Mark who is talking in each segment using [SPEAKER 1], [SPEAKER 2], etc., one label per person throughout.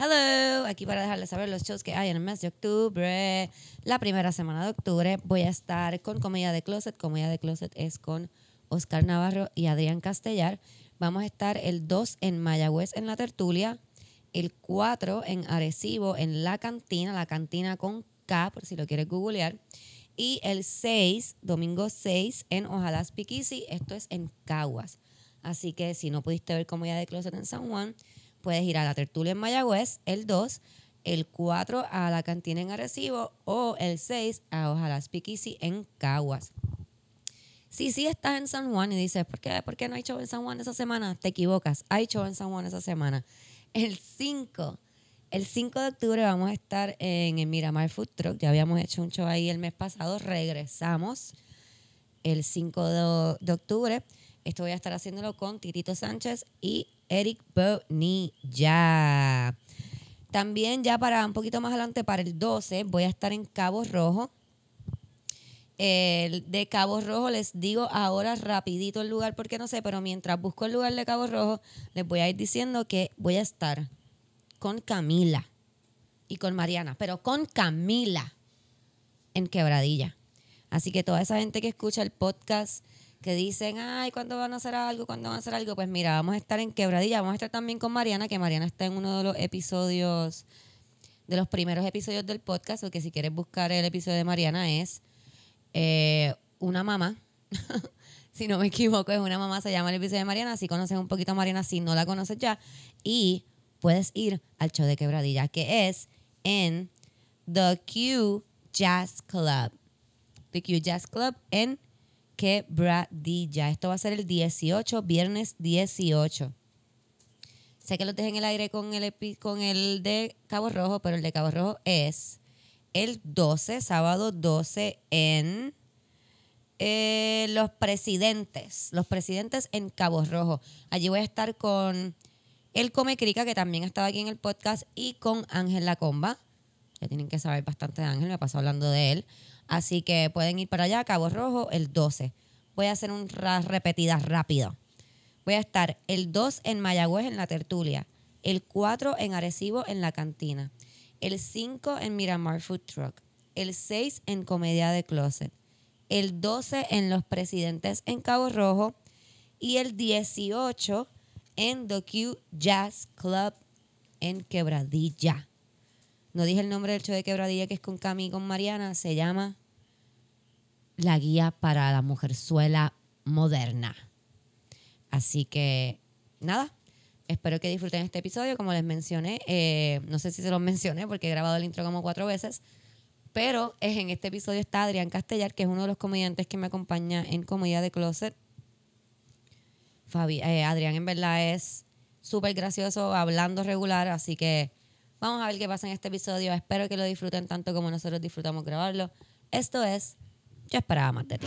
[SPEAKER 1] Hello, aquí para dejarles saber los shows que hay en el mes de octubre. La primera semana de octubre voy a estar con Comedia de Closet. Comedia de Closet es con Oscar Navarro y Adrián Castellar. Vamos a estar el 2 en Mayagüez en la tertulia, el 4 en Arecibo en la cantina, la cantina con K, por si lo quieres googlear. Y el 6, domingo 6, en Ojalá Piquisi, esto es en Caguas. Así que si no pudiste ver Comedia de Closet en San Juan, puedes ir a la tertulia en Mayagüez, el 2, el 4 a la cantina en Arecibo o el 6 a Ojalá Piquisi en Caguas. Si sí estás en San Juan y dices, ¿por qué, ¿por qué no hay show en San Juan esa semana? Te equivocas, hay show en San Juan esa semana. El 5, el 5 de octubre vamos a estar en el Miramar Food Truck. Ya habíamos hecho un show ahí el mes pasado, regresamos el 5 de, de octubre. Esto voy a estar haciéndolo con Titito Sánchez y Eric Bonilla. También ya para un poquito más adelante, para el 12, voy a estar en Cabo Rojo. El de Cabo Rojo les digo ahora rapidito el lugar porque no sé, pero mientras busco el lugar de Cabo Rojo, les voy a ir diciendo que voy a estar con Camila y con Mariana, pero con Camila en Quebradilla. Así que toda esa gente que escucha el podcast, que dicen, ay, ¿cuándo van a hacer algo? ¿Cuándo van a hacer algo? Pues mira, vamos a estar en Quebradilla, vamos a estar también con Mariana, que Mariana está en uno de los episodios, de los primeros episodios del podcast, o que si quieres buscar el episodio de Mariana es eh, una mamá. si no me equivoco, es una mamá, se llama el episodio de Mariana. Si conoces un poquito a Mariana, si no la conoces ya. Y puedes ir al show de Quebradilla, que es en The Q Jazz Club. The Q Jazz Club en Quebradilla. Esto va a ser el 18, viernes 18. Sé que lo dejé en el aire con el, epi- con el de Cabo Rojo, pero el de Cabo Rojo es el 12, sábado 12, en eh, Los Presidentes. Los Presidentes en Cabo Rojo. Allí voy a estar con el Come Crica, que también ha estado aquí en el podcast, y con Ángel La Comba. Ya tienen que saber bastante de Ángel, me pasó hablando de él. Así que pueden ir para allá, Cabo Rojo, el 12. Voy a hacer un ra- repetidas rápido. Voy a estar el 2 en Mayagüez en la tertulia, el 4 en Arecibo en la cantina, el 5 en Miramar Food Truck, el 6 en Comedia de Closet, el 12 en Los Presidentes en Cabo Rojo y el 18 en The Q Jazz Club en Quebradilla. No dije el nombre del show de Quebradilla que es con Cami y con Mariana, se llama La Guía para la Mujerzuela Moderna. Así que, nada, espero que disfruten este episodio. Como les mencioné, eh, no sé si se los mencioné porque he grabado el intro como cuatro veces, pero eh, en este episodio está Adrián Castellar, que es uno de los comediantes que me acompaña en Comedia de Closet. Fabi- eh, Adrián en verdad es súper gracioso, hablando regular, así que vamos a ver qué pasa en este episodio. Espero que lo disfruten tanto como nosotros disfrutamos grabarlo. Esto es Yo esperaba más de ti.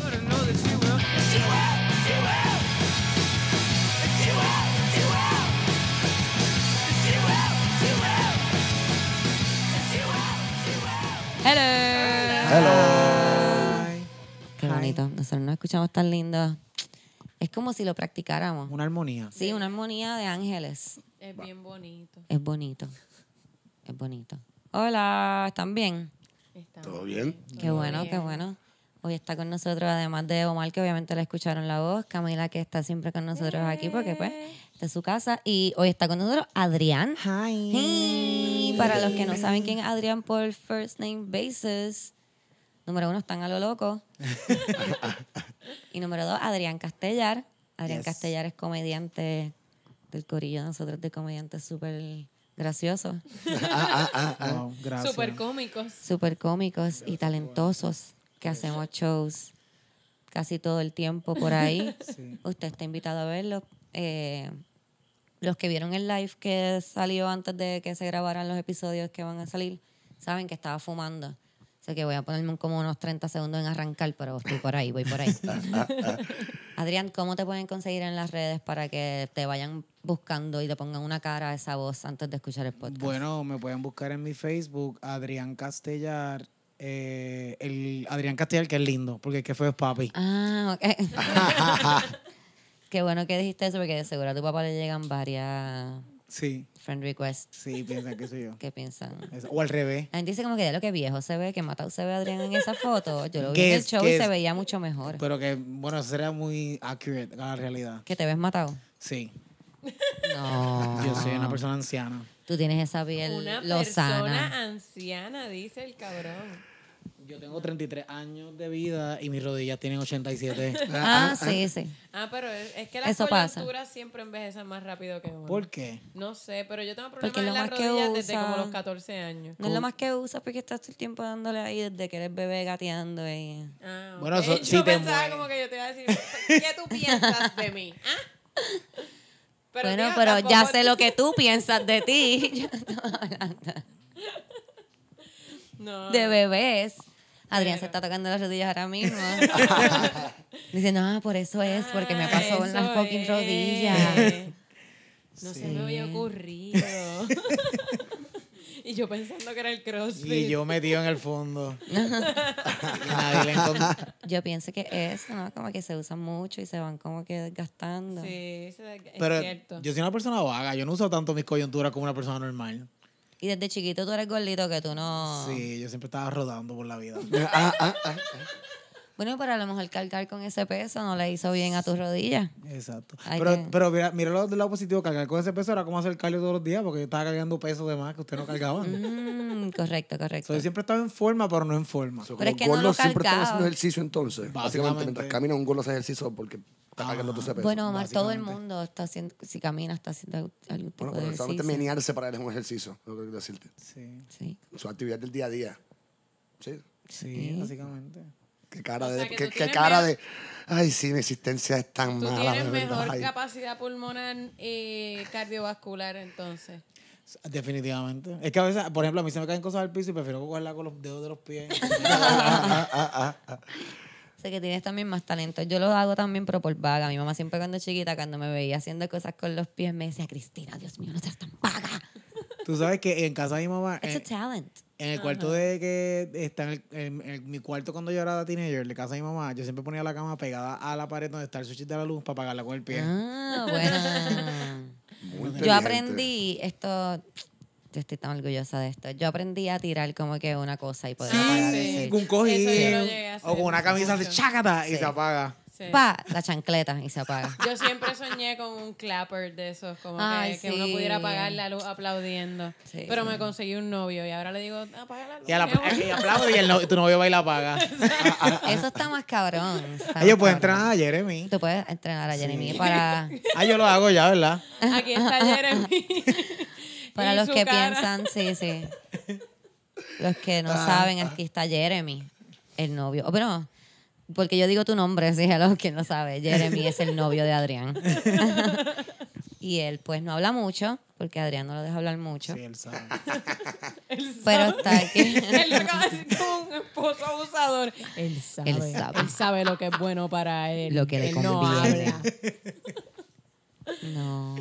[SPEAKER 1] Hello. Qué bonito. Nosotros nos escuchamos tan lindo. Es como si lo practicáramos.
[SPEAKER 2] Una armonía.
[SPEAKER 1] Sí, una armonía de ángeles.
[SPEAKER 3] Es bien bonito.
[SPEAKER 1] Es bonito. Es bonito. Hola, ¿están bien?
[SPEAKER 3] Está
[SPEAKER 4] ¿Todo bien?
[SPEAKER 1] Qué bueno, qué bueno. Hoy está con nosotros, además de Omar, que obviamente le escucharon la voz, Camila, que está siempre con nosotros aquí, porque pues,
[SPEAKER 4] Eh.
[SPEAKER 1] esta es su casa. Y hoy está con nosotros Adrián. Hey, para los que no saben quién es Adrián por first name basis, número uno, están a lo loco. y número dos, Adrián Castellar. Adrián
[SPEAKER 2] Yes.
[SPEAKER 1] Castellar es comediante del corillo de nosotros, de comediantes súper graciosos,
[SPEAKER 2] Wow, Ah, gracias.
[SPEAKER 3] Súper cómicos.
[SPEAKER 1] súper cómicos y talentosos, que hacemos shows casi todo el tiempo por ahí.
[SPEAKER 2] Sí.
[SPEAKER 1] Usted está invitado a verlo. Eh, los que vieron el live que salió antes de que se grabaran los episodios que van a salir, saben que estaba fumando. O sea que voy a ponerme como unos 30 segundos en arrancar, pero estoy por ahí, voy por ahí. Adrián, ¿cómo te pueden conseguir en las redes para que te vayan buscando y te pongan una cara a esa voz antes de escuchar el podcast?
[SPEAKER 2] Bueno, me pueden buscar en mi Facebook, Adrián Castellar. eh, el Adrián Castellar, que es lindo, porque es que fue papi.
[SPEAKER 1] Ah, ok. Qué bueno que dijiste eso, porque de seguro a tu papá le llegan varias
[SPEAKER 2] Sí,
[SPEAKER 1] Friend request.
[SPEAKER 2] sí, piensan que soy yo.
[SPEAKER 1] ¿Qué piensan?
[SPEAKER 2] Eso, O al revés.
[SPEAKER 1] La gente dice como que de lo que viejo se ve, que matado se ve Adrián en esa foto. Yo lo vi en el
[SPEAKER 2] Guess,
[SPEAKER 1] show y se
[SPEAKER 2] guess.
[SPEAKER 1] veía mucho mejor.
[SPEAKER 2] Pero que, bueno, sería muy accurate a la realidad.
[SPEAKER 1] ¿Que te ves matado?
[SPEAKER 2] Sí,
[SPEAKER 1] No.
[SPEAKER 2] yo soy una persona anciana.
[SPEAKER 1] Tú tienes esa piel
[SPEAKER 3] Una
[SPEAKER 1] lozana.
[SPEAKER 3] persona anciana, dice el cabrón.
[SPEAKER 2] Yo tengo 33 años de vida y mis rodillas tienen 87.
[SPEAKER 1] Ah, sí, sí.
[SPEAKER 3] Ah, pero es, es que las
[SPEAKER 1] Eso pasa.
[SPEAKER 3] coyunturas siempre envejecen más rápido que uno.
[SPEAKER 2] ¿Por qué?
[SPEAKER 3] No sé, pero yo tengo
[SPEAKER 1] Porque lo
[SPEAKER 3] problemas en las
[SPEAKER 1] más que
[SPEAKER 3] rodillas desde
[SPEAKER 1] usa-
[SPEAKER 3] como los 14 años.
[SPEAKER 1] No es lo más que usas porque estás todo el tiempo dándole ahí desde que eres bebé gateando. Y...
[SPEAKER 3] Ah,
[SPEAKER 2] Bueno,
[SPEAKER 3] ok.
[SPEAKER 2] so-
[SPEAKER 3] yo
[SPEAKER 2] si te
[SPEAKER 3] pensaba
[SPEAKER 2] mueres.
[SPEAKER 3] como que yo te iba a decir, ¿qué tú piensas de mí? ¿Ah?
[SPEAKER 1] bueno,
[SPEAKER 3] tío,
[SPEAKER 1] pero ya
[SPEAKER 3] tampoco-
[SPEAKER 1] sé lo que tú piensas de ti,
[SPEAKER 3] No,
[SPEAKER 1] de
[SPEAKER 3] no.
[SPEAKER 1] bebés. Adrián se
[SPEAKER 3] Pero-
[SPEAKER 1] está tocando las rodillas ahora mismo. Diciendo, ah, por eso es, porque me
[SPEAKER 3] Ah,
[SPEAKER 1] pasó en las
[SPEAKER 3] eso
[SPEAKER 1] fucking
[SPEAKER 3] es.
[SPEAKER 1] rodillas.
[SPEAKER 3] No
[SPEAKER 2] Sí.
[SPEAKER 3] se me había ocurrido. y yo pensando que era el crossfit.
[SPEAKER 2] Y yo metido en el fondo. Y nadie le encont-
[SPEAKER 1] Yo pienso que eso, ¿no? Como que se usan mucho y se van como que desgastando.
[SPEAKER 3] Sí, eso es es
[SPEAKER 2] Pero
[SPEAKER 3] cierto.
[SPEAKER 2] yo soy una persona vaga. Yo no uso tanto mis coyunturas como una persona normal.
[SPEAKER 1] Y desde chiquito tú eres gordito que tú no...
[SPEAKER 3] Ah.
[SPEAKER 2] Sí, yo siempre estaba rodando por la vida.
[SPEAKER 1] Bueno, pero a lo mejor cargar con ese peso no le hizo bien a tus rodillas.
[SPEAKER 2] Exacto.
[SPEAKER 1] Hay
[SPEAKER 2] Pero,
[SPEAKER 1] que-
[SPEAKER 2] pero mira, mira lo del lado positivo, cargar con ese peso era como hacer cardio todos los días porque yo estaba cargando peso de más que usted no cargaba. Entonces
[SPEAKER 1] Mm, correcto, correcto.
[SPEAKER 2] yo siempre estaba en forma, pero no en forma.
[SPEAKER 1] Pero es que no
[SPEAKER 4] gordos
[SPEAKER 1] lo
[SPEAKER 4] siempre están
[SPEAKER 1] cargaba.
[SPEAKER 4] haciendo ejercicio entonces. Básicamente,
[SPEAKER 2] Básicamente. Ah.
[SPEAKER 4] mientras camina un gordo hace ejercicio porque está cargando todo ese peso.
[SPEAKER 1] Bueno, Omar, todo el mundo está haciendo, si camina, está haciendo algún tipo
[SPEAKER 4] Bueno,
[SPEAKER 1] de
[SPEAKER 4] pero solamente
[SPEAKER 1] ejercicio.
[SPEAKER 4] menearse para él es un ejercicio, lo que quiero decirte.
[SPEAKER 2] Sí,
[SPEAKER 1] Sí.
[SPEAKER 4] Su actividad del día a día. ¿Sí?
[SPEAKER 2] sí, básicamente.
[SPEAKER 4] Qué cara
[SPEAKER 3] O sea,
[SPEAKER 4] de.
[SPEAKER 3] que
[SPEAKER 4] qué-
[SPEAKER 3] tú
[SPEAKER 4] qué
[SPEAKER 3] tienes
[SPEAKER 4] cara
[SPEAKER 3] menos-
[SPEAKER 4] de. Ay, sí, mi existencia es tan
[SPEAKER 3] Tú
[SPEAKER 4] mala, de
[SPEAKER 3] tienes
[SPEAKER 4] verdad.
[SPEAKER 3] mejor
[SPEAKER 4] ay.
[SPEAKER 3] capacidad pulmonar y cardiovascular entonces.
[SPEAKER 2] Definitivamente. Es que a veces, por ejemplo, a mí se me caen cosas al piso y prefiero cogerla con los dedos de los pies.
[SPEAKER 1] Sé que tienes también más talento. Yo lo hago también, pero por vaga. Mi mamá siempre cuando chiquita, cuando me veía haciendo cosas con los pies, me decía, Cristina, Dios mío, no seas tan vaga.
[SPEAKER 2] Tú sabes que en casa de mi mamá, eh,
[SPEAKER 1] It's a
[SPEAKER 2] en,
[SPEAKER 1] talent.
[SPEAKER 2] en el cuarto de que está en, el- en- en mi cuarto cuando yo era teenager, de casa de mi mamá, yo siempre ponía la cama pegada a la pared donde está el switch de la luz para apagarla con el pie.
[SPEAKER 1] Ah, bueno.
[SPEAKER 4] Muy
[SPEAKER 1] Yo
[SPEAKER 4] inteligente.
[SPEAKER 1] aprendí esto... Yo estoy tan orgullosa de esto. Yo aprendí a tirar como que una cosa y poder apagar el switch.
[SPEAKER 2] con un cojín
[SPEAKER 3] Eso yo lo llegué a
[SPEAKER 2] o
[SPEAKER 3] hacer
[SPEAKER 2] con una camisa de
[SPEAKER 3] mucho.
[SPEAKER 2] chácata y
[SPEAKER 1] Sí.
[SPEAKER 2] se apaga.
[SPEAKER 3] Sí.
[SPEAKER 1] Pa, la chancleta y se apaga.
[SPEAKER 3] Yo siempre soñé con un clapper de esos, como que-
[SPEAKER 1] Ay,
[SPEAKER 3] que, uno
[SPEAKER 1] sí.
[SPEAKER 3] pudiera apagar la luz aplaudiendo.
[SPEAKER 1] Sí.
[SPEAKER 3] Pero me conseguí un novio y ahora le digo, apaga la luz.
[SPEAKER 2] Y, a la-
[SPEAKER 3] mi amor".
[SPEAKER 2] y aplaude y el no- tu novio va y la apaga.
[SPEAKER 1] Eso está más cabrón. está
[SPEAKER 2] Ah, Ellos
[SPEAKER 1] más
[SPEAKER 2] pueden
[SPEAKER 1] cabrón.
[SPEAKER 2] entrenar a Jeremy.
[SPEAKER 1] Tú puedes entrenar a Jeremy para,
[SPEAKER 2] Ah, yo lo hago ya, ¿verdad?
[SPEAKER 3] Aquí está Jeremy.
[SPEAKER 1] para
[SPEAKER 3] Y
[SPEAKER 1] los
[SPEAKER 3] su
[SPEAKER 1] que
[SPEAKER 3] cara.
[SPEAKER 1] piensan, sí, sí. Los que
[SPEAKER 2] Ah.
[SPEAKER 1] no saben, aquí está Jeremy, el novio. Oh, Pero, porque yo digo tu nombre, sí, a los que no saben. Jeremy es el novio de Adrián. y él, pues, no habla mucho, porque Adrián no lo deja hablar mucho.
[SPEAKER 2] Sí, él sabe.
[SPEAKER 3] Él
[SPEAKER 1] Pero
[SPEAKER 3] sabe.
[SPEAKER 1] está aquí.
[SPEAKER 3] Él lo acaba de decir como un esposo abusador. Él sabe.
[SPEAKER 1] Él sabe.
[SPEAKER 3] Él sabe lo que es bueno para él.
[SPEAKER 1] Lo que le
[SPEAKER 3] él
[SPEAKER 1] conviene.
[SPEAKER 3] No habla.
[SPEAKER 1] No,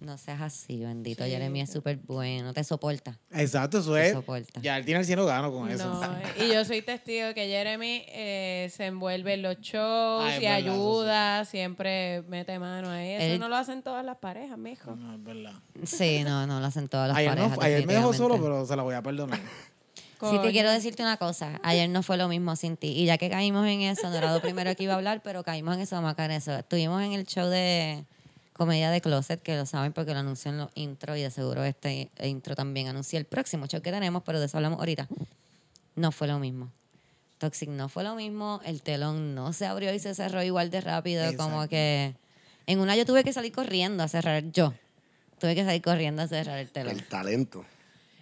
[SPEAKER 1] no seas así, bendito. Jeremy es súper bueno, te soporta.
[SPEAKER 2] Exacto, eso
[SPEAKER 1] Te
[SPEAKER 2] es.
[SPEAKER 1] soporta.
[SPEAKER 2] Ya él tiene el cielo gano con eso.
[SPEAKER 3] No, eh. y yo soy testigo que Jeremy eh, se envuelve en los shows
[SPEAKER 2] Ah, es
[SPEAKER 3] y
[SPEAKER 2] verdad, eso
[SPEAKER 3] ayuda, siempre mete mano a eso.
[SPEAKER 1] Él-
[SPEAKER 3] no lo hacen todas las parejas, mijo.
[SPEAKER 2] No, es verdad.
[SPEAKER 1] Sí, no, no lo hacen todas las
[SPEAKER 2] Ayer, no-
[SPEAKER 1] parejas.
[SPEAKER 2] ayer me dejó solo,
[SPEAKER 1] definitivamente.
[SPEAKER 2] pero se la voy a perdonar.
[SPEAKER 3] Eh,
[SPEAKER 1] Sí, te
[SPEAKER 3] Coño.
[SPEAKER 1] quiero decirte una cosa. Ayer no fue lo mismo sin ti. Y ya que caímos en eso, no era lo primero que iba a hablar, pero caímos en eso, vamos a caer en eso. Estuvimos en el show de comedia de Closet, que lo saben porque lo anunció en los intros y de seguro este intro también anuncia el próximo show que tenemos, pero de eso hablamos ahorita. No fue lo mismo. Toxic no fue lo mismo, el telón no se abrió y se cerró igual de rápido, como
[SPEAKER 2] Exacto.
[SPEAKER 1] que... En una yo tuve que salir corriendo a cerrar yo. Tuve que salir corriendo a cerrar el telón.
[SPEAKER 4] El talento.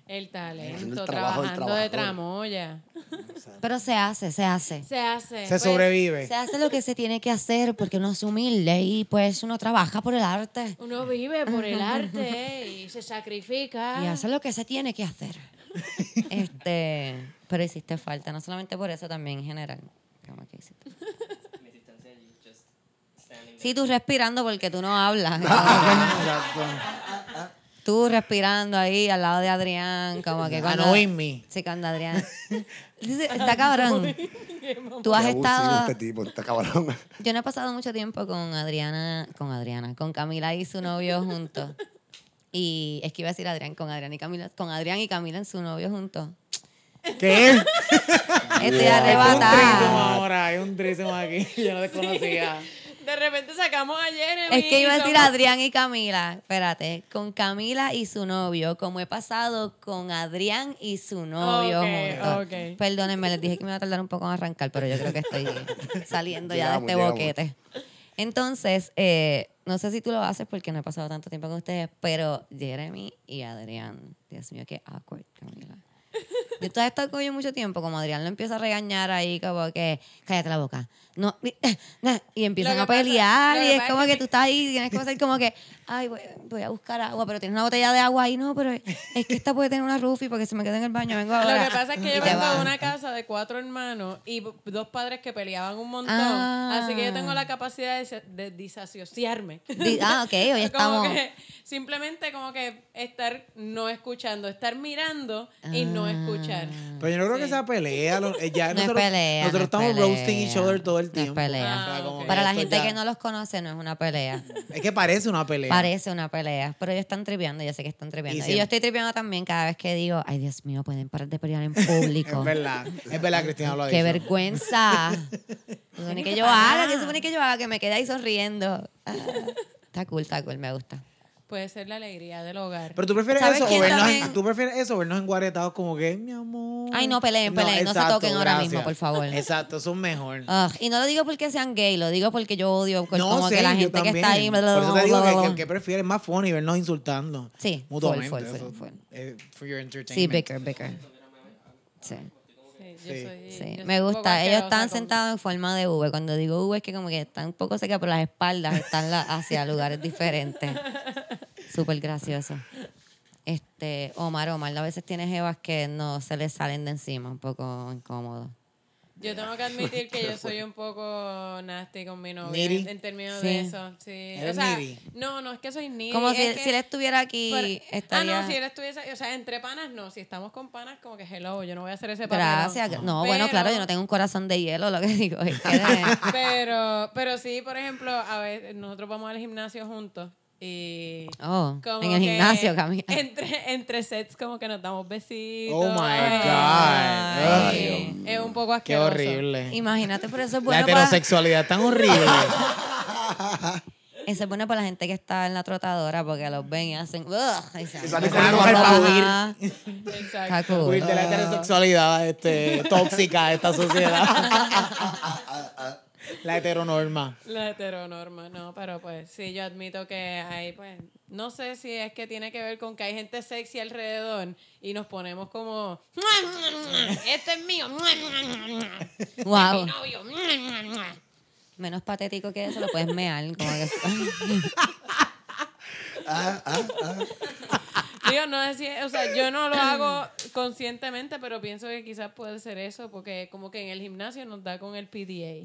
[SPEAKER 3] El
[SPEAKER 4] Haciendo
[SPEAKER 3] talento,
[SPEAKER 4] el trabajo del
[SPEAKER 3] trabajando de
[SPEAKER 4] trabajador.
[SPEAKER 3] tramoya.
[SPEAKER 1] Pero se hace, se hace.
[SPEAKER 3] Se hace.
[SPEAKER 2] Se
[SPEAKER 3] pues,
[SPEAKER 2] sobrevive.
[SPEAKER 1] Se hace lo que se tiene que hacer porque uno es humilde y pues uno trabaja por el arte
[SPEAKER 3] Uno vive por el arte y se sacrifica.
[SPEAKER 4] Ah.
[SPEAKER 1] y hace lo que se tiene que hacer. este, pero hiciste falta, no solamente por eso, también en general. Como que hiciste. Sí, tú respirando porque tú no hablas.
[SPEAKER 4] Ah,
[SPEAKER 2] Exacto.
[SPEAKER 1] tú respirando ahí al lado de Adrián, como
[SPEAKER 4] Ah,
[SPEAKER 1] que cuando...
[SPEAKER 2] Annoying me.
[SPEAKER 1] Sí, cuando Adrián... Dice, Está cabrón. Tú has
[SPEAKER 4] Qué abusivo
[SPEAKER 1] estado...
[SPEAKER 4] este tipo, está cabrón.
[SPEAKER 1] Yo no he pasado mucho tiempo con Adriana, con Adriana, con Camila y su novio juntos. Y es que iba a decir Adrián con Adrián y Camila, con Adrián y Camila en su novio juntos.
[SPEAKER 2] ¿Qué?
[SPEAKER 1] Estoy
[SPEAKER 2] Hay
[SPEAKER 4] Wow.
[SPEAKER 2] un threesome
[SPEAKER 1] arrebatada.
[SPEAKER 2] ahora, hay un threesome aquí. Yo no desconocía.
[SPEAKER 3] De repente sacamos a Jeremy.
[SPEAKER 1] Es que iba a
[SPEAKER 3] y
[SPEAKER 1] decir
[SPEAKER 3] somos-
[SPEAKER 1] Adrián y Camila, espérate, con Camila y su novio, como he pasado con Adrián y su novio
[SPEAKER 3] Ok,
[SPEAKER 1] juntos.
[SPEAKER 3] ok.
[SPEAKER 1] Perdónenme, les dije que me iba a tardar un poco en arrancar, pero yo creo que estoy saliendo ya de
[SPEAKER 4] Llegamos,
[SPEAKER 1] este
[SPEAKER 4] llegamos.
[SPEAKER 1] boquete. Entonces, eh, no sé si tú lo haces porque no he pasado tanto tiempo con ustedes, pero Jeremy y Adrián, Dios mío, qué awkward, Camila. Yo todavía he estado con ellos mucho tiempo, como Adrián lo empieza a regañar ahí, como que cállate la boca. No, ni- na", y empiezan
[SPEAKER 3] que
[SPEAKER 1] a
[SPEAKER 3] pasa-
[SPEAKER 1] pelear
[SPEAKER 3] lo
[SPEAKER 1] y
[SPEAKER 3] que
[SPEAKER 1] es
[SPEAKER 3] pasa
[SPEAKER 1] como
[SPEAKER 3] es
[SPEAKER 1] que
[SPEAKER 3] que-
[SPEAKER 1] tú estás ahí y tienes que hacer como que, ay, voy, voy a buscar agua, pero tienes una botella de agua ahí, no, pero es que esta puede tener una roofie porque se me queda en el baño, vengo
[SPEAKER 3] Lo
[SPEAKER 1] ahora.
[SPEAKER 3] que pasa es
[SPEAKER 1] Y
[SPEAKER 3] que yo
[SPEAKER 1] te
[SPEAKER 3] vengo
[SPEAKER 1] vas.
[SPEAKER 3] de una casa de cuatro hermanos y b- dos padres que peleaban un montón.
[SPEAKER 1] Ah.
[SPEAKER 3] Así que yo tengo la capacidad de, se- de disasociarme.
[SPEAKER 1] Di- Ah, ok, hoy
[SPEAKER 3] Como
[SPEAKER 1] estamos...
[SPEAKER 3] que simplemente como que estar no escuchando, estar mirando y
[SPEAKER 1] Ah.
[SPEAKER 3] no escuchar.
[SPEAKER 2] Pero yo no creo que sea pelea. lo- eh, ya
[SPEAKER 1] No es
[SPEAKER 2] nosotros,
[SPEAKER 1] pelea,
[SPEAKER 2] Nosotros
[SPEAKER 1] no es
[SPEAKER 2] estamos roasting
[SPEAKER 1] pelea.
[SPEAKER 2] each other todo el
[SPEAKER 1] No es
[SPEAKER 2] tiempo.
[SPEAKER 1] pelea.
[SPEAKER 3] Ah,
[SPEAKER 2] como
[SPEAKER 3] ok.
[SPEAKER 1] Para la
[SPEAKER 2] esto
[SPEAKER 1] gente
[SPEAKER 2] ya-
[SPEAKER 1] que no los conoce, no es una pelea.
[SPEAKER 2] Es que parece una pelea.
[SPEAKER 1] Parece una pelea, pero ellos están tripeando, yo sé que están tripeando.
[SPEAKER 2] Y
[SPEAKER 1] Y,
[SPEAKER 2] siempre-
[SPEAKER 1] yo estoy tripeando también cada vez que digo, ay Dios mío, pueden parar de pelear en público.
[SPEAKER 2] Es verdad. Es verdad, Cristina lo ha
[SPEAKER 1] Qué
[SPEAKER 2] dicho.
[SPEAKER 1] vergüenza. Se supone que yo haga, que se supone que yo haga, que me quede ahí sonriendo. Ah, está cool, está cool, me gusta.
[SPEAKER 3] Puede ser la alegría del hogar.
[SPEAKER 2] Pero tú prefieres
[SPEAKER 1] ¿Sabes
[SPEAKER 2] eso o
[SPEAKER 1] quién
[SPEAKER 2] vernos, en-
[SPEAKER 1] también?
[SPEAKER 2] tú prefieres eso o vernos enguaretados como que, mi amor.
[SPEAKER 1] Ay, no peleen, peleen, no se toquen ahora mismo, por favor.
[SPEAKER 2] Exacto, eso es mejor.
[SPEAKER 1] Ugh, y no lo digo porque sean gay, lo digo porque yo odio pues, como
[SPEAKER 2] sé,
[SPEAKER 1] que la
[SPEAKER 2] yo
[SPEAKER 1] gente que está ahí.
[SPEAKER 2] también. Por eso te digo que, que, que prefieres es más funny vernos insultando.
[SPEAKER 1] Sí,
[SPEAKER 2] mutuamente.
[SPEAKER 1] full, full,
[SPEAKER 2] eso,
[SPEAKER 1] full, full.
[SPEAKER 2] eh, for your
[SPEAKER 1] sí,
[SPEAKER 2] entertainment.
[SPEAKER 1] bicker, bicker. Sí,
[SPEAKER 3] Sí, yo
[SPEAKER 2] Sí.
[SPEAKER 3] soy-
[SPEAKER 1] sí.
[SPEAKER 3] yo soy
[SPEAKER 1] Me
[SPEAKER 3] un poco
[SPEAKER 1] gusta. Ellos
[SPEAKER 3] asquerosa
[SPEAKER 1] están
[SPEAKER 3] con-
[SPEAKER 1] sentados en forma de V. Cuando digo V es que como que están un poco seca, pero las espaldas están la- hacia lugares diferentes. Súper gracioso. Este, Omar, Omar, a veces tiene jevas que no se les salen de encima, un poco incómodo.
[SPEAKER 3] Yo tengo que admitir que yo soy un poco nasty con mi novio
[SPEAKER 2] Needy.
[SPEAKER 3] en, en términos
[SPEAKER 1] Sí.
[SPEAKER 3] de eso. Sí. O
[SPEAKER 2] Eres
[SPEAKER 3] sea,
[SPEAKER 2] needy.
[SPEAKER 3] no, no es que soy needy.
[SPEAKER 1] Como
[SPEAKER 3] es
[SPEAKER 1] si,
[SPEAKER 3] que-
[SPEAKER 1] si él estuviera aquí,
[SPEAKER 3] pero-
[SPEAKER 1] estaría...
[SPEAKER 3] Ah, no, si él estuviese... O sea, entre panas, no. Si estamos con panas, como que hello, yo no voy a hacer ese papel.
[SPEAKER 1] Gracias. gra- No, bueno, claro, yo no tengo un corazón de hielo, lo que digo es que...
[SPEAKER 3] Pero, pero sí, por ejemplo, a veces nosotros vamos al gimnasio juntos y...
[SPEAKER 1] Oh,
[SPEAKER 3] como
[SPEAKER 1] en el
[SPEAKER 3] que
[SPEAKER 1] gimnasio, Camila.
[SPEAKER 3] Entre, entre sets como que nos damos besitos. Eh,
[SPEAKER 2] Oh my God.
[SPEAKER 1] Ay,
[SPEAKER 3] Sí,
[SPEAKER 2] Dios
[SPEAKER 3] es un poco
[SPEAKER 2] Qué
[SPEAKER 3] asqueroso.
[SPEAKER 2] horrible.
[SPEAKER 1] Imagínate, pero eso es
[SPEAKER 2] la
[SPEAKER 1] bueno pues, para...
[SPEAKER 2] heterosexualidad es tan horrible.
[SPEAKER 1] Eso es bueno para la gente que está en la trotadora porque los ven y hacen... "Ugh", y se-
[SPEAKER 4] Y salen
[SPEAKER 2] corriendo para huir.
[SPEAKER 1] Ajá,
[SPEAKER 3] Exacto.
[SPEAKER 1] está cool.
[SPEAKER 2] Huir de la heterosexualidad este, tóxica de esta sociedad. la heteronorma.
[SPEAKER 3] La heteronorma, no, pero pues sí, yo admito que hay, pues, no sé si es que tiene que ver con que hay gente sexy alrededor y nos ponemos como, este es mío,
[SPEAKER 1] Wow.
[SPEAKER 3] novio.
[SPEAKER 1] Menos patético que eso, lo puedes mear. Como que...
[SPEAKER 3] Digo, no sé si, o sea, yo no lo hago conscientemente, pero pienso que quizás puede ser eso, porque como que en el gimnasio nos da con el PDA.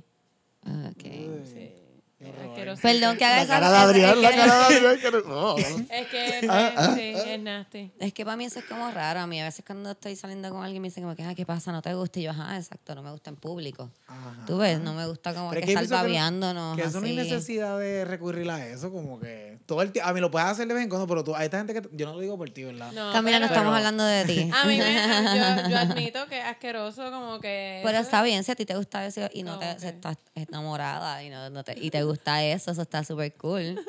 [SPEAKER 1] Ok.
[SPEAKER 3] Sí, es asqueroso.
[SPEAKER 1] Perdón que haga
[SPEAKER 4] La
[SPEAKER 1] esa...
[SPEAKER 4] cara de Adrián, la
[SPEAKER 1] es, que,
[SPEAKER 4] cara de Adrián. que no- No, no.
[SPEAKER 3] Es que pues, sí, es nasty.
[SPEAKER 1] es que para mí eso es como raro. A mí a veces cuando estoy saliendo con alguien me dicen como que, ah, ¿qué pasa? ¿No te gusta? Y yo, ajá, exacto, no me gusta en público.
[SPEAKER 2] Ajá.
[SPEAKER 1] Tú ves, no me gusta como
[SPEAKER 2] Pero
[SPEAKER 1] que
[SPEAKER 2] yo
[SPEAKER 1] estar
[SPEAKER 2] pienso no-
[SPEAKER 1] babeándonos
[SPEAKER 2] Que eso no hay
[SPEAKER 1] así.
[SPEAKER 2] necesidad de recurrir a eso, como que todo el tiempo. A mí lo puedes hacer de vez en cuando, pero tú, a esta gente que. Yo no lo digo por ti, ¿verdad?
[SPEAKER 3] No,
[SPEAKER 1] Camila, no
[SPEAKER 3] pero-
[SPEAKER 1] estamos hablando de ti.
[SPEAKER 3] A mí me, yo, yo admito que es asqueroso, como que.
[SPEAKER 1] Pero está bien, si a ti te gusta eso y no
[SPEAKER 3] No,
[SPEAKER 1] te
[SPEAKER 3] ok.
[SPEAKER 1] si estás enamorada y, no, no te, y te gusta eso, eso está súper cool.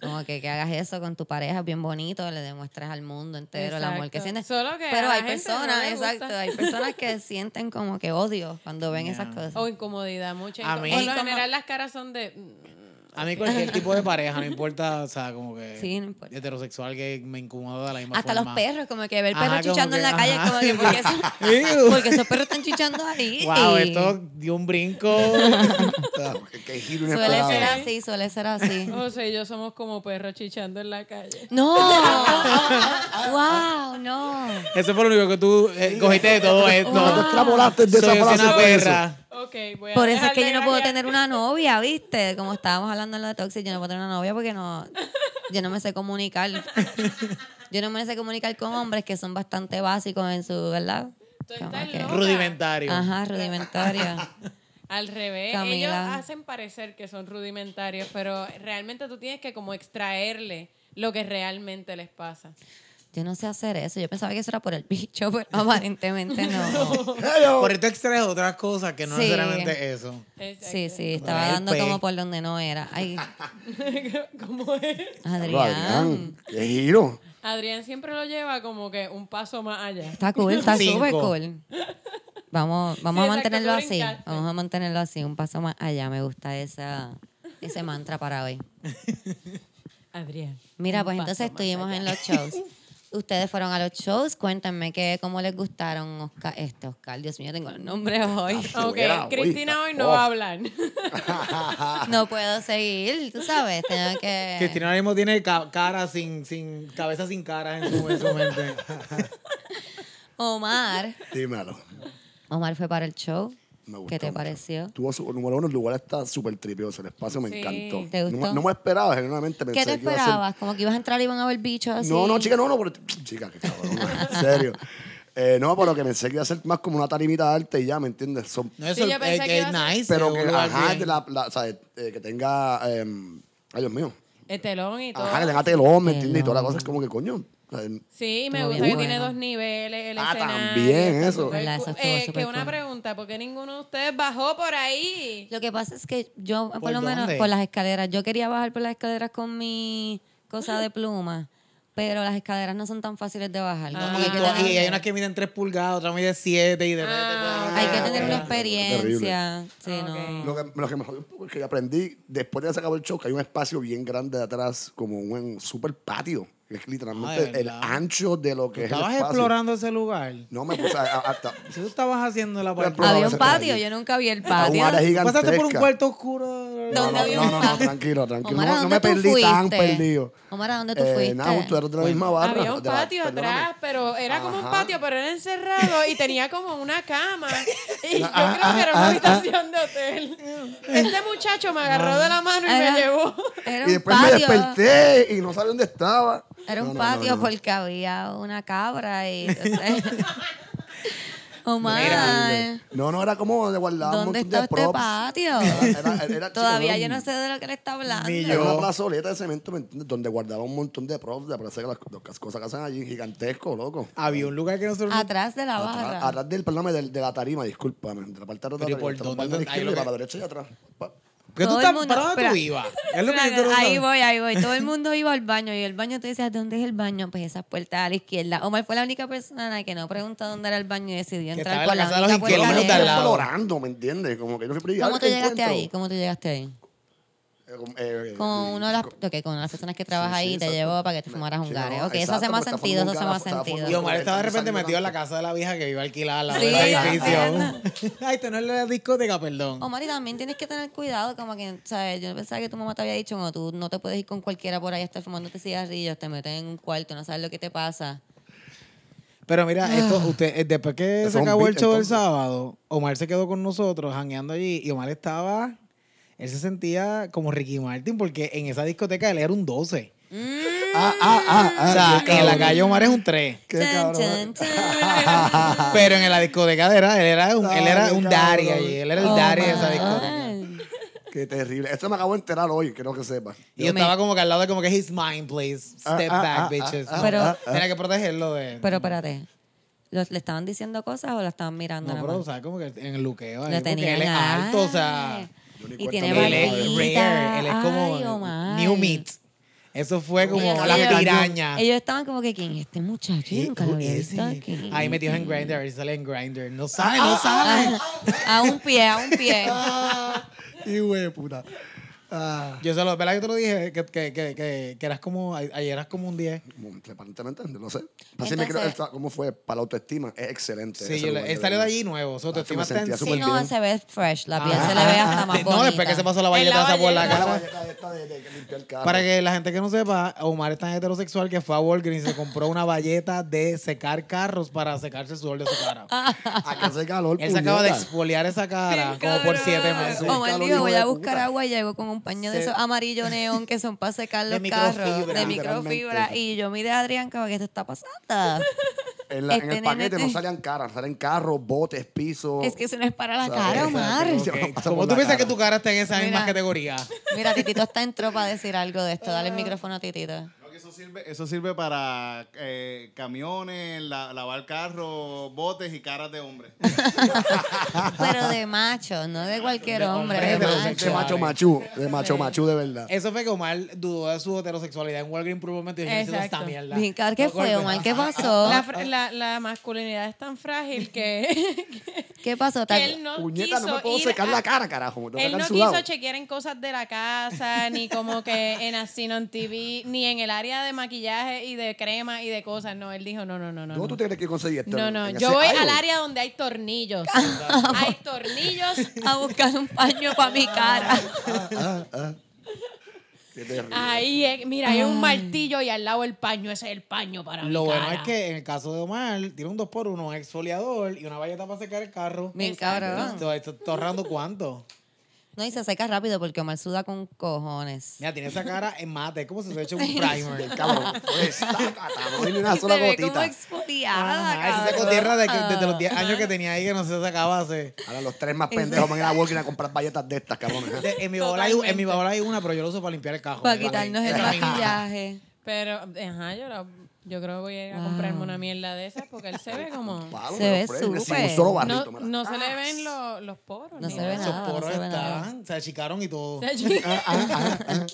[SPEAKER 1] Como que, que hagas eso con tu pareja, bien bonito, le demuestres al mundo entero el amor que
[SPEAKER 3] Exacto.
[SPEAKER 1] sientes.
[SPEAKER 3] Solo que
[SPEAKER 1] Pero
[SPEAKER 3] a la
[SPEAKER 1] hay
[SPEAKER 3] gente no
[SPEAKER 1] personas,
[SPEAKER 3] le gusta.
[SPEAKER 1] exacto, hay personas que sienten como que odio cuando ven esas cosas.
[SPEAKER 3] O incomodidad, mucha
[SPEAKER 2] A mí-
[SPEAKER 3] incomodidad. Por lo
[SPEAKER 1] Incomo-
[SPEAKER 3] general las caras son de... mm,
[SPEAKER 2] A mí cualquier tipo de pareja, no importa, o sea, como que.
[SPEAKER 1] Sí, no importa.
[SPEAKER 2] Heterosexual que me incomoda de la misma
[SPEAKER 1] Hasta los
[SPEAKER 2] forma.
[SPEAKER 1] perros, como que ver
[SPEAKER 2] Ajá,
[SPEAKER 1] perros
[SPEAKER 2] como
[SPEAKER 1] chichando en
[SPEAKER 2] que-
[SPEAKER 1] la calle,
[SPEAKER 2] ajá.
[SPEAKER 1] como que porque, eso-
[SPEAKER 2] Ew.
[SPEAKER 1] porque esos perros están chichando ahí.
[SPEAKER 2] Wow, esto dio un brinco.
[SPEAKER 4] Ah, qué- Qué giro
[SPEAKER 1] Suele ser
[SPEAKER 4] inesperado.
[SPEAKER 1] así, suele ser así.
[SPEAKER 3] José y yo somos como perros chichando en la calle.
[SPEAKER 1] No. wow, no.
[SPEAKER 2] eso fue lo único que tú eh, cogiste de todo esto.
[SPEAKER 1] Wow. Tú
[SPEAKER 4] extrapolaste de esa
[SPEAKER 2] Soy
[SPEAKER 4] frase pues,
[SPEAKER 2] una
[SPEAKER 4] todo eso.
[SPEAKER 2] perra.
[SPEAKER 3] Ok, voy a
[SPEAKER 1] Por eso es
[SPEAKER 3] dejar
[SPEAKER 1] que
[SPEAKER 3] de
[SPEAKER 1] yo no puedo
[SPEAKER 3] grabar.
[SPEAKER 1] tener una novia, ¿viste? Como estábamos hablando en lo de Toxic, yo no puedo tener una novia porque no, yo no me sé comunicar. Yo no me sé comunicar con hombres que son bastante básicos en su, ¿verdad?
[SPEAKER 3] Tú
[SPEAKER 1] Como
[SPEAKER 3] estás
[SPEAKER 1] que-
[SPEAKER 3] loca.
[SPEAKER 2] Rudimentario.
[SPEAKER 1] Ajá, rudimentaria.
[SPEAKER 3] Al revés, ellos
[SPEAKER 1] Camila.
[SPEAKER 3] hacen parecer que son rudimentarios, pero realmente tú tienes que como extraerle lo que realmente les pasa.
[SPEAKER 1] Yo no sé hacer eso. Yo pensaba que eso era por el bicho, pero aparentemente no.
[SPEAKER 2] Por esto extraes otras cosas que no
[SPEAKER 1] Sí.
[SPEAKER 2] necesariamente eso.
[SPEAKER 1] Sí,
[SPEAKER 3] Exacto.
[SPEAKER 1] sí, estaba
[SPEAKER 2] Ay,
[SPEAKER 1] dando
[SPEAKER 2] pe.
[SPEAKER 1] como por donde no era. Ay,
[SPEAKER 3] ¿Cómo es?
[SPEAKER 1] Adrián.
[SPEAKER 4] ¡Qué giro!
[SPEAKER 3] Adrián siempre lo lleva como que un paso más allá.
[SPEAKER 1] Está cool, está
[SPEAKER 2] Cinco.
[SPEAKER 1] súper cool. Vamos, vamos
[SPEAKER 3] Sí, exacto,
[SPEAKER 1] a mantenerlo
[SPEAKER 3] tú
[SPEAKER 1] así.
[SPEAKER 3] brincaste.
[SPEAKER 1] Vamos a mantenerlo así, un paso más allá. Me gusta esa, ese mantra para hoy.
[SPEAKER 3] Adrián.
[SPEAKER 1] Mira,
[SPEAKER 3] un
[SPEAKER 1] pues
[SPEAKER 3] paso
[SPEAKER 1] entonces
[SPEAKER 3] más
[SPEAKER 1] estuvimos
[SPEAKER 3] allá.
[SPEAKER 1] en los shows. Ustedes fueron a los shows, cuéntenme que, cómo les gustaron Oscar, este Oscar, Dios mío, tengo los nombres hoy.
[SPEAKER 3] Ok,
[SPEAKER 4] Fuera, hoy
[SPEAKER 3] Cristina
[SPEAKER 4] está-
[SPEAKER 3] hoy no
[SPEAKER 4] oh.
[SPEAKER 3] va a hablar.
[SPEAKER 1] No puedo seguir, tú sabes, tengo que...
[SPEAKER 2] Cristina ahora mismo tiene ca- cara sin, sin, cabeza sin cara en su, en su mente.
[SPEAKER 1] Omar.
[SPEAKER 4] Dímelo.
[SPEAKER 1] Omar fue para el show.
[SPEAKER 4] Me gustó
[SPEAKER 1] ¿Qué te
[SPEAKER 4] mucho.
[SPEAKER 1] pareció?
[SPEAKER 4] Tuvo su, número uno, el lugar está súper tripioso, el espacio me
[SPEAKER 3] Sí.
[SPEAKER 4] encantó.
[SPEAKER 1] ¿Te gustó?
[SPEAKER 4] No, me- no me esperaba, generalmente pensé
[SPEAKER 1] ¿Qué te
[SPEAKER 4] que iba a ser-
[SPEAKER 1] esperabas? ¿Como que ibas a entrar y iban a ver bichos así?
[SPEAKER 4] No, no, chica, no, no, pero, chica, qué cabrón, en serio. Eh, no, por lo que pensé que iba a ser más como una tarimita de arte y ya, ¿me entiendes? Son
[SPEAKER 2] No, eso
[SPEAKER 3] Sí, yo pensé
[SPEAKER 2] es,
[SPEAKER 3] que
[SPEAKER 2] es
[SPEAKER 3] iba a ser-
[SPEAKER 2] nice. es
[SPEAKER 4] pero
[SPEAKER 2] un
[SPEAKER 4] que,
[SPEAKER 2] lugar
[SPEAKER 4] ajá,
[SPEAKER 2] bien.
[SPEAKER 4] de la, la- o sea, eh, que tenga, eh, ay Dios mío,
[SPEAKER 3] El telón y todo.
[SPEAKER 4] ajá, que tenga telón, ¿me entiendes? Y toda la
[SPEAKER 1] Telón.
[SPEAKER 4] cosa es como que, coño, o sea, en-
[SPEAKER 3] Sí, y me
[SPEAKER 1] Estuvo
[SPEAKER 3] gusta que
[SPEAKER 1] bien
[SPEAKER 3] tiene
[SPEAKER 1] bueno.
[SPEAKER 3] dos niveles, el
[SPEAKER 4] Ah,
[SPEAKER 3] escenario.
[SPEAKER 4] también,
[SPEAKER 3] está
[SPEAKER 4] eso.
[SPEAKER 3] súper
[SPEAKER 1] ¿Verdad?
[SPEAKER 3] cool.
[SPEAKER 1] Eso estuvo
[SPEAKER 3] Eh,
[SPEAKER 1] súper
[SPEAKER 3] que una
[SPEAKER 1] cool.
[SPEAKER 3] pregunta, ¿por qué ninguno de ustedes bajó por ahí?
[SPEAKER 1] Lo que pasa es que yo, por,
[SPEAKER 2] ¿Por
[SPEAKER 1] lo menos,
[SPEAKER 2] dónde?
[SPEAKER 1] por las escaleras. Yo quería bajar por las escaleras con mi cosa de pluma, pero las escaleras no son tan fáciles de bajar.
[SPEAKER 3] Ah.
[SPEAKER 1] Como
[SPEAKER 2] Y,
[SPEAKER 1] que hay, que
[SPEAKER 2] tú- y hay
[SPEAKER 1] tener,
[SPEAKER 2] unas que miden 3 pulgadas, otras miden 7 y de repente te
[SPEAKER 3] Ah,
[SPEAKER 2] pueden-
[SPEAKER 1] hay que tener una
[SPEAKER 4] Ah, terrible.
[SPEAKER 1] experiencia. Sí,
[SPEAKER 3] Ah,
[SPEAKER 1] no.
[SPEAKER 3] ok.
[SPEAKER 4] Lo que, lo que me jodió un poco es que aprendí, después de que se acabó el show, que hay un espacio bien grande de atrás, como un super patio. Es
[SPEAKER 2] Ah, ¿de
[SPEAKER 4] literalmente el
[SPEAKER 2] verdad?
[SPEAKER 4] ancho de lo que es el
[SPEAKER 2] Estabas
[SPEAKER 4] espacio.
[SPEAKER 2] explorando ese lugar.
[SPEAKER 4] No, me puse a- a- hasta...
[SPEAKER 2] Si tú estabas haciendo la parte.
[SPEAKER 4] Pero
[SPEAKER 1] Había
[SPEAKER 4] se
[SPEAKER 1] un
[SPEAKER 4] puede
[SPEAKER 1] patio,
[SPEAKER 4] ir.
[SPEAKER 1] yo nunca vi el
[SPEAKER 4] un
[SPEAKER 1] patio.
[SPEAKER 4] área gigantesca.
[SPEAKER 2] Pasaste por un cuarto oscuro.
[SPEAKER 4] No,
[SPEAKER 1] ¿Dónde
[SPEAKER 4] no,
[SPEAKER 1] había
[SPEAKER 4] no,
[SPEAKER 1] un
[SPEAKER 4] no, no,
[SPEAKER 1] patio?
[SPEAKER 4] tranquilo, tranquilo.
[SPEAKER 1] Omar, ¿a
[SPEAKER 4] No- no,
[SPEAKER 1] dónde
[SPEAKER 4] me
[SPEAKER 1] tú
[SPEAKER 4] perdí tan
[SPEAKER 1] fuiste?
[SPEAKER 4] perdijú.
[SPEAKER 1] Omar, ¿a dónde tú
[SPEAKER 4] Eh,
[SPEAKER 1] fuiste?
[SPEAKER 4] Nada, tú eras de la misma barra.
[SPEAKER 3] Había un
[SPEAKER 4] Ah, de la-
[SPEAKER 3] patio
[SPEAKER 4] perdóname.
[SPEAKER 3] atrás, pero era como un
[SPEAKER 4] Ajá.
[SPEAKER 3] patio, pero era encerrado y tenía como una cama. Y yo
[SPEAKER 4] ah,
[SPEAKER 3] creo que era una habitación de hotel. Este muchacho me agarró de la mano y
[SPEAKER 1] Ah. Era-
[SPEAKER 3] me llevó.
[SPEAKER 1] Era
[SPEAKER 4] Y
[SPEAKER 1] un
[SPEAKER 4] después me
[SPEAKER 1] patio.
[SPEAKER 4] desperté y no sabía dónde estaba.
[SPEAKER 1] Era
[SPEAKER 4] No,
[SPEAKER 1] un
[SPEAKER 4] no, no,
[SPEAKER 1] patio
[SPEAKER 4] no.
[SPEAKER 1] porque había una cabra y. entonces- Omar.
[SPEAKER 4] No, no, era como donde guardábamos
[SPEAKER 1] ¿Dónde
[SPEAKER 4] un montón
[SPEAKER 1] está
[SPEAKER 4] de
[SPEAKER 1] este
[SPEAKER 4] props.
[SPEAKER 1] patio?
[SPEAKER 4] Era- era- era-
[SPEAKER 1] Todavía
[SPEAKER 4] chico,
[SPEAKER 1] yo
[SPEAKER 4] era
[SPEAKER 1] no
[SPEAKER 4] un-
[SPEAKER 1] sé de lo que le está hablando.
[SPEAKER 2] Ni
[SPEAKER 4] Era
[SPEAKER 2] yo.
[SPEAKER 4] una plazoleta de cemento, ¿me entiendes? Donde guardaba un montón de props de parece que las, las cosas que hacen allí, gigantesco, loco.
[SPEAKER 2] Había un lugar que nosotros.
[SPEAKER 1] Atrás de la
[SPEAKER 4] Atrás,
[SPEAKER 1] barra.
[SPEAKER 4] atrás del, perdóname, del- de la tarima, discúlpame. De la parte de la
[SPEAKER 2] Pero ¿y
[SPEAKER 4] tarima.
[SPEAKER 2] por
[SPEAKER 4] estaba
[SPEAKER 2] dónde?
[SPEAKER 4] para la
[SPEAKER 2] Ahí
[SPEAKER 4] izquierda
[SPEAKER 2] lo
[SPEAKER 4] y
[SPEAKER 2] que-
[SPEAKER 4] para la derecha y atrás. Pa-
[SPEAKER 2] ¿Qué tú
[SPEAKER 1] Todo el
[SPEAKER 2] estás
[SPEAKER 1] mundo-
[SPEAKER 2] parado
[SPEAKER 1] espera.
[SPEAKER 2] tú ibas? Es lo que yo
[SPEAKER 1] Espérate,
[SPEAKER 2] quiero
[SPEAKER 1] ahí
[SPEAKER 2] saber.
[SPEAKER 1] voy, ahí voy. Todo el mundo iba al baño y el baño te decía, ¿dónde es el baño? Pues esa puerta a la izquierda. Omar fue la única persona que no preguntó dónde era el baño y decidió
[SPEAKER 2] Que
[SPEAKER 1] entrar
[SPEAKER 2] estaba
[SPEAKER 1] por
[SPEAKER 2] en la
[SPEAKER 1] la
[SPEAKER 2] casa de los
[SPEAKER 1] única
[SPEAKER 4] Por lo
[SPEAKER 2] izquierdos,
[SPEAKER 1] puerta.
[SPEAKER 4] menos
[SPEAKER 2] de al
[SPEAKER 1] lejos.
[SPEAKER 2] lado.
[SPEAKER 4] explorando, ¿me entiendes? Como que yo siempre digo,
[SPEAKER 1] ¿Cómo
[SPEAKER 4] "Ah,
[SPEAKER 1] tú
[SPEAKER 4] ¿qué
[SPEAKER 1] llegaste
[SPEAKER 4] encuentro?"
[SPEAKER 1] ahí? ¿Cómo tú llegaste ahí?
[SPEAKER 4] Eh, con- eh,
[SPEAKER 1] Con
[SPEAKER 4] eh,
[SPEAKER 1] una de las,
[SPEAKER 4] con-
[SPEAKER 1] ok, con una de las personas que trabaja
[SPEAKER 4] Sí, sí,
[SPEAKER 1] ahí te
[SPEAKER 4] exacto.
[SPEAKER 1] llevó para que te fumaras un
[SPEAKER 4] Sí,
[SPEAKER 1] gare.
[SPEAKER 4] no,
[SPEAKER 1] ok, eso
[SPEAKER 4] exacto,
[SPEAKER 1] hace más
[SPEAKER 4] porque está
[SPEAKER 1] sentido, eso hace
[SPEAKER 4] formulada,
[SPEAKER 1] más
[SPEAKER 4] está
[SPEAKER 1] sentido.
[SPEAKER 2] Y
[SPEAKER 4] formulada.
[SPEAKER 2] Omar estaba de repente
[SPEAKER 4] Saliendo
[SPEAKER 2] metido en la
[SPEAKER 4] tanto.
[SPEAKER 2] casa de la vieja que vive alquilada al lado
[SPEAKER 1] Sí,
[SPEAKER 2] del
[SPEAKER 1] la
[SPEAKER 2] edificio. Ay, esto no es la discoteca, perdón.
[SPEAKER 1] Omar, y también tienes que tener cuidado, como que, ¿sabes? Yo pensaba que tu mamá te había dicho, no, tú no te puedes ir con cualquiera por ahí a estar fumándote cigarrillos, te meten en un cuarto, no sabes lo que te pasa.
[SPEAKER 2] Pero mira, esto, usted, eh, después que
[SPEAKER 4] Eso
[SPEAKER 2] se
[SPEAKER 4] es un
[SPEAKER 2] acabó el
[SPEAKER 4] beat,
[SPEAKER 2] show el
[SPEAKER 4] entonces.
[SPEAKER 2] sábado, Omar se quedó con nosotros jangueando allí y Omar estaba. Él se sentía como Ricky Martin porque en esa discoteca él era un 12.
[SPEAKER 4] Ah, ah, ah, ah,
[SPEAKER 2] o sea,
[SPEAKER 4] qué
[SPEAKER 2] en la
[SPEAKER 4] cabrón.
[SPEAKER 2] calle Omar es un 3.
[SPEAKER 4] Qué
[SPEAKER 1] Chan,
[SPEAKER 4] cabrón.
[SPEAKER 1] chan, chan.
[SPEAKER 2] Pero en la discoteca era, él era un, él era
[SPEAKER 4] Ay,
[SPEAKER 2] un
[SPEAKER 4] cabrón.
[SPEAKER 2] daddy allí. Él
[SPEAKER 1] Oh
[SPEAKER 2] era el daddy de esa discoteca.
[SPEAKER 1] Omar.
[SPEAKER 4] Qué terrible. Esto me acabo de enterar hoy, creo que sepa.
[SPEAKER 2] Y yo
[SPEAKER 1] Me-
[SPEAKER 2] estaba como que al lado de como que he's mine, please.
[SPEAKER 4] Ah,
[SPEAKER 2] Step
[SPEAKER 4] ah,
[SPEAKER 2] back,
[SPEAKER 4] ah,
[SPEAKER 2] bitches.
[SPEAKER 4] ah, ah,
[SPEAKER 1] Pero- ah,
[SPEAKER 2] Tenía que protegerlo de.
[SPEAKER 1] Pero espérate, ¿los- ¿le estaban diciendo cosas o la estaban mirando?
[SPEAKER 2] no,
[SPEAKER 1] nada
[SPEAKER 2] pero, o
[SPEAKER 1] más?
[SPEAKER 2] sea, como que en el luqueo.
[SPEAKER 1] Lo
[SPEAKER 2] Ahí, porque
[SPEAKER 1] tenían
[SPEAKER 2] él es
[SPEAKER 1] ahí.
[SPEAKER 2] alto, o sea.
[SPEAKER 4] Yo ni
[SPEAKER 1] Y
[SPEAKER 4] cuenta
[SPEAKER 1] tiene
[SPEAKER 4] me
[SPEAKER 2] Él
[SPEAKER 4] doy.
[SPEAKER 2] es
[SPEAKER 1] barbita.
[SPEAKER 2] rare. Él es como
[SPEAKER 1] Ay, oh Omar.
[SPEAKER 2] new meat. Eso fue como
[SPEAKER 1] Ellos-
[SPEAKER 2] las
[SPEAKER 1] ellos-
[SPEAKER 2] pirañas.
[SPEAKER 1] Ellos estaban como que, ¿quién es este muchacho? Yo nunca lo había visto aquí.
[SPEAKER 2] Ahí metidos en Grindr, a ver si sale en Grindr. No sale, no sale.
[SPEAKER 1] Ah, A un pie, a un pie.
[SPEAKER 4] Y güey, puta. Ah.
[SPEAKER 2] Yo se lo, ¿verdad que te lo dije? Que, que, que, que, que eras como, ayer eras como un 10.
[SPEAKER 4] Como, Aparentemente, no sé. Así me creo,
[SPEAKER 1] Entonces-
[SPEAKER 4] esta- ¿Cómo fue? Para la autoestima, es excelente.
[SPEAKER 2] Sí,
[SPEAKER 4] ese
[SPEAKER 2] yo le-
[SPEAKER 4] lugar,
[SPEAKER 2] él salió de
[SPEAKER 4] verdad.
[SPEAKER 2] allí nuevo. O sea, tu
[SPEAKER 4] Tacho,
[SPEAKER 2] estima
[SPEAKER 4] Ah, me
[SPEAKER 2] está en
[SPEAKER 4] sentía
[SPEAKER 1] Si
[SPEAKER 4] súper
[SPEAKER 2] sí.
[SPEAKER 1] no,
[SPEAKER 4] bien.
[SPEAKER 1] se ve fresh. La piel
[SPEAKER 2] Ah,
[SPEAKER 1] se le ve hasta más
[SPEAKER 2] de-
[SPEAKER 1] bonita.
[SPEAKER 2] No, después que se pasó la
[SPEAKER 3] En la
[SPEAKER 2] valleta por la
[SPEAKER 3] valleta.
[SPEAKER 4] Para
[SPEAKER 2] cara.
[SPEAKER 4] la galleta esta de- de- de limpiar cara.
[SPEAKER 2] Para que la gente que no sepa, Omar es tan heterosexual que fue a Walgreens y se compró una valleta de secar carros para secarse el sudor de su cara.
[SPEAKER 4] Acá hace calor,
[SPEAKER 2] Él se acaba de
[SPEAKER 4] puñeta.
[SPEAKER 2] exfoliar esa cara
[SPEAKER 3] Bien,
[SPEAKER 2] como por
[SPEAKER 3] cabrón.
[SPEAKER 2] siete meses.
[SPEAKER 4] Omar
[SPEAKER 1] Omar
[SPEAKER 4] Carlos,
[SPEAKER 1] dijo,
[SPEAKER 4] hijo
[SPEAKER 1] voy
[SPEAKER 4] de
[SPEAKER 1] a buscar
[SPEAKER 4] puta.
[SPEAKER 1] agua y llego con un paño de
[SPEAKER 2] Se-
[SPEAKER 1] esos amarillo neón que son para secar
[SPEAKER 2] De
[SPEAKER 1] los carros
[SPEAKER 2] microfibra,
[SPEAKER 1] de microfibra.
[SPEAKER 4] literalmente.
[SPEAKER 1] Y yo miré a Adrián como que esto está pasando.
[SPEAKER 4] En, la- en
[SPEAKER 1] Este
[SPEAKER 4] el paquete
[SPEAKER 1] nene-
[SPEAKER 4] no salían caras, salen carros, botes,
[SPEAKER 2] Oh,
[SPEAKER 4] pisos.
[SPEAKER 1] Es que eso no es para la
[SPEAKER 4] ¿sabes?
[SPEAKER 1] cara, Omar.
[SPEAKER 4] Exacto.
[SPEAKER 2] Ok,
[SPEAKER 4] Pasa
[SPEAKER 2] ¿Cómo
[SPEAKER 4] por
[SPEAKER 2] tú
[SPEAKER 4] la
[SPEAKER 2] piensas que
[SPEAKER 4] cara.
[SPEAKER 2] tu cara está en esa misma
[SPEAKER 1] Mira.
[SPEAKER 2] categoría?
[SPEAKER 1] Mira, Titito está en tropa a decir algo de esto. Dale el micrófono a Titito.
[SPEAKER 5] Creo que eso sí sirve, eso sirve para eh, camiones, la- lavar carros, botes y caras de hombres.
[SPEAKER 1] Pero de macho, no de cualquier hombre, de
[SPEAKER 2] hombre, de
[SPEAKER 1] macho.
[SPEAKER 4] De macho machú, de macho machú de verdad.
[SPEAKER 2] Eso fue que Omar dudó de su heterosexualidad en Walgreens por un momento y dijo, "Eso es esta
[SPEAKER 3] Exacto.
[SPEAKER 2] mierda.
[SPEAKER 1] Bien, claro, ¿Qué
[SPEAKER 2] No,
[SPEAKER 1] fue,
[SPEAKER 2] coño.
[SPEAKER 1] Omar? ¿Qué pasó?
[SPEAKER 3] La, fr- la- la masculinidad es tan frágil que, que
[SPEAKER 1] ¿Qué pasó? Tal-
[SPEAKER 3] él no
[SPEAKER 4] Puñeta, no
[SPEAKER 3] quiso
[SPEAKER 4] me puedo
[SPEAKER 3] ir
[SPEAKER 4] secar
[SPEAKER 3] a-
[SPEAKER 4] la cara, carajo. me tengo que
[SPEAKER 3] Él
[SPEAKER 4] quedar
[SPEAKER 3] no
[SPEAKER 4] sudado.
[SPEAKER 3] quiso chequear en cosas de la casa, ni como que en Asino on TV, ni en el área de maquillaje y de crema y de cosas. No, él dijo, no, no, no, no.
[SPEAKER 4] ¿Cómo
[SPEAKER 3] no.
[SPEAKER 4] tú tienes que conseguir esto?
[SPEAKER 3] No, no,
[SPEAKER 4] en
[SPEAKER 3] yo
[SPEAKER 4] ese
[SPEAKER 3] voy al
[SPEAKER 4] aisle?
[SPEAKER 3] área donde hay tornillos. hay tornillos.
[SPEAKER 1] a buscar un paño para mi cara.
[SPEAKER 4] Qué terrible.
[SPEAKER 3] Ahí, es- mira, hay un martillo y al lado el paño. Ese es el paño para
[SPEAKER 2] Lo
[SPEAKER 3] mi
[SPEAKER 2] bueno
[SPEAKER 3] cara.
[SPEAKER 2] es que en el caso de Omar, tiene un 2x1, un exfoliador y una valleta para secar el carro.
[SPEAKER 1] Bien
[SPEAKER 3] Exacto.
[SPEAKER 1] cabrón.
[SPEAKER 2] Esto esto está ahorrando cuánto.
[SPEAKER 1] No, y se seca rápido porque Omar suda con cojones.
[SPEAKER 2] Mira, tiene esa cara en mate, es como si se hubiera hecho un primer.
[SPEAKER 4] Cabrón, pues, tácata, no hay ni una
[SPEAKER 1] Y
[SPEAKER 4] sola
[SPEAKER 1] se ve como
[SPEAKER 4] Ah, gotita.
[SPEAKER 1] exfoliada,
[SPEAKER 2] Ajá, se sacó
[SPEAKER 1] cabrón.
[SPEAKER 2] tierra de que- desde los 10 años que tenía ahí que no se sacaba hace.
[SPEAKER 4] Ahora los tres más pendejos van a ir a Walgreens a comprar valletas de estas, cabrón.
[SPEAKER 2] De- En mi bola hay, un- en mi bola hay una, pero yo lo uso para limpiar el cajo.
[SPEAKER 1] Para quitarnos el
[SPEAKER 2] Es la misma.
[SPEAKER 1] maquillaje.
[SPEAKER 3] Pero, ajá, yo, la- yo creo que voy a ir a comprarme una mierda de esas porque él se ve como...
[SPEAKER 4] Palo,
[SPEAKER 1] Se ve
[SPEAKER 4] pero fresco, sin
[SPEAKER 1] súper.
[SPEAKER 4] Un solo
[SPEAKER 3] No,
[SPEAKER 4] barrito, mira.
[SPEAKER 3] no se le ven lo- los poros.
[SPEAKER 1] No
[SPEAKER 3] ni
[SPEAKER 1] se
[SPEAKER 3] nada.
[SPEAKER 1] ve
[SPEAKER 2] Esos
[SPEAKER 1] nada, no
[SPEAKER 2] poros
[SPEAKER 1] se ve nada.
[SPEAKER 2] están, se achicaron y todo. Ah,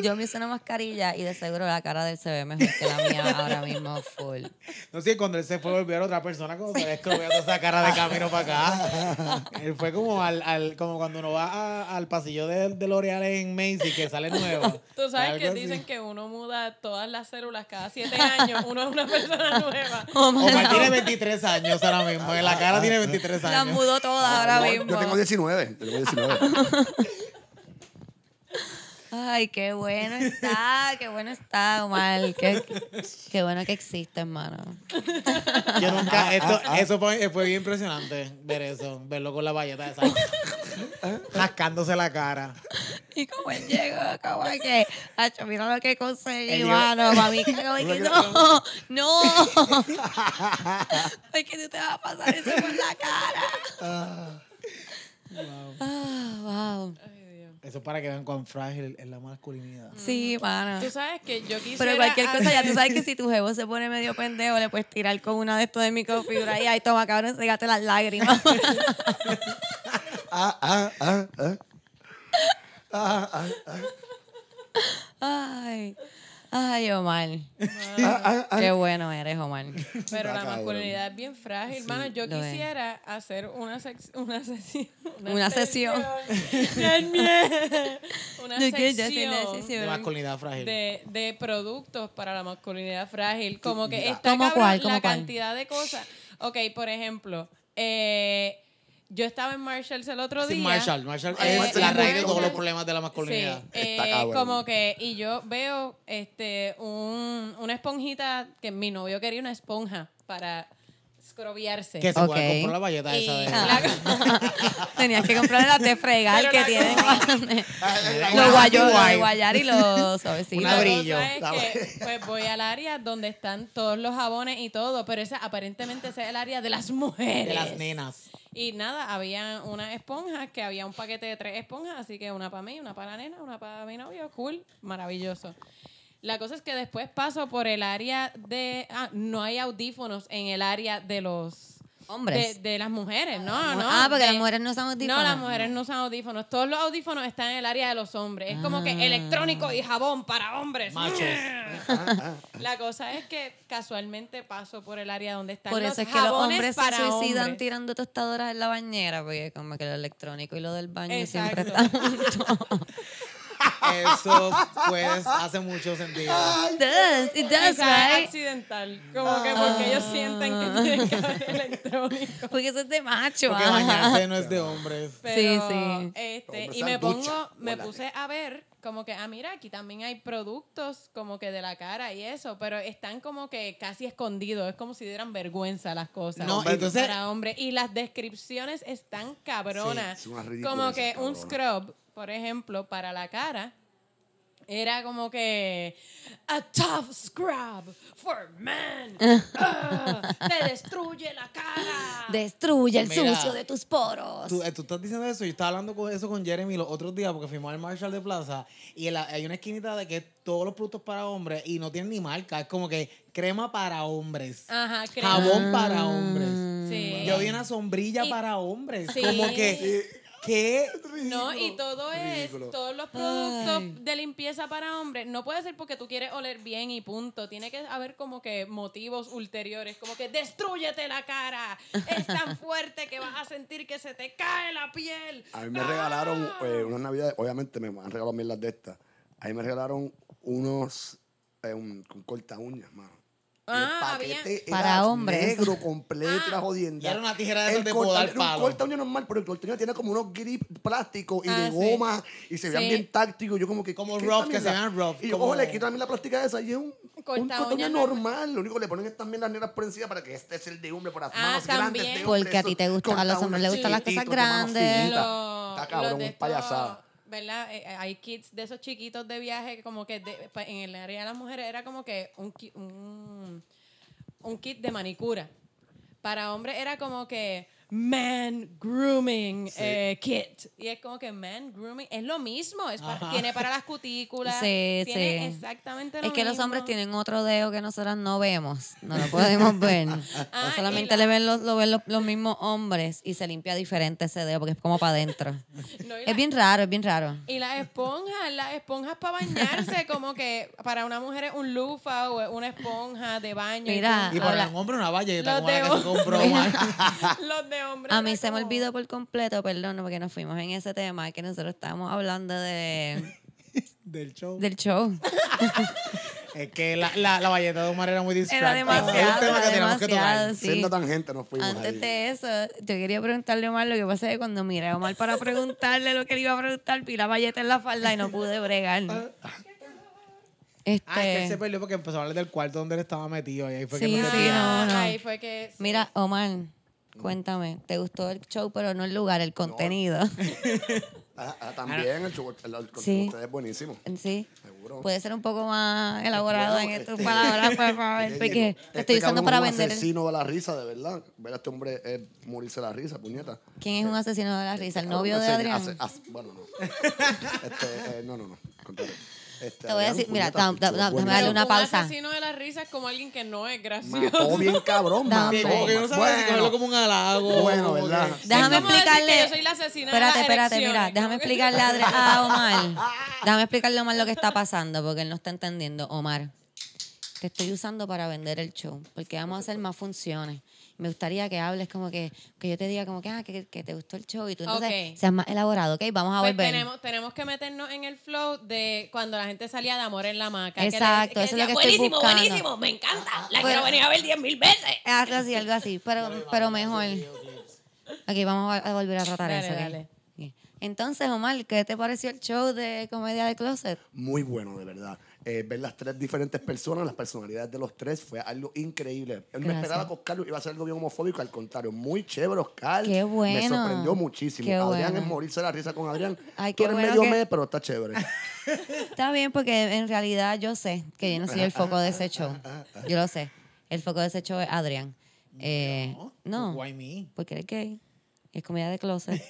[SPEAKER 1] Yo me hice una mascarilla y de seguro la cara de él se ve mejor que la mía ahora mismo full.
[SPEAKER 2] No sé, cuando él se fue a volver a otra persona, como se descrobió toda esa cara de camino para acá. Él fue como al, al como cuando uno va a- al pasillo de, de L'Oreal en Macy, que sale nuevo.
[SPEAKER 3] Tú sabes
[SPEAKER 2] Algo
[SPEAKER 3] que
[SPEAKER 2] así.
[SPEAKER 3] dicen que uno muda todas las células cada siete años, uno es una persona nueva.
[SPEAKER 1] Oh,
[SPEAKER 2] Omar tiene 23 años ahora mismo, en la cara tiene 23
[SPEAKER 1] La
[SPEAKER 2] años.
[SPEAKER 1] mudó toda ahora
[SPEAKER 4] No,
[SPEAKER 1] mismo.
[SPEAKER 4] Ah, Yo tengo 19. yo tengo 19.
[SPEAKER 1] Ay, qué bueno está, qué bueno está, Omar. Qué, qué bueno que existe, hermano.
[SPEAKER 2] Yo nunca, esto, eso fue, fue bien impresionante ver eso, verlo con la valleta esa. Rascándose la cara.
[SPEAKER 1] Y como él llegó, como que, Hacho, mira lo que conseguí,
[SPEAKER 2] Él llegó-
[SPEAKER 1] mano, mami, que como que no, no. Es que tú te vas a pasar eso por la cara. Ah, wow.
[SPEAKER 2] Eso es para que vean cuán frágil es la masculinidad.
[SPEAKER 1] Sí, mano.
[SPEAKER 3] Tú sabes que yo quisiera...
[SPEAKER 1] Pero cualquier cosa, ya tú
[SPEAKER 3] hacer-
[SPEAKER 1] sabes que si tu jevo se pone medio pendejo, le puedes tirar con una de estos de microfibra y ahí toma, cabrón, ségate las lágrimas.
[SPEAKER 4] Ah, ah, ah, ah. Ah, ah, ah,
[SPEAKER 1] Ay, ay, Omar.
[SPEAKER 4] ah, ah.
[SPEAKER 1] Qué bueno eres, Omar.
[SPEAKER 3] Pero
[SPEAKER 4] Ah,
[SPEAKER 3] la
[SPEAKER 4] cabrón.
[SPEAKER 3] masculinidad es bien frágil, mano. Yo
[SPEAKER 1] lo es.
[SPEAKER 3] quisiera hacer una, sex- una sesión.
[SPEAKER 1] Una sesión.
[SPEAKER 3] Dios mío. una
[SPEAKER 1] ¿De qué? Ya
[SPEAKER 3] sección
[SPEAKER 1] tiene decisión.
[SPEAKER 2] De masculinidad frágil.
[SPEAKER 3] de, de productos para la masculinidad frágil. Como que está
[SPEAKER 1] ¿Cómo
[SPEAKER 3] cabrón
[SPEAKER 1] cuál?
[SPEAKER 3] la
[SPEAKER 1] ¿Cómo cuál?
[SPEAKER 3] cantidad de cosas. Ok, por ejemplo, eh, yo estaba en Marshalls el otro
[SPEAKER 2] Sí,
[SPEAKER 3] día.
[SPEAKER 2] Marshall, Marshall
[SPEAKER 3] Eh,
[SPEAKER 2] es la
[SPEAKER 3] eh,
[SPEAKER 2] raíz de
[SPEAKER 3] Marshall.
[SPEAKER 2] todos los problemas de la masculinidad.
[SPEAKER 3] Sí,
[SPEAKER 4] Está
[SPEAKER 3] eh,
[SPEAKER 4] cabrón.
[SPEAKER 3] como que, y yo veo este un, una esponjita que mi novio quería una esponja para scrobiarse.
[SPEAKER 2] Que se
[SPEAKER 1] Ok.
[SPEAKER 2] puede comprar la valleta
[SPEAKER 3] Y
[SPEAKER 2] esa de...
[SPEAKER 3] la-
[SPEAKER 1] Tenías que comprar las de fregar
[SPEAKER 3] Pero
[SPEAKER 1] que
[SPEAKER 3] la
[SPEAKER 1] tienen.
[SPEAKER 2] Una
[SPEAKER 1] los guayos, los
[SPEAKER 2] guay.
[SPEAKER 1] de guayar y los
[SPEAKER 3] y
[SPEAKER 1] suavecitos.
[SPEAKER 2] Una
[SPEAKER 3] la
[SPEAKER 2] brillo.
[SPEAKER 3] cosa es que, pues voy al área donde están todos los jabones y todo, pero esa aparentemente ese es el área de las mujeres.
[SPEAKER 2] De las nenas.
[SPEAKER 3] Y nada, había unas esponjas, que había un paquete de tres esponjas, así que una para mí, una para la nena, una para mi novio, cool, maravilloso. La cosa es que después paso por el área de... Ah, no hay audífonos en el área de los...
[SPEAKER 1] Hombres.
[SPEAKER 3] De, de las mujeres, no, no.
[SPEAKER 1] Ah, porque
[SPEAKER 3] de-
[SPEAKER 1] las mujeres no usan audífonos.
[SPEAKER 3] No, las mujeres no usan audífonos. Todos los audífonos están en el área de los hombres. Es como que
[SPEAKER 1] Ah.
[SPEAKER 3] electrónico y jabón para hombres.
[SPEAKER 2] Machos.
[SPEAKER 3] La cosa es que casualmente paso por el área donde están
[SPEAKER 1] Por
[SPEAKER 3] los
[SPEAKER 1] eso es que los
[SPEAKER 3] jabones
[SPEAKER 1] hombres se
[SPEAKER 3] para
[SPEAKER 1] suicidan
[SPEAKER 3] hombres.
[SPEAKER 1] tirando tostadoras en la bañera, porque como que lo electrónico y lo del baño siempre
[SPEAKER 3] Exacto.
[SPEAKER 1] están juntos.
[SPEAKER 2] Eso, pues, hace mucho sentido.
[SPEAKER 1] It does, it
[SPEAKER 3] O
[SPEAKER 1] does,
[SPEAKER 3] sea,
[SPEAKER 1] right?
[SPEAKER 3] accidental. Como que porque ellos sienten que tienen que haber electrónico.
[SPEAKER 1] Porque eso es de macho.
[SPEAKER 2] Porque
[SPEAKER 1] ajá.
[SPEAKER 2] bañarse no es de hombres.
[SPEAKER 3] Pero,
[SPEAKER 1] sí.
[SPEAKER 3] Este,
[SPEAKER 4] Hombre,
[SPEAKER 3] y
[SPEAKER 4] sal,
[SPEAKER 3] me
[SPEAKER 4] ducha,
[SPEAKER 3] pongo,
[SPEAKER 4] o
[SPEAKER 3] me
[SPEAKER 4] la
[SPEAKER 3] puse a ver como que, ah, mira, aquí también hay productos como que de la cara y eso, pero están como que casi escondidos. Es como si dieran vergüenza las cosas.
[SPEAKER 2] No, Hombre, entonces-
[SPEAKER 3] Para hombre. Y las descripciones están cabronas.
[SPEAKER 4] Sí, son unas ridiculeces,
[SPEAKER 3] como que un
[SPEAKER 4] cabronas.
[SPEAKER 3] scrub, por ejemplo, para la cara. Era como que a tough scrub for men. Ah, te destruye la cara.
[SPEAKER 1] Destruye el
[SPEAKER 2] Mira,
[SPEAKER 1] sucio de tus poros.
[SPEAKER 2] Tú, eh, tú estás diciendo eso, yo estaba hablando con eso con Jeremy los otros días porque fuimos al Marshall de Plaza y en la- hay una esquinita de que es todos los productos para hombres y no tienen ni marca, es como que crema para hombres,
[SPEAKER 3] Ajá, crema.
[SPEAKER 2] jabón para hombres.
[SPEAKER 3] Sí.
[SPEAKER 2] Yo vi una sombrilla
[SPEAKER 3] Ah. Y-
[SPEAKER 2] para hombres,
[SPEAKER 3] Sí.
[SPEAKER 2] como que ¿qué?
[SPEAKER 3] No, y todo es,
[SPEAKER 4] Ridículo.
[SPEAKER 3] todos los productos
[SPEAKER 1] Ay.
[SPEAKER 3] de limpieza para hombres, no puede ser porque tú quieres oler bien y punto. Tiene que haber como que motivos ulteriores, como que destruyete la cara, es tan fuerte que vas a sentir que se te cae la piel.
[SPEAKER 4] A mí me
[SPEAKER 3] ¡Ah!
[SPEAKER 4] regalaron eh, unas navidades, obviamente me han regalado mierdas de estas. A mí me regalaron unos eh, un, con corta uñas, mano. Y
[SPEAKER 3] Ah,
[SPEAKER 4] el
[SPEAKER 3] había- Ah.
[SPEAKER 4] paquete
[SPEAKER 1] Para
[SPEAKER 4] era
[SPEAKER 1] hombres.
[SPEAKER 4] negro completo, la jodienda.
[SPEAKER 2] Y era una tijera de esas
[SPEAKER 4] El
[SPEAKER 2] de
[SPEAKER 4] corta-
[SPEAKER 2] podar
[SPEAKER 4] era un
[SPEAKER 2] palo.
[SPEAKER 4] corta uña normal, pero el corta uña tiene como unos grip plásticos y
[SPEAKER 3] Ah,
[SPEAKER 4] de
[SPEAKER 3] sí.
[SPEAKER 4] goma y se veían
[SPEAKER 3] Sí.
[SPEAKER 4] bien tácticos. Yo como que
[SPEAKER 2] Como
[SPEAKER 4] ¿qué
[SPEAKER 2] rough,
[SPEAKER 4] esta
[SPEAKER 2] que se
[SPEAKER 4] mierda?
[SPEAKER 2] vean rough,
[SPEAKER 4] Y yo,
[SPEAKER 2] como-
[SPEAKER 4] ojo, le quito a mí la plástica esa y es un un corta
[SPEAKER 3] Corta uña
[SPEAKER 4] uña
[SPEAKER 3] normal.
[SPEAKER 4] normal. Lo único que le ponen es también la negra por encima para que este es el de hombre por las
[SPEAKER 3] Ah,
[SPEAKER 4] manos grandes
[SPEAKER 3] también.
[SPEAKER 4] de hombre,
[SPEAKER 1] Porque a ti
[SPEAKER 4] esos
[SPEAKER 1] te gusta, a los
[SPEAKER 4] corta
[SPEAKER 1] hombres les
[SPEAKER 4] uñas
[SPEAKER 1] gustan las cosas
[SPEAKER 4] chiquititos, de manos
[SPEAKER 1] grandes.
[SPEAKER 4] finitas.
[SPEAKER 3] Lo-
[SPEAKER 4] Está
[SPEAKER 3] los
[SPEAKER 4] cabrón,
[SPEAKER 3] de
[SPEAKER 4] un
[SPEAKER 3] estos,
[SPEAKER 4] payasada.
[SPEAKER 3] ¿Verdad? Eh, eh, hay kits de esos chiquitos de viaje que como que de- pa- en el área de las mujeres era como que un, ki- un, un kit de manicura. Para hombres era como que man grooming eh, kit. Y es como que man grooming es lo mismo. Es para- tiene para las cutículas.
[SPEAKER 1] Sí,
[SPEAKER 3] tiene
[SPEAKER 1] sí.
[SPEAKER 3] exactamente lo
[SPEAKER 1] Es que los
[SPEAKER 3] mismo.
[SPEAKER 1] hombres tienen otro dedo que nosotras no vemos, no lo podemos ver.
[SPEAKER 3] Ah,
[SPEAKER 1] O solamente
[SPEAKER 3] y la-
[SPEAKER 1] le ven los, lo ven los, los mismos hombres y se limpia diferente ese dedo porque es como para adentro.
[SPEAKER 3] No, y la-
[SPEAKER 1] Es bien raro, es bien raro.
[SPEAKER 3] Y las esponjas, las esponjas para bañarse, como que para una mujer es un lufa o es una esponja de baño. y
[SPEAKER 1] Mira,
[SPEAKER 3] tú-
[SPEAKER 2] Y para
[SPEAKER 1] Ahora-
[SPEAKER 2] un hombre una valleta
[SPEAKER 3] Los
[SPEAKER 2] como la
[SPEAKER 3] de
[SPEAKER 2] que se
[SPEAKER 3] hombre.
[SPEAKER 2] compró. man.
[SPEAKER 3] Los de hombres.
[SPEAKER 1] A mí
[SPEAKER 3] era
[SPEAKER 1] se me
[SPEAKER 3] como-
[SPEAKER 1] olvidó por completo, perdón, porque nos fuimos en ese tema, que nosotros estábamos hablando de,
[SPEAKER 2] del show.
[SPEAKER 1] del show.
[SPEAKER 2] Es que la, la, la valleta de Omar era muy
[SPEAKER 1] Era
[SPEAKER 2] distractiva.
[SPEAKER 1] demasiado,
[SPEAKER 2] Es un tema que
[SPEAKER 1] era
[SPEAKER 2] tenemos que tocar.
[SPEAKER 1] demasiado, sí.
[SPEAKER 4] Senda tangente nos fuimos ahí.
[SPEAKER 1] Antes de eso, yo quería preguntarle a Omar lo que pasa es que cuando miré a Omar para preguntarle lo que le iba a preguntar, vi la valleta en la falda y no pude bregar.
[SPEAKER 4] Ah.
[SPEAKER 1] Este,
[SPEAKER 2] Ah, es que él se perdió porque empezó a hablar del cuarto donde él estaba metido. Y ahí fue que
[SPEAKER 1] Sí,
[SPEAKER 2] me
[SPEAKER 1] sí,
[SPEAKER 2] metí.
[SPEAKER 3] Ah,
[SPEAKER 1] no, no.
[SPEAKER 3] Ahí fue que. sí.
[SPEAKER 1] Mira, Omar, cuéntame, ¿te gustó el show, pero no el lugar, el contenido?
[SPEAKER 4] Ah, ah, también, el, chubo- el, el
[SPEAKER 1] Sí.
[SPEAKER 4] ustedes es buenísimo.
[SPEAKER 1] Sí.
[SPEAKER 4] Seguro.
[SPEAKER 1] Puede ser un poco más elaborado
[SPEAKER 4] Bueno,
[SPEAKER 1] en tus
[SPEAKER 4] este-
[SPEAKER 1] palabras, por favor,
[SPEAKER 4] Este-
[SPEAKER 1] porque
[SPEAKER 4] este
[SPEAKER 1] te estoy usando
[SPEAKER 4] cabrón
[SPEAKER 1] para
[SPEAKER 4] es un
[SPEAKER 1] vender. el-
[SPEAKER 4] asesino de la risa, de verdad. Ver a este hombre es morirse la risa, puñeta.
[SPEAKER 1] ¿Quién es un asesino de la risa? ¿El
[SPEAKER 4] Este Cabrón,
[SPEAKER 1] novio de
[SPEAKER 4] hace-
[SPEAKER 1] Adrián?
[SPEAKER 4] hace- hace- bueno, no. Este, eh, no, no, no. contrario. Este,
[SPEAKER 1] Te voy a
[SPEAKER 4] Adrián,
[SPEAKER 1] decir- mira,
[SPEAKER 4] puñeta,
[SPEAKER 1] da- da-
[SPEAKER 4] tú
[SPEAKER 1] da-
[SPEAKER 4] eres
[SPEAKER 1] déjame darle
[SPEAKER 4] buenísimo.
[SPEAKER 1] una pausa.
[SPEAKER 3] Un asesino de las risas es como alguien que no es
[SPEAKER 4] Mató
[SPEAKER 3] gracioso.
[SPEAKER 4] bien cabrón,
[SPEAKER 1] Dame.
[SPEAKER 4] mató.
[SPEAKER 2] Sí, como que yo no sabía si cogerlo como un halago.
[SPEAKER 4] Bueno,
[SPEAKER 2] como que-
[SPEAKER 4] ¿verdad?
[SPEAKER 1] Déjame
[SPEAKER 3] Es como Pues decir que
[SPEAKER 1] explicarle.
[SPEAKER 3] yo soy la asesina de
[SPEAKER 1] espérate,
[SPEAKER 3] las
[SPEAKER 1] espérate, mira.
[SPEAKER 3] elecciones.
[SPEAKER 1] Déjame
[SPEAKER 3] Como que-
[SPEAKER 1] explicarle a, Adri- a Omar. Déjame explicarle a Omar lo que está pasando, porque él no está entendiendo. Omar, te estoy usando para vender el show, porque vamos a hacer más funciones. Me gustaría que hables como que, que yo te diga como que, ah, que, que te gustó el show y tú entonces
[SPEAKER 3] Ok.
[SPEAKER 1] seas más elaborado, ¿ok? Vamos a
[SPEAKER 3] Pues
[SPEAKER 1] volver.
[SPEAKER 3] tenemos, tenemos que meternos en el flow de cuando la gente salía de amor en la maca.
[SPEAKER 1] Exacto, eso es lo que estoy
[SPEAKER 3] buenísimo,
[SPEAKER 1] buscando".
[SPEAKER 3] buenísimo, me encanta. La
[SPEAKER 1] Bueno.
[SPEAKER 3] quiero venir a ver 10 mil veces.
[SPEAKER 1] Algo así, Ah, algo así, pero, pero mejor. Ok, vamos a a volver a tratar
[SPEAKER 3] Dale,
[SPEAKER 1] eso. ok.
[SPEAKER 3] dale.
[SPEAKER 1] Bien. Entonces, Omar, ¿qué te pareció el show de comedia de closet?
[SPEAKER 4] Muy bueno, de verdad. Eh, ver las tres diferentes personas, las personalidades de los tres, fue algo increíble. Él me
[SPEAKER 1] Gracias.
[SPEAKER 4] esperaba que Oscar iba a ser algo bien homofóbico, al contrario, muy chévere, Oscar.
[SPEAKER 1] Qué bueno.
[SPEAKER 4] Me sorprendió muchísimo.
[SPEAKER 1] Qué
[SPEAKER 4] Adrián
[SPEAKER 1] bueno.
[SPEAKER 4] es morirse la risa con Adrián.
[SPEAKER 1] Ay,
[SPEAKER 4] Tú
[SPEAKER 1] qué
[SPEAKER 4] eres
[SPEAKER 1] bueno
[SPEAKER 4] medio
[SPEAKER 1] que-
[SPEAKER 4] mes, pero está chévere.
[SPEAKER 1] Está bien, porque en realidad yo sé que yo no soy el foco de ese show. Yo lo sé. El foco de ese show es Adrián. Eh, no,
[SPEAKER 2] Why me?
[SPEAKER 1] porque eres gay. Es comedia de closet.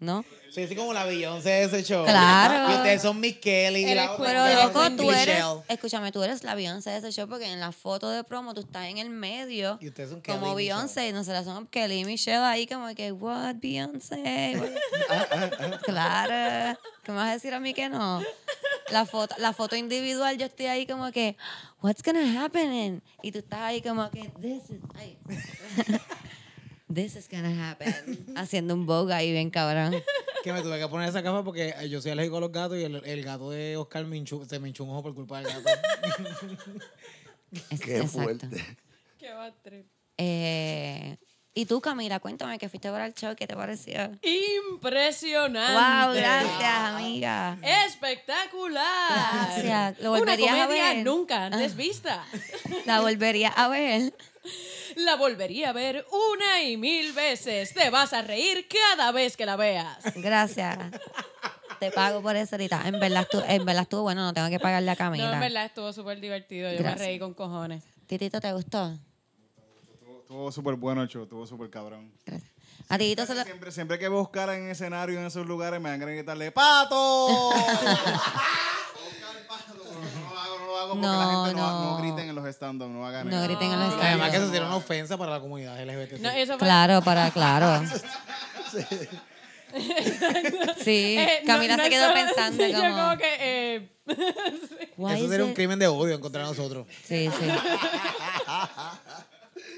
[SPEAKER 1] ¿No?
[SPEAKER 2] Soy así como la Beyoncé de ese show.
[SPEAKER 1] Claro.
[SPEAKER 2] Y ustedes son Miss Kelly. y
[SPEAKER 3] Eres
[SPEAKER 2] la otra-
[SPEAKER 1] Pero
[SPEAKER 2] la
[SPEAKER 1] loco,
[SPEAKER 2] otra es
[SPEAKER 1] tú eres.
[SPEAKER 2] Michelle.
[SPEAKER 1] Escúchame, tú eres la Beyoncé de ese show porque en la foto de promo tú estás en el medio.
[SPEAKER 2] Y ustedes son Kelly
[SPEAKER 1] Como
[SPEAKER 2] y Michelle.
[SPEAKER 1] Beyoncé, y nosotras somos Kelly y Michelle ahí, como que, what, Beyoncé? claro. ¿Qué me vas a decir a mí que no? La foto, la foto individual, yo estoy ahí como que, what's gonna happen? Y tú estás ahí como que, this is. ay. This is gonna happen. Haciendo un boga ahí bien cabrón.
[SPEAKER 2] Que me tuve que poner esa capa porque eh, yo soy alérgico a los gatos y el, el gato de Oscar me hinchó- se me hinchó un ojo por culpa del gato.
[SPEAKER 1] Es-
[SPEAKER 4] Qué fuerte.
[SPEAKER 3] Qué va trip.
[SPEAKER 1] Eh, y tú, Camila, cuéntame que fuiste para el show, ¿qué te pareció?
[SPEAKER 3] Impresionante.
[SPEAKER 1] ¡Wow! Gracias, amiga.
[SPEAKER 3] Espectacular.
[SPEAKER 1] Gracias. Lo
[SPEAKER 3] Una
[SPEAKER 1] volverías a
[SPEAKER 3] comedia
[SPEAKER 1] ver. Ah.
[SPEAKER 3] nunca antes vista.
[SPEAKER 1] La volvería a ver.
[SPEAKER 3] La volvería a ver una y mil veces. Te vas a reír cada vez que la veas.
[SPEAKER 1] Gracias. te pago por eso ahorita. En verdad, estuvo, en verdad estuvo bueno, no tengo que pagarle a Camila.
[SPEAKER 3] No, en verdad estuvo súper divertido. Yo
[SPEAKER 1] Gracias.
[SPEAKER 3] me reí con cojones.
[SPEAKER 1] Titito, ¿te gustó?
[SPEAKER 5] Estuvo- Estuvo súper bueno el show, estuvo súper cabrón.
[SPEAKER 1] Gracias. A Titito se lo...
[SPEAKER 5] Siempre, siempre que veo a Oscar en escenario en esos lugares me dan ganas de gritarle ¡Pato! Oscar, Pato. No lo hago, no lo hago porque la
[SPEAKER 1] No,
[SPEAKER 5] gente no, ha- no
[SPEAKER 1] no.
[SPEAKER 5] griten en los stand-up, no hagan
[SPEAKER 1] No
[SPEAKER 5] eso.
[SPEAKER 1] griten en los
[SPEAKER 2] Además que
[SPEAKER 1] estadios.
[SPEAKER 2] eso sería una ofensa para la comunidad LGBT.
[SPEAKER 3] No,
[SPEAKER 1] eh,
[SPEAKER 3] eso fue-
[SPEAKER 1] Claro, para, claro. Sí,
[SPEAKER 3] Eh, no,
[SPEAKER 1] Camila
[SPEAKER 3] no
[SPEAKER 1] se quedó
[SPEAKER 3] estaba-
[SPEAKER 1] pensando
[SPEAKER 3] sí, yo
[SPEAKER 1] como...
[SPEAKER 3] como que... eh,
[SPEAKER 1] "Why
[SPEAKER 2] eso
[SPEAKER 1] is
[SPEAKER 2] sería un
[SPEAKER 1] it-"
[SPEAKER 2] crimen de odio en contra de nosotros.
[SPEAKER 1] Sí, sí.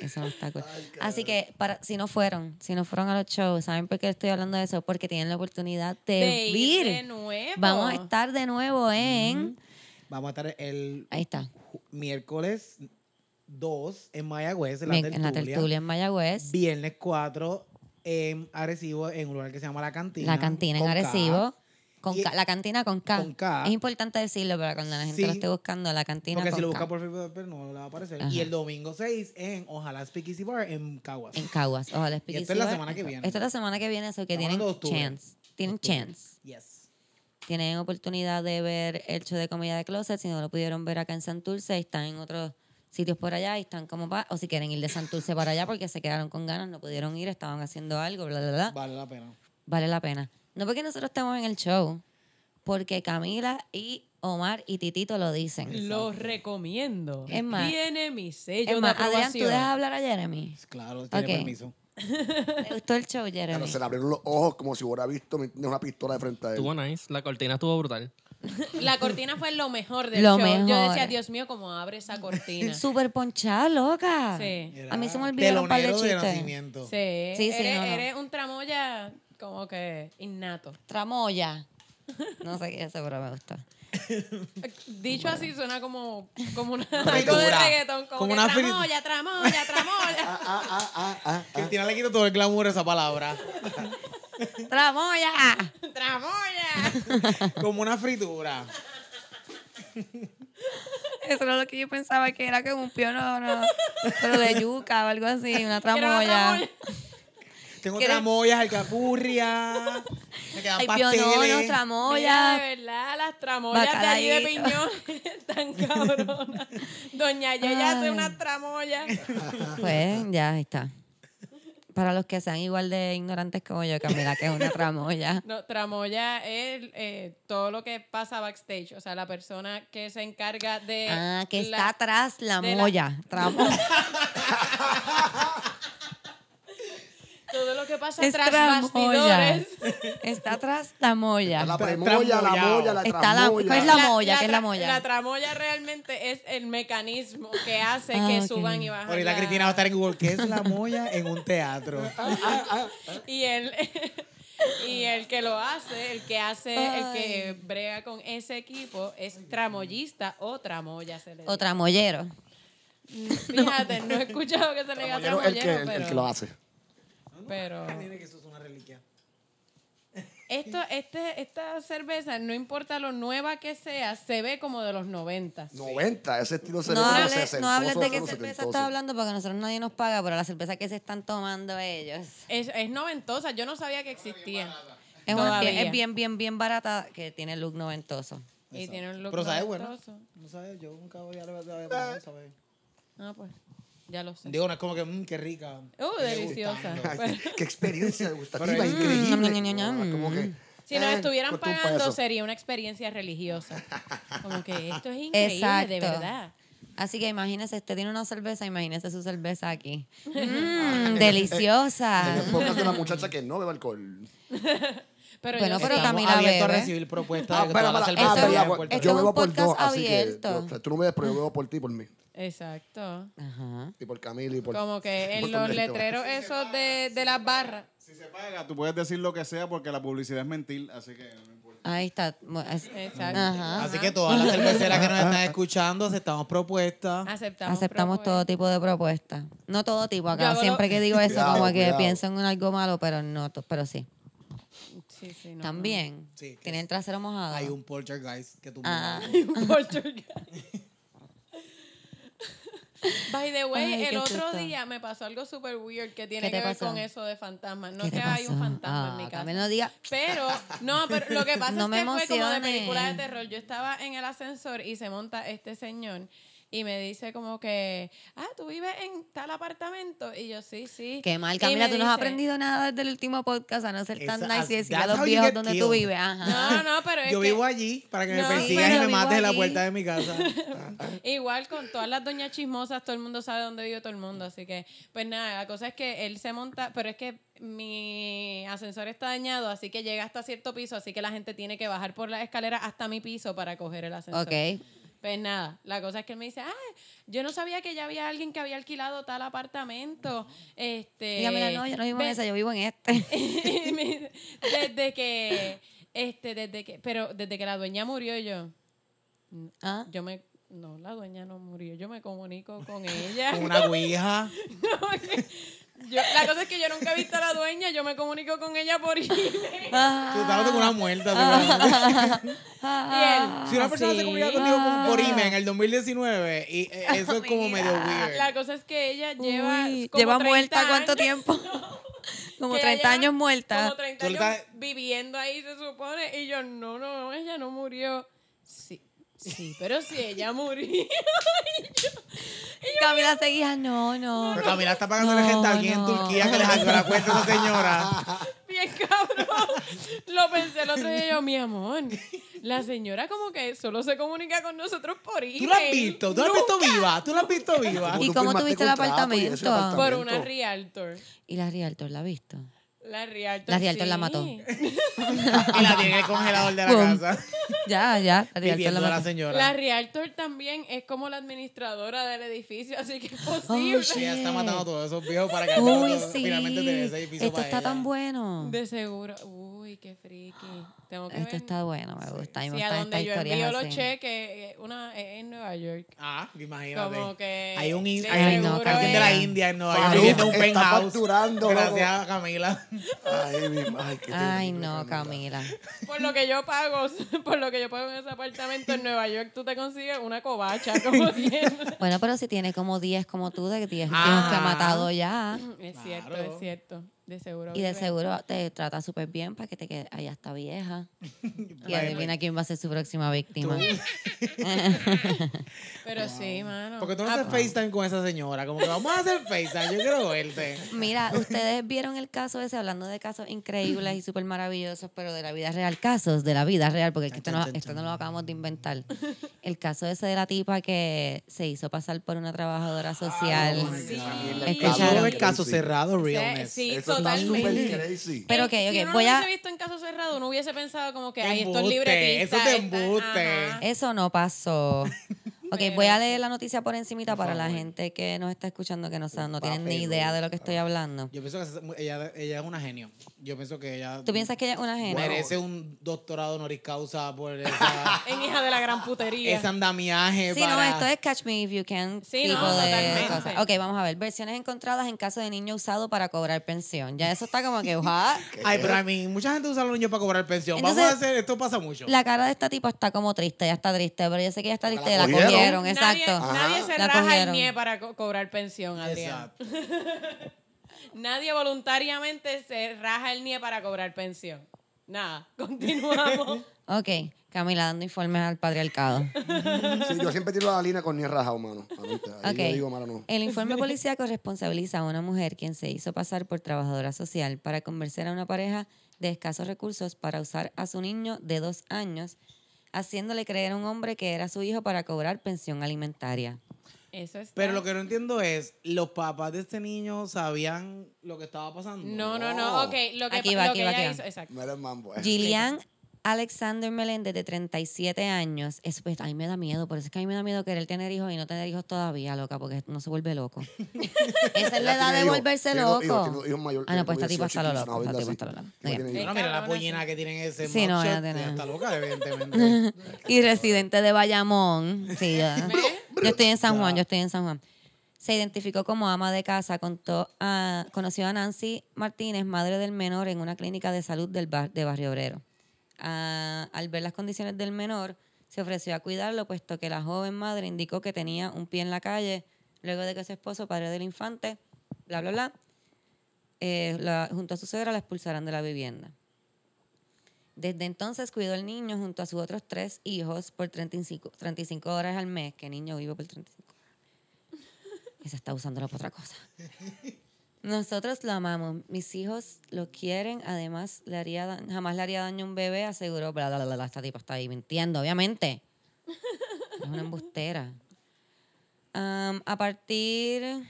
[SPEAKER 1] Eso no está cool. Así que para, si no fueron, si no fueron a los shows, ¿saben por qué estoy hablando de eso? Porque tienen la oportunidad de,
[SPEAKER 3] De ir
[SPEAKER 1] vir.
[SPEAKER 3] de nuevo.
[SPEAKER 1] Vamos a estar de nuevo en...
[SPEAKER 2] Vamos a estar el
[SPEAKER 1] Ahí está.
[SPEAKER 2] ju- miércoles 2 en Mayagüez, en la,
[SPEAKER 1] Bien,
[SPEAKER 2] tertulia,
[SPEAKER 1] en la tertulia en Mayagüez.
[SPEAKER 2] Viernes 4 en Arecibo, en un lugar que se llama La Cantina.
[SPEAKER 1] La cantina en
[SPEAKER 2] con K.
[SPEAKER 1] Arecibo. Con
[SPEAKER 2] Y-
[SPEAKER 1] K, la cantina con K.
[SPEAKER 2] con K.
[SPEAKER 1] Es importante decirlo para cuando la gente
[SPEAKER 2] Sí.
[SPEAKER 1] lo esté buscando. La cantina
[SPEAKER 2] Porque
[SPEAKER 1] con
[SPEAKER 2] si lo
[SPEAKER 1] K.
[SPEAKER 2] busca por Facebook pero no le va a aparecer.
[SPEAKER 1] Ajá.
[SPEAKER 2] Y el domingo 6 en Ojalá Speaky Bar en Caguas.
[SPEAKER 1] En Caguas. Ojalá
[SPEAKER 2] Y esto es la semana que viene.
[SPEAKER 1] Esta es la semana que viene, eso que
[SPEAKER 2] Estamos
[SPEAKER 1] tienen
[SPEAKER 2] hablando de octubre.
[SPEAKER 1] chance. Tienen chance.
[SPEAKER 2] Yes.
[SPEAKER 1] Tienen oportunidad de ver el show de comida de closet. Si no lo pudieron ver acá en Santurce, están en otros sitios por allá y están como pa- o si quieren ir de Santurce para allá porque se quedaron con ganas, no pudieron ir, estaban haciendo algo, bla, bla, bla.
[SPEAKER 2] Vale la pena.
[SPEAKER 1] vale la pena. No porque nosotros estemos en el show, porque Camila y Omar y Titito lo dicen.
[SPEAKER 3] Lo recomiendo.
[SPEAKER 1] Es más-
[SPEAKER 3] Tiene mi sello
[SPEAKER 1] Es más,
[SPEAKER 3] de
[SPEAKER 1] Adrián, tú
[SPEAKER 3] aprobación.
[SPEAKER 1] dejas hablar a Jeremy.
[SPEAKER 2] Pues Claro, tiene
[SPEAKER 1] Ok.
[SPEAKER 2] permiso.
[SPEAKER 1] ¿Te gustó el show, Jeremy?
[SPEAKER 4] Pero se le abrieron los ojos como si hubiera visto ¿me entiendes? una pistola de frente a él.
[SPEAKER 6] Estuvo nice, la cortina estuvo brutal.
[SPEAKER 3] La cortina fue lo mejor del
[SPEAKER 1] Lo
[SPEAKER 3] show. Yo
[SPEAKER 1] mejor.
[SPEAKER 3] decía, Dios mío, cómo abre esa cortina. sí.
[SPEAKER 1] Súper ponchada, loca.
[SPEAKER 3] Sí,
[SPEAKER 1] A mí se me olvidó
[SPEAKER 2] Telonero
[SPEAKER 1] un par de
[SPEAKER 2] de
[SPEAKER 1] chistes.
[SPEAKER 2] nacimiento.
[SPEAKER 1] sí,
[SPEAKER 3] eres,
[SPEAKER 1] no, no.
[SPEAKER 3] eres un tramoya como que innato.
[SPEAKER 1] Tramoya. No sé qué es eso, pero me gustó.
[SPEAKER 3] Dicho así suena como, como una algo de
[SPEAKER 2] Fritura.
[SPEAKER 3] reggaetón, como, Ah.
[SPEAKER 2] Como
[SPEAKER 3] que
[SPEAKER 2] una frit-
[SPEAKER 3] tramoya, tramoya, tramoya.
[SPEAKER 2] Cristina le quita todo el glamour a esa palabra.
[SPEAKER 1] ¡Tramoya!
[SPEAKER 3] tramoya.
[SPEAKER 2] Como una fritura.
[SPEAKER 1] Eso era lo que yo pensaba que era como un pionono, pero de yuca o algo así, una
[SPEAKER 3] Quiero una
[SPEAKER 1] tramoya.
[SPEAKER 3] tramoya.
[SPEAKER 2] Tengo
[SPEAKER 1] ¿Quieres-
[SPEAKER 2] tramoyas, alcapurria. Me quedan
[SPEAKER 1] Hay pionono,
[SPEAKER 2] pasteles.
[SPEAKER 1] tramoya.
[SPEAKER 3] Mira, de verdad, las tramoyas de allí de
[SPEAKER 1] Bacalaíto.
[SPEAKER 3] piñón están cabronas. Doña Yaya hace
[SPEAKER 1] Ay.
[SPEAKER 3] unas tramoyas.
[SPEAKER 1] Pues ya ahí está. Para los que sean igual de ignorantes como yo, Camila, que es una tramoya.
[SPEAKER 3] No, tramoya es eh, todo lo que pasa backstage. O sea, la persona que se encarga de.
[SPEAKER 1] Ah, que
[SPEAKER 3] Eh, la-
[SPEAKER 1] está atrás la
[SPEAKER 3] de la-
[SPEAKER 1] moya. Tramoya.
[SPEAKER 3] Todo lo que pasa
[SPEAKER 1] Es
[SPEAKER 3] tras
[SPEAKER 1] tramoya.
[SPEAKER 3] bastidores.
[SPEAKER 1] Está atrás la moya.
[SPEAKER 4] Está la
[SPEAKER 2] Tra-
[SPEAKER 4] premoya, la
[SPEAKER 2] tramoyao.
[SPEAKER 4] moya, la
[SPEAKER 1] Está la-
[SPEAKER 4] trasmoya.
[SPEAKER 1] ¿cuál es la- moya, ¿qué es la
[SPEAKER 3] tra-
[SPEAKER 1] moya?
[SPEAKER 3] La tramoya realmente es el mecanismo que hace
[SPEAKER 1] Ah,
[SPEAKER 3] que
[SPEAKER 1] ok.
[SPEAKER 3] suban y bajan.
[SPEAKER 2] Ahorita
[SPEAKER 3] la-
[SPEAKER 2] Cristina va a estar en Google. ¿Qué es la moya en un teatro?
[SPEAKER 3] Y el, y el que lo hace, el que hace, el que brega con ese equipo es tramoyista o tramoya. Se le dice.
[SPEAKER 1] O tramoyero.
[SPEAKER 3] Fíjate, no he escuchado que se le diga
[SPEAKER 4] Pero el, que,
[SPEAKER 3] tramoyero,
[SPEAKER 4] el- el
[SPEAKER 3] pero.
[SPEAKER 4] que lo hace.
[SPEAKER 3] pero
[SPEAKER 2] que eso es una reliquia.
[SPEAKER 3] esto, este, esta cerveza, no importa lo nueva que sea, se ve como de los 90.
[SPEAKER 4] 90, ese estilo
[SPEAKER 1] No
[SPEAKER 4] cerezoso,
[SPEAKER 1] hables,
[SPEAKER 4] sesentoso,
[SPEAKER 1] no hables de qué
[SPEAKER 4] sesentoso.
[SPEAKER 1] cerveza estás hablando porque nosotros nadie nos paga, pero la cerveza que se están tomando ellos
[SPEAKER 3] Es, es noventosa, yo no sabía que existía.
[SPEAKER 1] es, una-
[SPEAKER 3] Todavía.
[SPEAKER 1] es bien, bien, bien barata que tiene look noventoso.
[SPEAKER 3] Y tiene un look
[SPEAKER 2] Pero sabe bueno.
[SPEAKER 3] noventoso.
[SPEAKER 2] No sabes, yo nunca voy a la verdad. ¿sabes?
[SPEAKER 3] Ah, pues, ya lo sé.
[SPEAKER 2] Digo, no es como que, mmm, qué rica.
[SPEAKER 3] Uh,
[SPEAKER 2] Me
[SPEAKER 3] deliciosa.
[SPEAKER 2] gustando.
[SPEAKER 3] Pero-
[SPEAKER 4] Qué experiencia gustativa
[SPEAKER 2] Pero-
[SPEAKER 4] increíble.
[SPEAKER 1] Mm, ñam, ñam,
[SPEAKER 4] Como que,
[SPEAKER 3] Si nos
[SPEAKER 4] eh,
[SPEAKER 3] estuvieran
[SPEAKER 4] cuesta un
[SPEAKER 3] pagando
[SPEAKER 4] peso.
[SPEAKER 3] sería una experiencia religiosa. Como que esto es increíble, de
[SPEAKER 1] Exacto.
[SPEAKER 3] verdad.
[SPEAKER 1] Así que imagínese, usted tiene una cerveza, imagínese su cerveza aquí. Mm, deliciosa.
[SPEAKER 4] En el podcast de la muchacha que no bebe alcohol.
[SPEAKER 3] Pero
[SPEAKER 1] Bueno,
[SPEAKER 3] yo
[SPEAKER 1] pero
[SPEAKER 3] sé-
[SPEAKER 2] Estamos
[SPEAKER 1] Camila
[SPEAKER 2] abiertos
[SPEAKER 1] bebe.
[SPEAKER 2] a recibir propuestas
[SPEAKER 4] Ah,
[SPEAKER 2] de
[SPEAKER 4] espera,
[SPEAKER 2] todas las
[SPEAKER 4] espera,
[SPEAKER 1] ah,
[SPEAKER 2] cervezas que
[SPEAKER 1] espera,
[SPEAKER 2] hay en Puerto
[SPEAKER 1] esto
[SPEAKER 4] yo
[SPEAKER 1] es un
[SPEAKER 4] bebo por dos,
[SPEAKER 1] podcast
[SPEAKER 4] así que
[SPEAKER 1] abierto.
[SPEAKER 4] yo- o sea, tú no me ves, pero yo bebo por ti y por mí.
[SPEAKER 3] Exacto.
[SPEAKER 1] Ajá.
[SPEAKER 4] Y por Camilo y por...
[SPEAKER 3] Como que
[SPEAKER 4] por
[SPEAKER 3] en los
[SPEAKER 4] Tomás.
[SPEAKER 3] letreros esos de, de las barras.
[SPEAKER 5] Si se paga, tú puedes decir lo que sea porque la publicidad es mentir, así que no importa.
[SPEAKER 1] Ahí está. Mu- es-
[SPEAKER 3] Exacto.
[SPEAKER 1] Ajá.
[SPEAKER 2] Así que todas las cerveceras que nos están
[SPEAKER 4] Ah.
[SPEAKER 2] escuchando, aceptamos propuestas.
[SPEAKER 3] Aceptamos,
[SPEAKER 1] Aceptamos todo
[SPEAKER 3] propuestas.
[SPEAKER 1] tipo de propuestas. No todo tipo
[SPEAKER 3] Yo
[SPEAKER 1] acá.
[SPEAKER 3] hago lo-
[SPEAKER 1] Siempre que digo eso,
[SPEAKER 4] Cuidado,
[SPEAKER 1] como que
[SPEAKER 4] cuidado.
[SPEAKER 1] pienso en algo malo, pero no, to- pero sí.
[SPEAKER 3] Sí, sí, no,
[SPEAKER 1] También.
[SPEAKER 2] Sí, que
[SPEAKER 1] Tiene el trasero mojado.
[SPEAKER 2] Hay un
[SPEAKER 3] Ah.
[SPEAKER 2] poltergeist que tú
[SPEAKER 1] Ah.
[SPEAKER 3] no. Poltergeist. By the way,
[SPEAKER 1] Ay, qué
[SPEAKER 3] el otro
[SPEAKER 1] susto.
[SPEAKER 3] día me pasó algo súper weird que tiene
[SPEAKER 1] ¿Qué te
[SPEAKER 3] que ver
[SPEAKER 1] pasó?
[SPEAKER 3] con eso de fantasmas. No
[SPEAKER 1] ¿Qué
[SPEAKER 3] es
[SPEAKER 1] te
[SPEAKER 3] que hay un
[SPEAKER 1] pasó?
[SPEAKER 3] fantasma en
[SPEAKER 1] Ah,
[SPEAKER 3] mi casa.
[SPEAKER 1] Carmen, no diga-
[SPEAKER 3] Pero, no, pero lo que pasa
[SPEAKER 1] No
[SPEAKER 3] es
[SPEAKER 1] me
[SPEAKER 3] que fue como de
[SPEAKER 1] emociones.
[SPEAKER 3] película de terror. Yo estaba en el ascensor y se monta este señor y me dice como que, ah, tú vives en tal apartamento. Y yo, sí, sí.
[SPEAKER 1] Qué mal,
[SPEAKER 3] Y
[SPEAKER 1] Camila,
[SPEAKER 3] me
[SPEAKER 1] tú no has
[SPEAKER 3] dice,
[SPEAKER 1] aprendido nada desde el último podcast a no ser tan
[SPEAKER 2] Esa-
[SPEAKER 1] nice y decir a
[SPEAKER 2] that's
[SPEAKER 1] los
[SPEAKER 2] how you
[SPEAKER 1] viejos
[SPEAKER 2] get
[SPEAKER 1] donde tú
[SPEAKER 2] killed.
[SPEAKER 1] vives. Ajá.
[SPEAKER 3] No, no, pero es
[SPEAKER 2] Yo
[SPEAKER 3] que-
[SPEAKER 2] vivo allí para que me
[SPEAKER 3] No,
[SPEAKER 2] persigas
[SPEAKER 1] pero
[SPEAKER 2] y me
[SPEAKER 1] vivo
[SPEAKER 2] mates en la
[SPEAKER 1] allí.
[SPEAKER 2] puerta de mi casa.
[SPEAKER 3] Igual con todas las doñas chismosas, todo el mundo sabe dónde vive todo el mundo. Así que, pues nada, la cosa es que él se monta, pero es que mi ascensor está dañado, así que llega hasta cierto piso, así que la gente tiene que bajar por la escalera hasta mi piso para coger el ascensor.
[SPEAKER 1] Ok.
[SPEAKER 3] Pues nada, la cosa es que él me dice, ah, yo no sabía que ya había alguien que había alquilado tal apartamento. Este,
[SPEAKER 1] Diga, mira, no, yo no vivo en
[SPEAKER 3] ve-
[SPEAKER 1] esa, yo vivo en este.
[SPEAKER 3] y me dice, desde que, este, desde que, pero desde que la dueña murió y yo.
[SPEAKER 1] Ah.
[SPEAKER 3] Yo me. No, la dueña no murió. Yo me comunico con ella.
[SPEAKER 2] Con una ouija.
[SPEAKER 3] Ah. Yo- la cosa es que yo nunca he visto a la dueña. Yo me comunico con ella por email.
[SPEAKER 1] ah,
[SPEAKER 2] Tú estabas con una muerta. seguramente.
[SPEAKER 3] Ah.
[SPEAKER 1] ah.
[SPEAKER 3] Y él,
[SPEAKER 2] Si una persona se
[SPEAKER 3] sí.
[SPEAKER 2] comunica contigo
[SPEAKER 3] Ah.
[SPEAKER 2] con- por email en el 2019, y eh, eso es como medio weird.
[SPEAKER 3] La cosa es que ella lleva.
[SPEAKER 1] Uy,
[SPEAKER 3] como
[SPEAKER 1] lleva
[SPEAKER 3] 30
[SPEAKER 1] muerta cuánto
[SPEAKER 3] años-
[SPEAKER 1] tiempo? como
[SPEAKER 3] que ella
[SPEAKER 1] 30
[SPEAKER 3] lleva
[SPEAKER 1] años
[SPEAKER 3] Como
[SPEAKER 1] muerta.
[SPEAKER 3] 30
[SPEAKER 2] Tú le
[SPEAKER 3] años
[SPEAKER 2] estás-
[SPEAKER 3] viviendo ahí, se supone. Y yo, no, no, no, ella no murió. Sí, sí, pero si ella murió.
[SPEAKER 1] Camila seguía, "Ah, no, no.
[SPEAKER 2] Pero Camila está pagando
[SPEAKER 1] No,
[SPEAKER 2] la gente a alguien
[SPEAKER 1] no.
[SPEAKER 2] en Turquía que le sacó la cuenta a esa señora.
[SPEAKER 3] Bien cabrón. Lo pensé el otro día y yo, mi amor. La señora como que solo se comunica con nosotros por email.
[SPEAKER 2] ¿Tú la has visto? ¿Tú la has visto viva? ¿Tú la has visto viva?
[SPEAKER 1] ¿Y
[SPEAKER 4] tú
[SPEAKER 1] cómo
[SPEAKER 4] firmaste
[SPEAKER 1] tuviste el
[SPEAKER 4] contrato Ah, pues, y
[SPEAKER 1] apartamento?
[SPEAKER 4] ese
[SPEAKER 3] Por
[SPEAKER 4] apartamento?
[SPEAKER 3] una realtor.
[SPEAKER 1] ¿Y la Rialto la ha visto?
[SPEAKER 3] La realtor,
[SPEAKER 1] La realtor
[SPEAKER 3] sí.
[SPEAKER 1] la mató.
[SPEAKER 2] Y la tiene en el congelador de la
[SPEAKER 1] Boom.
[SPEAKER 2] casa.
[SPEAKER 1] Ya, ya, la Rialto
[SPEAKER 2] Viviendo
[SPEAKER 1] la
[SPEAKER 2] a la
[SPEAKER 1] mató.
[SPEAKER 3] La
[SPEAKER 2] señora.
[SPEAKER 3] realtor también es como la administradora del edificio, así que es
[SPEAKER 1] Oh,
[SPEAKER 3] posible.
[SPEAKER 1] shit.
[SPEAKER 2] Ella está matando a todos esos viejos para que
[SPEAKER 1] Uy,
[SPEAKER 2] todos-
[SPEAKER 1] sí.
[SPEAKER 2] finalmente tenga ese edificio
[SPEAKER 1] Esto
[SPEAKER 2] para
[SPEAKER 1] está
[SPEAKER 2] ella.
[SPEAKER 1] tan bueno.
[SPEAKER 3] De seguro. Uy, qué friki. Tengo que
[SPEAKER 1] Esto
[SPEAKER 3] ver.
[SPEAKER 1] está bueno, me gusta. A mí me
[SPEAKER 3] Sí, a
[SPEAKER 1] gustan
[SPEAKER 3] donde yo
[SPEAKER 1] estas
[SPEAKER 3] envío
[SPEAKER 1] historias
[SPEAKER 3] los
[SPEAKER 1] así.
[SPEAKER 3] cheques, eh, una eh, en Nueva York.
[SPEAKER 2] Ah, imagínate.
[SPEAKER 3] Como que
[SPEAKER 2] hay un in-
[SPEAKER 3] de
[SPEAKER 2] hay
[SPEAKER 1] seguro
[SPEAKER 2] un- alguien de la
[SPEAKER 1] es-
[SPEAKER 2] India en Nueva York
[SPEAKER 4] Faruk
[SPEAKER 2] viviendo en un
[SPEAKER 4] está
[SPEAKER 2] penthouse.
[SPEAKER 4] facturando,
[SPEAKER 2] Gracias a Camila.
[SPEAKER 4] Ay, mi ay, qué
[SPEAKER 1] Ay,
[SPEAKER 4] terrible,
[SPEAKER 1] no, Camila.
[SPEAKER 3] Por lo que yo pago, por lo que yo pago en ese apartamento en Nueva York, tú te consigues una covacha como quien-
[SPEAKER 1] Bueno, pero si tiene como 10 como tú, de 10
[SPEAKER 2] Ah.
[SPEAKER 1] que ha matado ya.
[SPEAKER 3] Es cierto,
[SPEAKER 2] Claro.
[SPEAKER 3] es cierto. De seguro.
[SPEAKER 1] Y de
[SPEAKER 3] vive.
[SPEAKER 1] seguro te trata súper bien para que te quede allá está vieja. Y
[SPEAKER 2] Bueno.
[SPEAKER 1] adivina quién va a ser su próxima víctima.
[SPEAKER 3] Pero sí, mano.
[SPEAKER 2] Porque tú no
[SPEAKER 3] Ah,
[SPEAKER 1] pues.
[SPEAKER 2] haces FaceTime con esa señora. Como que vamos a hacer FaceTime, yo quiero verte.
[SPEAKER 1] Mira, ustedes vieron el caso ese, hablando de casos increíbles y súper maravillosos, pero de la vida real, casos de la vida real, porque esto no, esto no lo acabamos de inventar. El caso ese de la tipa que se hizo pasar por una trabajadora social.
[SPEAKER 3] sí.
[SPEAKER 1] Escucharon.
[SPEAKER 2] Caso de caso cerrado,
[SPEAKER 3] o sea,
[SPEAKER 2] realness.
[SPEAKER 3] Sí,
[SPEAKER 4] Eso está
[SPEAKER 3] totalmente.
[SPEAKER 4] súper crazy.
[SPEAKER 1] Pero
[SPEAKER 3] Eh,
[SPEAKER 1] ok,
[SPEAKER 3] si
[SPEAKER 1] ok,
[SPEAKER 3] uno
[SPEAKER 1] voy
[SPEAKER 3] no
[SPEAKER 1] a...
[SPEAKER 3] hubiese visto en caso cerrado, no hubiese pensado como que
[SPEAKER 2] Qué
[SPEAKER 3] hay estos
[SPEAKER 2] embuste,
[SPEAKER 3] libretistas.
[SPEAKER 2] eso te
[SPEAKER 3] esta-
[SPEAKER 2] embuste.
[SPEAKER 3] ajá.
[SPEAKER 1] Eso no pasó. Ok,
[SPEAKER 3] Pero
[SPEAKER 1] voy a leer la noticia por encimita para la gente que nos está escuchando que no, sabe- no tienen ni idea de lo que estoy hablando.
[SPEAKER 2] Yo pienso que esa- ella, ella es una genio. Yo pienso que ella
[SPEAKER 1] ¿Tú piensas que ella es una gente?
[SPEAKER 2] merece un doctorado honoris causa por esa-
[SPEAKER 3] En hija de la gran putería.
[SPEAKER 2] ese andamiaje.
[SPEAKER 1] Sí,
[SPEAKER 2] para...
[SPEAKER 1] no, esto es Catch Me If You Can.
[SPEAKER 3] Sí,
[SPEAKER 1] tipo
[SPEAKER 3] no,
[SPEAKER 1] de
[SPEAKER 3] totalmente.
[SPEAKER 1] cosas. Ok, vamos a ver. Versiones encontradas en caso de niño usado para cobrar pensión. Ya eso está como que, ojalá.
[SPEAKER 2] Ay, pero a mí, mucha gente usa a los niños para cobrar pensión. Vamos
[SPEAKER 1] Entonces-
[SPEAKER 2] a hacer, esto pasa mucho.
[SPEAKER 1] La cara de esta tipa está como triste, ya está triste, pero yo sé que ya está triste,
[SPEAKER 4] la
[SPEAKER 1] la cogieron,
[SPEAKER 4] cogieron.
[SPEAKER 1] exacto.
[SPEAKER 3] Nadie, nadie se
[SPEAKER 1] La
[SPEAKER 3] raja
[SPEAKER 1] cogieron.
[SPEAKER 3] el NIE para co- cobrar pensión, Adrián.
[SPEAKER 2] Exacto.
[SPEAKER 3] Nadie voluntariamente se raja el NIE para cobrar pensión. Nada, continuamos.
[SPEAKER 1] Ok, Camila dando informes al patriarcado.
[SPEAKER 4] Sí, yo siempre tiro la línea con ni rajado, mano. Ahorita, Ahí
[SPEAKER 1] Ok. Eh,
[SPEAKER 4] yo digo, mano, no.
[SPEAKER 1] El informe policíaco responsabiliza a una mujer quien se hizo pasar por trabajadora social para convencer a una pareja de escasos recursos para usar a su niño de dos años, haciéndole creer a un hombre que era su hijo para cobrar pensión alimentaria.
[SPEAKER 4] Pues,
[SPEAKER 3] Eso es.
[SPEAKER 2] Pero lo que no entiendo es, ¿los papás de este niño sabían lo que estaba pasando?
[SPEAKER 3] No, no, no. Ok, lo que,
[SPEAKER 1] Aquí va,
[SPEAKER 3] lo
[SPEAKER 1] aquí
[SPEAKER 3] que
[SPEAKER 1] va,
[SPEAKER 3] ella
[SPEAKER 1] aquí va.
[SPEAKER 3] hizo. Exacto.
[SPEAKER 4] No eres mambo. eh.
[SPEAKER 1] Gillian Alexander Meléndez, de 37 años. Es, pues, a mí me da miedo, por eso es que a mí me da miedo querer tener hijos y no tener hijos todavía, loca, porque no se vuelve loco. Esa es la
[SPEAKER 4] Ella
[SPEAKER 1] edad
[SPEAKER 4] tiene
[SPEAKER 1] de
[SPEAKER 4] hijos,
[SPEAKER 1] volverse
[SPEAKER 4] tiene dos
[SPEAKER 1] loco.
[SPEAKER 4] hijos, tiene dos hijos mayores,
[SPEAKER 1] ah, no,
[SPEAKER 4] tiene
[SPEAKER 1] pues esta tipa
[SPEAKER 4] 18,
[SPEAKER 1] está lo loco.
[SPEAKER 4] 15, una
[SPEAKER 1] Esta
[SPEAKER 4] vaina
[SPEAKER 1] tipa
[SPEAKER 4] así.
[SPEAKER 1] está lo loco.
[SPEAKER 4] No
[SPEAKER 1] Ok.
[SPEAKER 4] tiene hijos.
[SPEAKER 2] Bueno, mira la
[SPEAKER 3] Cabrona,
[SPEAKER 2] pollina que tienen ese
[SPEAKER 1] Sí, no,
[SPEAKER 2] mugshot,
[SPEAKER 1] ella tiene-
[SPEAKER 2] ella está loca, evidentemente.
[SPEAKER 1] Y residente de Bayamón. Sí, yo, yo estoy en San Juan,
[SPEAKER 2] Ya.
[SPEAKER 1] yo estoy en San Juan. Se identificó como ama de casa, contó a- conoció a Nancy Martínez, madre del menor, en una clínica de salud del bar- de Barrio Obrero. Ah, al ver las condiciones del menor, se ofreció a cuidarlo, puesto que la joven madre indicó que tenía un pie en la calle, luego de que su esposo, padre del infante, bla, bla, bla, eh, la- junto a su suegra la expulsarán de la vivienda. Desde entonces cuidó al niño junto a sus otros tres hijos por 35, 35 horas al mes. ¿Qué niño vive por 35? Esa está usándolo para otra cosa. Nosotros lo amamos. Mis hijos lo quieren. Además, le haría da- jamás le haría daño a un bebé, aseguró. Bla, bla, bla, bla. Esta tipa está ahí mintiendo, obviamente. Es una embustera. Am, a partir...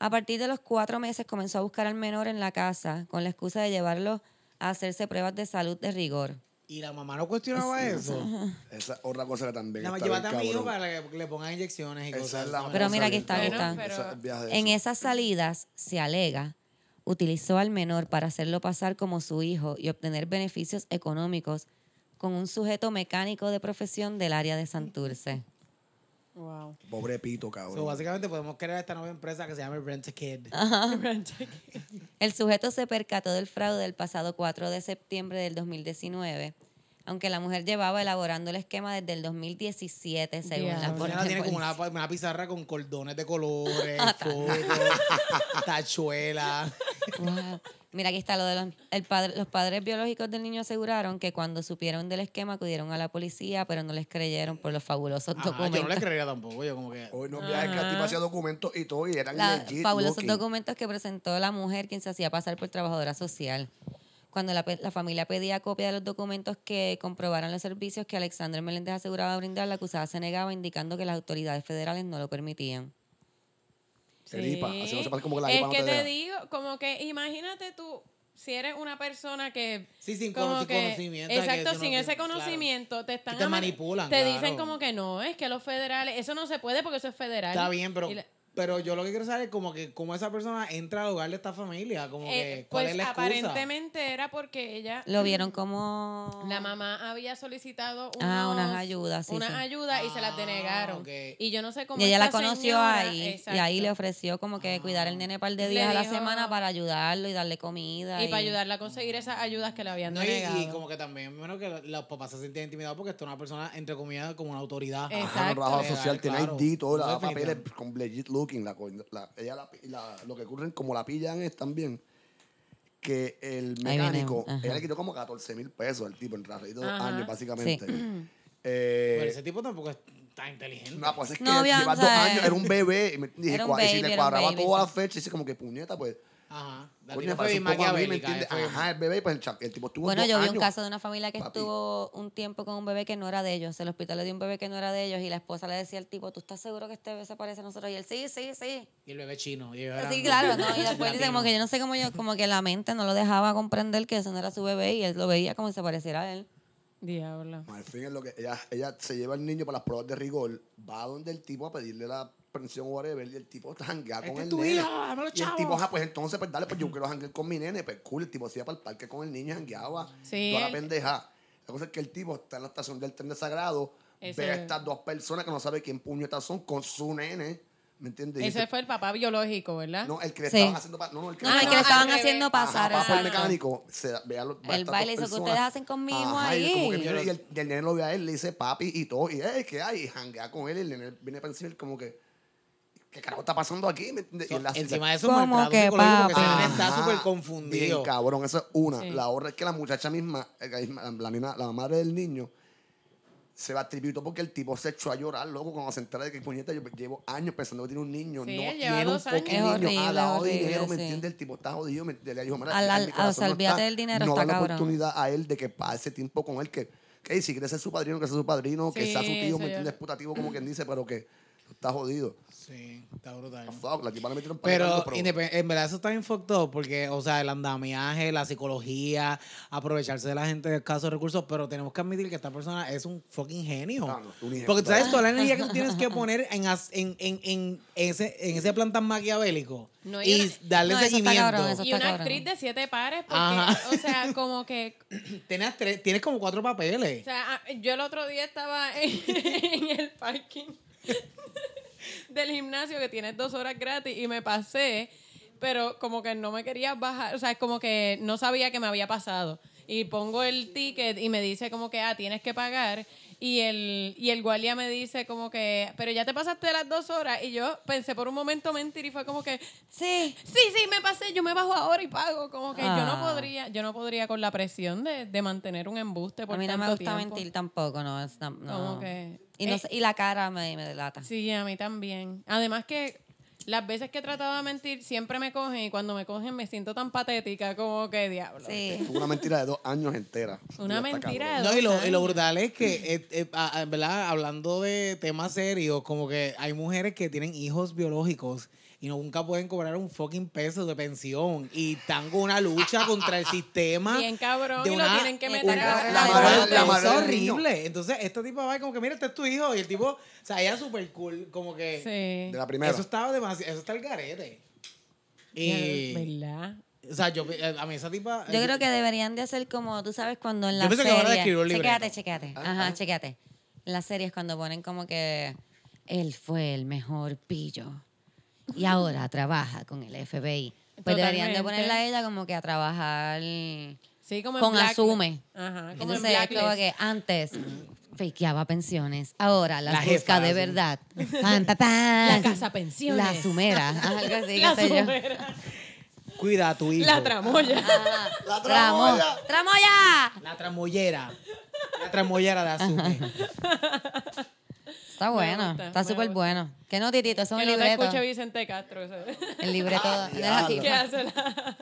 [SPEAKER 1] A partir de los cuatro meses comenzó a buscar al menor en la casa con la excusa de llevarlo a hacerse pruebas de salud de rigor.
[SPEAKER 2] Y la mamá no cuestionaba eso.
[SPEAKER 4] Esa es otra cosa que también.
[SPEAKER 2] Nada más
[SPEAKER 4] está bien
[SPEAKER 2] llévate a mi hijo
[SPEAKER 4] cabrón.
[SPEAKER 2] para que le pongan inyecciones y
[SPEAKER 4] Esa
[SPEAKER 2] cosas.
[SPEAKER 4] es la
[SPEAKER 2] ¿no?
[SPEAKER 1] Pero
[SPEAKER 4] cosa
[SPEAKER 1] mira, aquí
[SPEAKER 4] que-
[SPEAKER 1] está, aquí
[SPEAKER 3] Bueno,
[SPEAKER 1] está.
[SPEAKER 3] pero-
[SPEAKER 4] Esa- el viaje de
[SPEAKER 1] En
[SPEAKER 4] eso.
[SPEAKER 1] esas salidas, se alega, utilizó al menor para hacerlo pasar como su hijo y obtener beneficios económicos con un sujeto mecánico de profesión del área de Santurce.
[SPEAKER 3] Wow.
[SPEAKER 4] Pobre pito,
[SPEAKER 2] So,
[SPEAKER 4] cabrón.
[SPEAKER 2] básicamente podemos crear esta nueva empresa que se llama Rent a Kid.
[SPEAKER 3] Ah,
[SPEAKER 1] El sujeto se percató del fraude el pasado 4 de septiembre del 2019, aunque la mujer llevaba elaborando el esquema desde el 2017, según
[SPEAKER 3] Diablo.
[SPEAKER 1] la
[SPEAKER 2] La señora
[SPEAKER 1] policía.
[SPEAKER 2] tiene como una, una pizarra con cordones de colores,
[SPEAKER 3] Ah,
[SPEAKER 2] Ah, fotos, tachuelas.
[SPEAKER 1] Wow. Mira, aquí está lo de los, el padre- los padres biológicos del niño aseguraron que cuando supieron del esquema acudieron a la policía, pero no les creyeron por los fabulosos
[SPEAKER 2] Ajá,
[SPEAKER 1] documentos.
[SPEAKER 2] Ah, yo no le creería tampoco, yo como que...
[SPEAKER 4] Hoy no viajes que la tipa hacía documentos y todo, y eran
[SPEAKER 1] Ah. La-
[SPEAKER 4] legit
[SPEAKER 1] fabulosos
[SPEAKER 4] looking.
[SPEAKER 1] documentos que presentó la mujer quien se hacía pasar por trabajadora social. Cuando la, pe- la familia pedía copia de los documentos que comprobaran los servicios que Alexander Meléndez aseguraba brindar, la acusada se negaba, indicando que las autoridades federales no lo permitían.
[SPEAKER 4] El IPA, así no se pasa como que la
[SPEAKER 3] es
[SPEAKER 4] IPA no
[SPEAKER 3] que
[SPEAKER 4] te
[SPEAKER 3] te,
[SPEAKER 4] deja.
[SPEAKER 3] digo, como que imagínate tú, si eres una persona que...
[SPEAKER 2] Sí, sin
[SPEAKER 3] como
[SPEAKER 2] conoci-
[SPEAKER 3] que-
[SPEAKER 2] conocimiento, hay que
[SPEAKER 3] Exacto,
[SPEAKER 2] decir,
[SPEAKER 3] sin
[SPEAKER 2] no,
[SPEAKER 3] ese
[SPEAKER 2] claro.
[SPEAKER 3] conocimiento te están...
[SPEAKER 2] te
[SPEAKER 3] ama-
[SPEAKER 2] manipulan,
[SPEAKER 3] Te
[SPEAKER 2] claro.
[SPEAKER 3] dicen como que no, es que los federales... Eso no se puede porque eso es federal.
[SPEAKER 2] Está bien, pero,
[SPEAKER 3] Y la-
[SPEAKER 2] pero yo lo que quiero saber es como que cómo esa persona entra al hogar de esta familia, como
[SPEAKER 3] eh,
[SPEAKER 2] que cuál
[SPEAKER 3] pues
[SPEAKER 2] es la excusa.
[SPEAKER 3] aparentemente era porque ella...
[SPEAKER 1] Lo vieron como...
[SPEAKER 3] La mamá había solicitado
[SPEAKER 1] Ah,
[SPEAKER 3] unos-
[SPEAKER 1] unas ayudas, sí,
[SPEAKER 3] unas
[SPEAKER 1] sí.
[SPEAKER 3] ayudas y se las
[SPEAKER 2] Ah,
[SPEAKER 3] denegaron.
[SPEAKER 2] ok.
[SPEAKER 3] Y yo no sé cómo
[SPEAKER 1] Y ella la
[SPEAKER 3] esta
[SPEAKER 1] conoció
[SPEAKER 3] señora-
[SPEAKER 1] ahí y
[SPEAKER 3] Exacto. Ah.
[SPEAKER 1] ahí le ofreció como que cuidar al nene par de
[SPEAKER 3] Le
[SPEAKER 1] días a la
[SPEAKER 3] dijo-
[SPEAKER 1] semana para ayudarlo y darle comida.
[SPEAKER 3] Y para ayudarla a conseguir esas ayudas que le habían
[SPEAKER 2] No, y-
[SPEAKER 3] denegado.
[SPEAKER 2] y, como que también, bueno, que los papás se sienten intimidados porque esto es una persona, entre comillas, como una autoridad.
[SPEAKER 3] Eh,
[SPEAKER 4] Ajá, no
[SPEAKER 3] Exacto.
[SPEAKER 4] trabajo
[SPEAKER 2] Legal,
[SPEAKER 4] social, tiene
[SPEAKER 2] claro.
[SPEAKER 4] ID, todo,
[SPEAKER 2] No,
[SPEAKER 4] la da
[SPEAKER 2] definitivamente.
[SPEAKER 4] papeles con legit looking. La, co- la- ella la, la- lo que ocurre, como la pillan es también que el
[SPEAKER 1] Ahí viene,
[SPEAKER 4] mecánico,
[SPEAKER 1] ajá.
[SPEAKER 4] ella le quitó como 14 mil pesos al tipo en de dos
[SPEAKER 3] Ajá.
[SPEAKER 4] años, básicamente. Eh,
[SPEAKER 2] Pero ese tipo tampoco es tan inteligente.
[SPEAKER 4] No, pues es que
[SPEAKER 1] No, bien,
[SPEAKER 4] lleva
[SPEAKER 1] o
[SPEAKER 4] dos
[SPEAKER 1] sea,
[SPEAKER 4] años, era un bebé. Y, me, dije,
[SPEAKER 1] era un
[SPEAKER 4] cua- y si
[SPEAKER 1] baby, era
[SPEAKER 4] le
[SPEAKER 1] un
[SPEAKER 4] cuadraba
[SPEAKER 1] baby,
[SPEAKER 4] toda la
[SPEAKER 1] sí.
[SPEAKER 4] fecha, dice como que puñeta, pues.
[SPEAKER 2] Ajá. La
[SPEAKER 4] coño,
[SPEAKER 2] tipa fue
[SPEAKER 4] parece
[SPEAKER 2] bien
[SPEAKER 4] un poco a mí, ¿me
[SPEAKER 2] maquiavélica. eh,
[SPEAKER 4] entiendes?
[SPEAKER 2] fue bien-
[SPEAKER 4] Ajá, el bebé, pues el, cha- el tipo estuvo
[SPEAKER 1] Bueno,
[SPEAKER 4] dos
[SPEAKER 1] yo vi un
[SPEAKER 4] años.
[SPEAKER 1] caso de una familia que
[SPEAKER 4] papi.
[SPEAKER 1] estuvo un tiempo con un bebé que no era de ellos. El hospital le dio un bebé que no era de ellos y la esposa le decía al tipo, ¿tú estás seguro que este bebé se parece a nosotros? Y él, sí, sí, sí.
[SPEAKER 2] Y el bebé chino. y ellos
[SPEAKER 1] Sí,
[SPEAKER 2] eran-
[SPEAKER 1] claro, ¿no? Y después dice
[SPEAKER 2] latinos.
[SPEAKER 1] como que yo no sé cómo yo, como que la mente no lo dejaba comprender que eso no era su bebé y él lo veía como si se pareciera a él.
[SPEAKER 3] Diablo.
[SPEAKER 4] Al fin es lo que ella, ella se lleva al niño para las pruebas de rigor, va donde el tipo a pedirle la pensión o whatever y el tipo janguea con
[SPEAKER 2] Este
[SPEAKER 4] el
[SPEAKER 2] es tu
[SPEAKER 4] nene.
[SPEAKER 2] hijo, dame los
[SPEAKER 4] y el
[SPEAKER 2] chavos.
[SPEAKER 4] tipo, ajá, pues entonces, pues dale, pues yo quiero janguear con mi nene, pues cool, el tipo se iba para el parque con el niño, jangueaba,
[SPEAKER 3] Sí,
[SPEAKER 4] toda la
[SPEAKER 3] el-
[SPEAKER 4] pendeja. La cosa es que el tipo está en la estación del tren de Sagrado,
[SPEAKER 3] Ese-
[SPEAKER 4] ve a estas dos personas que no sabe quién puñetas son con su nene, ¿me entiendes? Y
[SPEAKER 3] Ese
[SPEAKER 4] dice,
[SPEAKER 3] fue ¿ah? el papá biológico, ¿verdad?
[SPEAKER 4] No, el que le
[SPEAKER 1] Sí.
[SPEAKER 4] estaban haciendo... pa- No, no, el que
[SPEAKER 1] No,
[SPEAKER 4] le
[SPEAKER 1] es
[SPEAKER 3] Ah, no,
[SPEAKER 1] que le
[SPEAKER 3] al
[SPEAKER 4] estaban-
[SPEAKER 1] estaban
[SPEAKER 3] revés.
[SPEAKER 1] haciendo pasar.
[SPEAKER 4] Ajá, papá, el
[SPEAKER 1] exacto.
[SPEAKER 4] mecánico. Se, ve a los- ve a
[SPEAKER 1] El
[SPEAKER 4] estas
[SPEAKER 1] baile
[SPEAKER 4] dos
[SPEAKER 1] hizo que
[SPEAKER 4] personas.
[SPEAKER 1] ustedes hacen conmigo
[SPEAKER 4] y él
[SPEAKER 1] ahí.
[SPEAKER 4] como que viene y el, y el nene lo ve a él, le dice papi y todo. Y eh, ¿qué hay? Y janguea con él. Y el nene viene a pensar como que, ¿qué carajo está pasando aquí? ¿Me entiendes? Y él la-
[SPEAKER 2] Encima de eso,
[SPEAKER 1] ¿Cómo
[SPEAKER 2] maltrato
[SPEAKER 1] que,
[SPEAKER 2] psicológico, porque
[SPEAKER 1] papá?
[SPEAKER 2] ese nene está
[SPEAKER 4] Ajá.
[SPEAKER 2] súper confundido.
[SPEAKER 4] Bien, cabrón, esa es una.
[SPEAKER 3] Sí.
[SPEAKER 4] La otra es que la muchacha misma, eh, la, misma- la nena- la madre del niño, se va a tributo porque el tipo se echó a llorar, loco, cuando se entera de que puñeta, yo llevo años pensando que tiene un niño.
[SPEAKER 3] Sí,
[SPEAKER 4] no
[SPEAKER 3] él lleva
[SPEAKER 4] tiene un
[SPEAKER 3] dos años.
[SPEAKER 4] fucking
[SPEAKER 1] Es
[SPEAKER 4] niño.
[SPEAKER 1] horrible,
[SPEAKER 4] ha dado
[SPEAKER 1] horrible,
[SPEAKER 4] dinero, ¿me
[SPEAKER 1] sí.
[SPEAKER 4] entiendes? El tipo está jodido. Me, le dijo, mira,
[SPEAKER 1] Al- al-
[SPEAKER 4] mi corazón
[SPEAKER 1] o sea,
[SPEAKER 4] no
[SPEAKER 1] olvídate
[SPEAKER 4] está,
[SPEAKER 1] del dinero,
[SPEAKER 4] No
[SPEAKER 1] está
[SPEAKER 4] da la
[SPEAKER 1] cabrón.
[SPEAKER 4] oportunidad a él de que pase tiempo con él, que, que si quiere ser su padrino, que sea su padrino, que
[SPEAKER 3] Sí,
[SPEAKER 4] sea su
[SPEAKER 3] eso
[SPEAKER 4] tío,
[SPEAKER 3] yo-
[SPEAKER 4] ¿me entiendes? Putativo, como quien dice, pero que está jodido.
[SPEAKER 2] Sí, está brutal.
[SPEAKER 4] Fuck, la tipa le metieron pa'
[SPEAKER 2] Pero,
[SPEAKER 4] adentro,
[SPEAKER 2] indepe- en verdad eso está bien fucked up porque, o sea, el andamiaje, la psicología, aprovecharse de la gente de escasos recursos, pero tenemos que admitir que esta persona es un fucking genio.
[SPEAKER 4] Ah, no, un genio,
[SPEAKER 2] porque tú sabes
[SPEAKER 4] claro.
[SPEAKER 2] toda la energía que tú tienes que poner en, as- en, en, en ese, en ese plan tan maquiavélico
[SPEAKER 3] No, y
[SPEAKER 2] y
[SPEAKER 3] una-
[SPEAKER 2] darle
[SPEAKER 1] No, eso está
[SPEAKER 2] seguimiento.
[SPEAKER 1] cabrón, eso-
[SPEAKER 3] y
[SPEAKER 1] está
[SPEAKER 3] una
[SPEAKER 1] cabrón.
[SPEAKER 3] actriz de siete pares, porque,
[SPEAKER 2] Ajá.
[SPEAKER 3] o sea, como que.
[SPEAKER 2] Tienes, tres, tienes como cuatro
[SPEAKER 3] O
[SPEAKER 2] papeles.
[SPEAKER 3] sea, ah, yo el otro día estaba en, en el parking del gimnasio que tienes dos horas gratis y me pasé, pero como que no me quería bajar, o sea, es como que no sabía que me había pasado. y pongo el ticket y me dice como que, ah, tienes que pagar. Y el, y el guardia me dice como que, pero ya te pasaste las dos horas. Y yo pensé por un momento mentir y fue como que,
[SPEAKER 1] Sí.
[SPEAKER 3] sí, sí, me pasé, yo me bajo ahora y pago. Como que yo no
[SPEAKER 1] Ah.
[SPEAKER 3] podría, yo no podría con la presión de, de mantener un embuste por
[SPEAKER 1] a mí no me
[SPEAKER 3] tanto
[SPEAKER 1] gusta
[SPEAKER 3] tiempo.
[SPEAKER 1] mentir tampoco, no. es- no, no.
[SPEAKER 3] Como que-
[SPEAKER 1] y, no
[SPEAKER 3] Eh.
[SPEAKER 1] sé- y la cara me, me delata.
[SPEAKER 3] Sí, a mí también. Además que las veces que he tratado de mentir siempre me cogen y cuando me cogen me siento tan patética como que diablo.
[SPEAKER 1] Sí.
[SPEAKER 4] Fue una mentira de dos años entera.
[SPEAKER 3] Una
[SPEAKER 4] Ya está
[SPEAKER 3] mentira
[SPEAKER 4] cabrón.
[SPEAKER 3] de
[SPEAKER 2] No, y lo,
[SPEAKER 3] dos
[SPEAKER 2] y lo
[SPEAKER 3] años.
[SPEAKER 2] brutal es que, eh, eh, a- a- en verdad, hablando de temas serios, como que hay mujeres que tienen hijos biológicos y no- nunca pueden cobrar un fucking peso de pensión y están con una lucha contra el sistema.
[SPEAKER 3] Bien cabrón,
[SPEAKER 2] de
[SPEAKER 3] y lo tienen que
[SPEAKER 2] eh,
[SPEAKER 3] meter
[SPEAKER 2] una-
[SPEAKER 3] a la
[SPEAKER 2] la
[SPEAKER 4] cárcel.
[SPEAKER 2] madre-
[SPEAKER 4] La madre
[SPEAKER 2] Es
[SPEAKER 4] del niño.
[SPEAKER 2] horrible. Entonces, este tipo va y como que, mira, este es tu hijo. Y el tipo, o sea, ella súper cool, como que...
[SPEAKER 3] Sí.
[SPEAKER 4] De la primera.
[SPEAKER 2] Eso estaba demasiado, eso está el garete.
[SPEAKER 3] Ya,
[SPEAKER 2] Y,
[SPEAKER 3] ¿Verdad?
[SPEAKER 2] o sea, yo, eh, a mí esa tipa...
[SPEAKER 1] Yo creo que deberían de hacer como, tú sabes, cuando en
[SPEAKER 2] Yo
[SPEAKER 1] la
[SPEAKER 2] pienso que van a escribir un Ah,
[SPEAKER 1] serie.
[SPEAKER 2] libreto.
[SPEAKER 1] Chequéate, chequéate. Ajá, chequéate. En las series cuando ponen como que él fue el mejor pillo y ahora trabaja con el FBI. Pues deberían de
[SPEAKER 3] Totalmente.
[SPEAKER 1] ponerla a ella como que a trabajar
[SPEAKER 3] Sí, como en
[SPEAKER 1] con
[SPEAKER 3] Blacklist.
[SPEAKER 1] asume.
[SPEAKER 3] Ajá, como
[SPEAKER 1] Entonces,
[SPEAKER 3] en
[SPEAKER 1] es como
[SPEAKER 3] Blacklist.
[SPEAKER 1] que antes fakeaba pensiones, ahora las
[SPEAKER 2] La jefa,
[SPEAKER 1] busca de
[SPEAKER 2] así.
[SPEAKER 1] verdad. Pam, pam, pam.
[SPEAKER 3] La casa pensiones.
[SPEAKER 1] La sumera. Ajá, algo así, qué
[SPEAKER 3] la
[SPEAKER 1] sé yo.
[SPEAKER 3] sumera.
[SPEAKER 2] Cuida a tu hijo.
[SPEAKER 3] La tramoya.
[SPEAKER 1] Ajá. Tramo-
[SPEAKER 4] La tramoya.
[SPEAKER 1] ¡Tramoya!
[SPEAKER 2] La tramollera. La tramollera de Azuki.
[SPEAKER 1] Está bueno,
[SPEAKER 3] gusta,
[SPEAKER 1] está
[SPEAKER 3] me
[SPEAKER 1] súper
[SPEAKER 3] gusta.
[SPEAKER 1] bueno. Que no, Titito, eso es
[SPEAKER 3] que
[SPEAKER 1] un
[SPEAKER 3] no te
[SPEAKER 1] libreto.
[SPEAKER 3] escuche Vicente Castro. eso.
[SPEAKER 1] El libreto
[SPEAKER 4] Ah,
[SPEAKER 1] de la
[SPEAKER 4] diablo.
[SPEAKER 1] tipa.
[SPEAKER 3] ¿Qué hace la,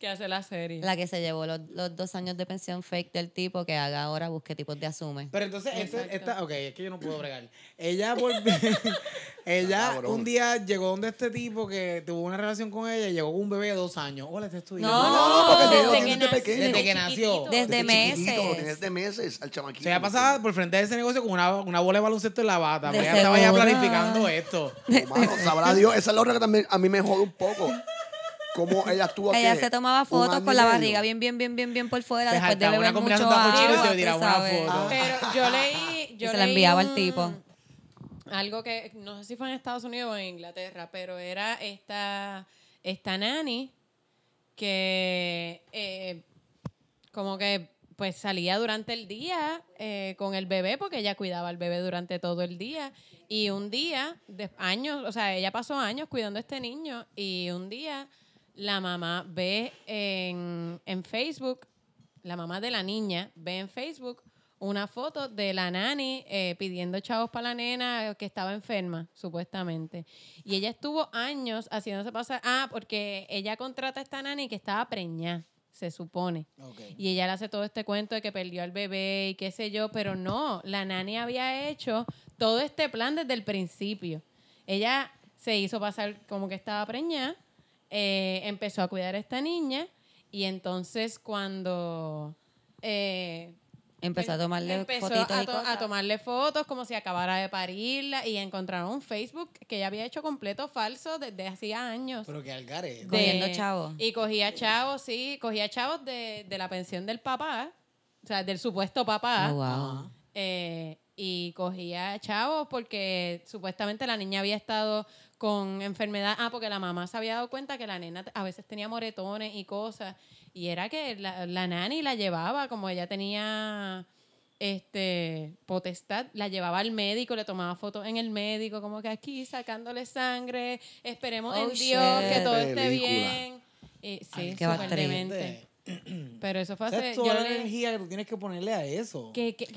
[SPEAKER 3] qué hace la serie?
[SPEAKER 1] La que se llevó los, los dos años de pensión fake del tipo que haga ahora busque tipos de asume.
[SPEAKER 2] Pero entonces, este-
[SPEAKER 3] Exacto.
[SPEAKER 2] esta, ok, es que yo no puedo bregar. Ella volvió- ella
[SPEAKER 4] Cabrón.
[SPEAKER 2] un día llegó donde este tipo que tuvo una relación con ella y llegó con un bebé de dos años. Hola, este es tu hijo.
[SPEAKER 1] No,
[SPEAKER 4] No, no, porque el
[SPEAKER 3] desde
[SPEAKER 4] niño
[SPEAKER 3] que
[SPEAKER 4] tiene
[SPEAKER 3] nace-
[SPEAKER 4] pequeño.
[SPEAKER 2] Desde que nació.
[SPEAKER 1] Desde
[SPEAKER 4] chiquitito,
[SPEAKER 1] meses.
[SPEAKER 4] lo tenía Desde meses al chamaquito.
[SPEAKER 2] O sea, ella pasaba por frente de ese negocio con una, una bola de baloncesto en la bata.
[SPEAKER 1] De
[SPEAKER 2] porque ella estaba ya
[SPEAKER 1] seguro.
[SPEAKER 2] planificando esto.
[SPEAKER 4] Mano, sabrá Dios. Esa es la otra que también a mí me jode un poco. Cómo ella estuvo
[SPEAKER 1] Ella
[SPEAKER 4] ¿qué?
[SPEAKER 1] se tomaba
[SPEAKER 4] Un
[SPEAKER 1] fotos
[SPEAKER 4] año
[SPEAKER 1] con
[SPEAKER 4] y
[SPEAKER 1] la
[SPEAKER 4] medio.
[SPEAKER 1] barriga bien, bien, bien, bien, bien por fuera.
[SPEAKER 2] Se
[SPEAKER 1] después de
[SPEAKER 2] jaltaba una
[SPEAKER 1] beber mucho
[SPEAKER 2] combinación con chile y se
[SPEAKER 1] agua,
[SPEAKER 2] tiraba
[SPEAKER 1] tú
[SPEAKER 2] una
[SPEAKER 1] sabes.
[SPEAKER 4] Ah.
[SPEAKER 2] foto.
[SPEAKER 3] Pero yo leí. Yo
[SPEAKER 1] se la enviaba
[SPEAKER 3] leí
[SPEAKER 1] al tipo.
[SPEAKER 3] un- Algo que no sé si fue en Estados Unidos o en Inglaterra, pero era esta, esta nani que eh, como que pues salía durante el día eh, con el bebé porque ella cuidaba al bebé durante todo el día y un día de, años o sea ella pasó años cuidando a este niño y un día la mamá ve en, en Facebook la mamá de la niña ve en Facebook una foto de la nani eh, pidiendo chavos para la nena eh, que estaba enferma, supuestamente. Y ella estuvo años haciéndose pasar. Ah, porque ella contrata a esta nani que estaba preñada, se supone. Y ella le hace todo este cuento de que perdió al bebé y qué sé yo, pero no, la nani había hecho todo este plan desde el principio. Ella se hizo pasar como que estaba preñada, eh, empezó a cuidar a esta niña y entonces cuando... eh,
[SPEAKER 1] Empezó a tomarle
[SPEAKER 3] Em, empezó
[SPEAKER 1] fotitos
[SPEAKER 3] a,
[SPEAKER 1] y
[SPEAKER 3] to-
[SPEAKER 1] cosas.
[SPEAKER 3] a tomarle fotos como si acabara de parirla y encontraron un Facebook que ella había hecho completo falso desde hacía años.
[SPEAKER 2] Pero que al garete.
[SPEAKER 3] De-
[SPEAKER 1] Cogiendo chavos.
[SPEAKER 3] Y cogía chavos, sí, cogía chavos de, de la pensión del papá, o sea, del supuesto papá.
[SPEAKER 1] Oh, wow.
[SPEAKER 3] Eh, y cogía chavos porque supuestamente la niña había estado con enfermedad. Ah, porque la mamá se había dado cuenta que la nena t- a veces tenía moretones y cosas. Y era que la, la nani la llevaba, como ella tenía este potestad, la llevaba al médico, le tomaba fotos en el médico, como que aquí sacándole sangre, esperemos
[SPEAKER 1] Oh,
[SPEAKER 3] en Dios
[SPEAKER 1] shit.
[SPEAKER 3] que todo esté
[SPEAKER 4] Película.
[SPEAKER 3] bien. Y, sí,
[SPEAKER 1] qué
[SPEAKER 3] súper
[SPEAKER 1] bacteriente.
[SPEAKER 3] demente. Pero eso fue
[SPEAKER 2] O sea,
[SPEAKER 3] hace...
[SPEAKER 2] es toda
[SPEAKER 3] Pues, eh, yo
[SPEAKER 2] la
[SPEAKER 3] leí-
[SPEAKER 2] energía que tú tienes que ponerle a eso.
[SPEAKER 3] que- que-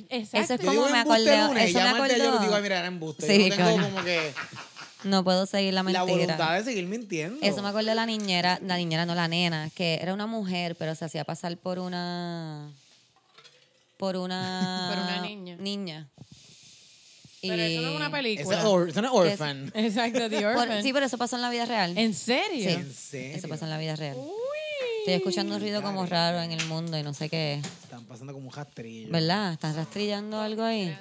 [SPEAKER 1] Eso
[SPEAKER 3] exacto.
[SPEAKER 1] es
[SPEAKER 2] Yo
[SPEAKER 1] como
[SPEAKER 2] digo
[SPEAKER 1] me
[SPEAKER 2] embuste
[SPEAKER 1] acordé-
[SPEAKER 2] lunes,
[SPEAKER 1] eso me
[SPEAKER 2] llama el día yo
[SPEAKER 1] acordó.
[SPEAKER 2] digo, "Ay, mira, era embuste.
[SPEAKER 1] Sí,
[SPEAKER 2] yo no tengo
[SPEAKER 1] coño.
[SPEAKER 2] como que
[SPEAKER 1] No puedo seguir la
[SPEAKER 2] la
[SPEAKER 1] mentira.
[SPEAKER 2] voluntad de seguir mintiendo.
[SPEAKER 1] Eso me acuerdo de la niñera, la niñera no la nena, que era una mujer, pero se hacía pasar por una. por una.
[SPEAKER 3] Por una niña.
[SPEAKER 1] Niña.
[SPEAKER 3] Pero eso no es una
[SPEAKER 2] Eso
[SPEAKER 3] película.
[SPEAKER 2] es or- eso no es orphan.
[SPEAKER 3] Exacto, The
[SPEAKER 1] Por-
[SPEAKER 3] Orphan.
[SPEAKER 1] sí, pero eso pasó en la vida real.
[SPEAKER 3] ¿En serio?
[SPEAKER 1] Sí,
[SPEAKER 2] ¿En serio?
[SPEAKER 1] Eso pasó en la vida real. Estoy escuchando un ruido como raro en el mundo y no sé qué.
[SPEAKER 2] Están pasando como un jastrillo.
[SPEAKER 1] ¿Verdad? ¿Estás rastrillando algo ahí?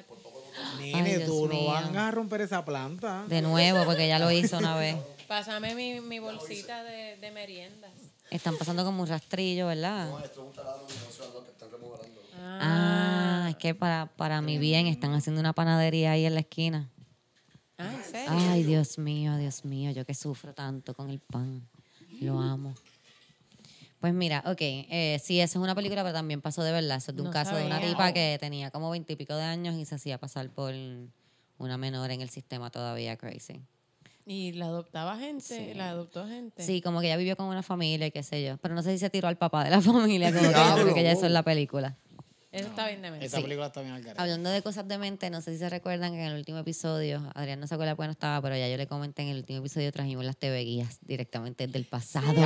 [SPEAKER 2] Nene,
[SPEAKER 1] Ay,
[SPEAKER 2] tú
[SPEAKER 1] Dios
[SPEAKER 2] no
[SPEAKER 1] mío.
[SPEAKER 2] van a romper esa planta.
[SPEAKER 1] De nuevo, porque ya lo hizo una vez.
[SPEAKER 3] Pásame mi, mi bolsita de, de meriendas.
[SPEAKER 1] Están pasando como un rastrillo, ¿verdad?
[SPEAKER 4] Esto es un taladro, un negocio de algo que están remodelando.
[SPEAKER 1] Ah, es que para, para mi bien están haciendo una panadería ahí en la esquina.
[SPEAKER 3] Ah, ¿en serio?
[SPEAKER 1] Ay, Dios mío, Dios mío, yo que sufro tanto con el pan. Lo amo. Pues mira, ok, eh, sí, esa es una película, pero también pasó de verdad. Eso es de un
[SPEAKER 3] No
[SPEAKER 1] caso de una
[SPEAKER 3] sabía.
[SPEAKER 1] tipa que tenía como veintipico de años y se hacía pasar por una menor en el sistema todavía, crazy.
[SPEAKER 3] Y la adoptaba gente,
[SPEAKER 1] Sí.
[SPEAKER 3] la adoptó gente.
[SPEAKER 1] Sí, como que ella vivió con una familia y qué sé yo. Pero no sé si se tiró al papá de la familia, como que yo
[SPEAKER 4] Diablo,
[SPEAKER 1] creo que ya eso
[SPEAKER 4] wow.
[SPEAKER 1] es la película.
[SPEAKER 3] Eso está bien de mente.
[SPEAKER 2] Esa
[SPEAKER 1] Sí.
[SPEAKER 2] película está bien al garete.
[SPEAKER 1] Hablando de cosas de mente, no sé si se recuerdan que en el último episodio, Adrián no se acuerda porque no estaba, pero ya yo le comenté en el último episodio trajimos las TV guías directamente del pasado.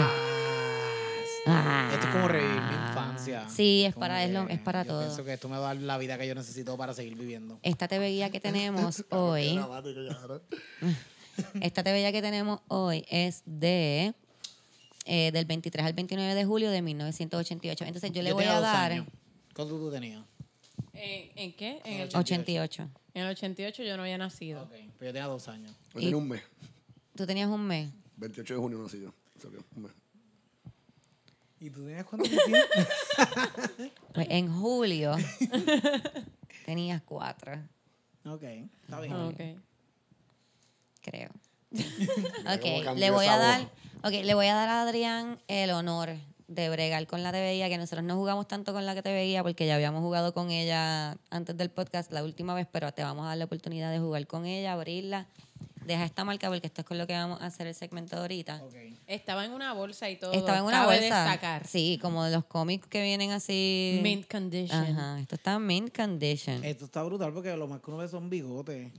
[SPEAKER 1] Ah.
[SPEAKER 2] Esto es como revivir mi infancia.
[SPEAKER 1] Sí, es
[SPEAKER 2] Como
[SPEAKER 1] para, es lo-
[SPEAKER 2] que
[SPEAKER 1] es para
[SPEAKER 2] yo
[SPEAKER 1] todo.
[SPEAKER 2] Pienso que esto me va a dar la vida que yo necesito para seguir viviendo.
[SPEAKER 1] Esta TV guía que tenemos
[SPEAKER 4] Qué
[SPEAKER 1] hoy,
[SPEAKER 4] dramático, cabrón.
[SPEAKER 1] esta TV guía que tenemos hoy es de eh, del 23 al 29 de julio de 1988. Entonces yo le voy
[SPEAKER 2] tenía
[SPEAKER 1] a
[SPEAKER 2] dos
[SPEAKER 1] dar
[SPEAKER 2] años. ¿Cuánto tú tenías?
[SPEAKER 3] ¿En, Eh, en qué?
[SPEAKER 1] Ah.
[SPEAKER 3] En el,
[SPEAKER 1] 88.
[SPEAKER 3] en el 88 yo no había nacido.
[SPEAKER 2] Ok, pues yo tenía dos años.
[SPEAKER 4] Yo tenía un mes.
[SPEAKER 1] Tú tenías un mes.
[SPEAKER 4] 28 de junio nací yo. O sea, que un mes.
[SPEAKER 2] ¿Y tú tenías cuánto tenías?
[SPEAKER 1] Pues en julio tenías cuatro,
[SPEAKER 2] ok, está bien.
[SPEAKER 3] Ah, ok.
[SPEAKER 1] creo.
[SPEAKER 4] Mira cómo
[SPEAKER 1] Ok,
[SPEAKER 4] cambió
[SPEAKER 1] le voy
[SPEAKER 4] esa
[SPEAKER 1] a
[SPEAKER 4] voz.
[SPEAKER 1] dar, okay, le voy a dar a Adrián el honor de bregar con la TV guía, que nosotros no jugamos tanto con la que te veía porque ya habíamos jugado con ella antes del podcast la última vez, pero te vamos a dar la oportunidad de jugar con ella, abrirla. Deja esta marca porque esto es con lo que vamos a hacer el segmento ahorita.
[SPEAKER 2] Ok.
[SPEAKER 3] Estaba en una bolsa y todo.
[SPEAKER 1] Estaba en una
[SPEAKER 3] Cabe
[SPEAKER 1] bolsa.
[SPEAKER 3] destacar.
[SPEAKER 1] Sí, como los cómics que vienen así.
[SPEAKER 3] Mint condition.
[SPEAKER 1] Ajá, esto está en mint condition.
[SPEAKER 2] Esto está brutal porque lo más que uno ve son bigotes.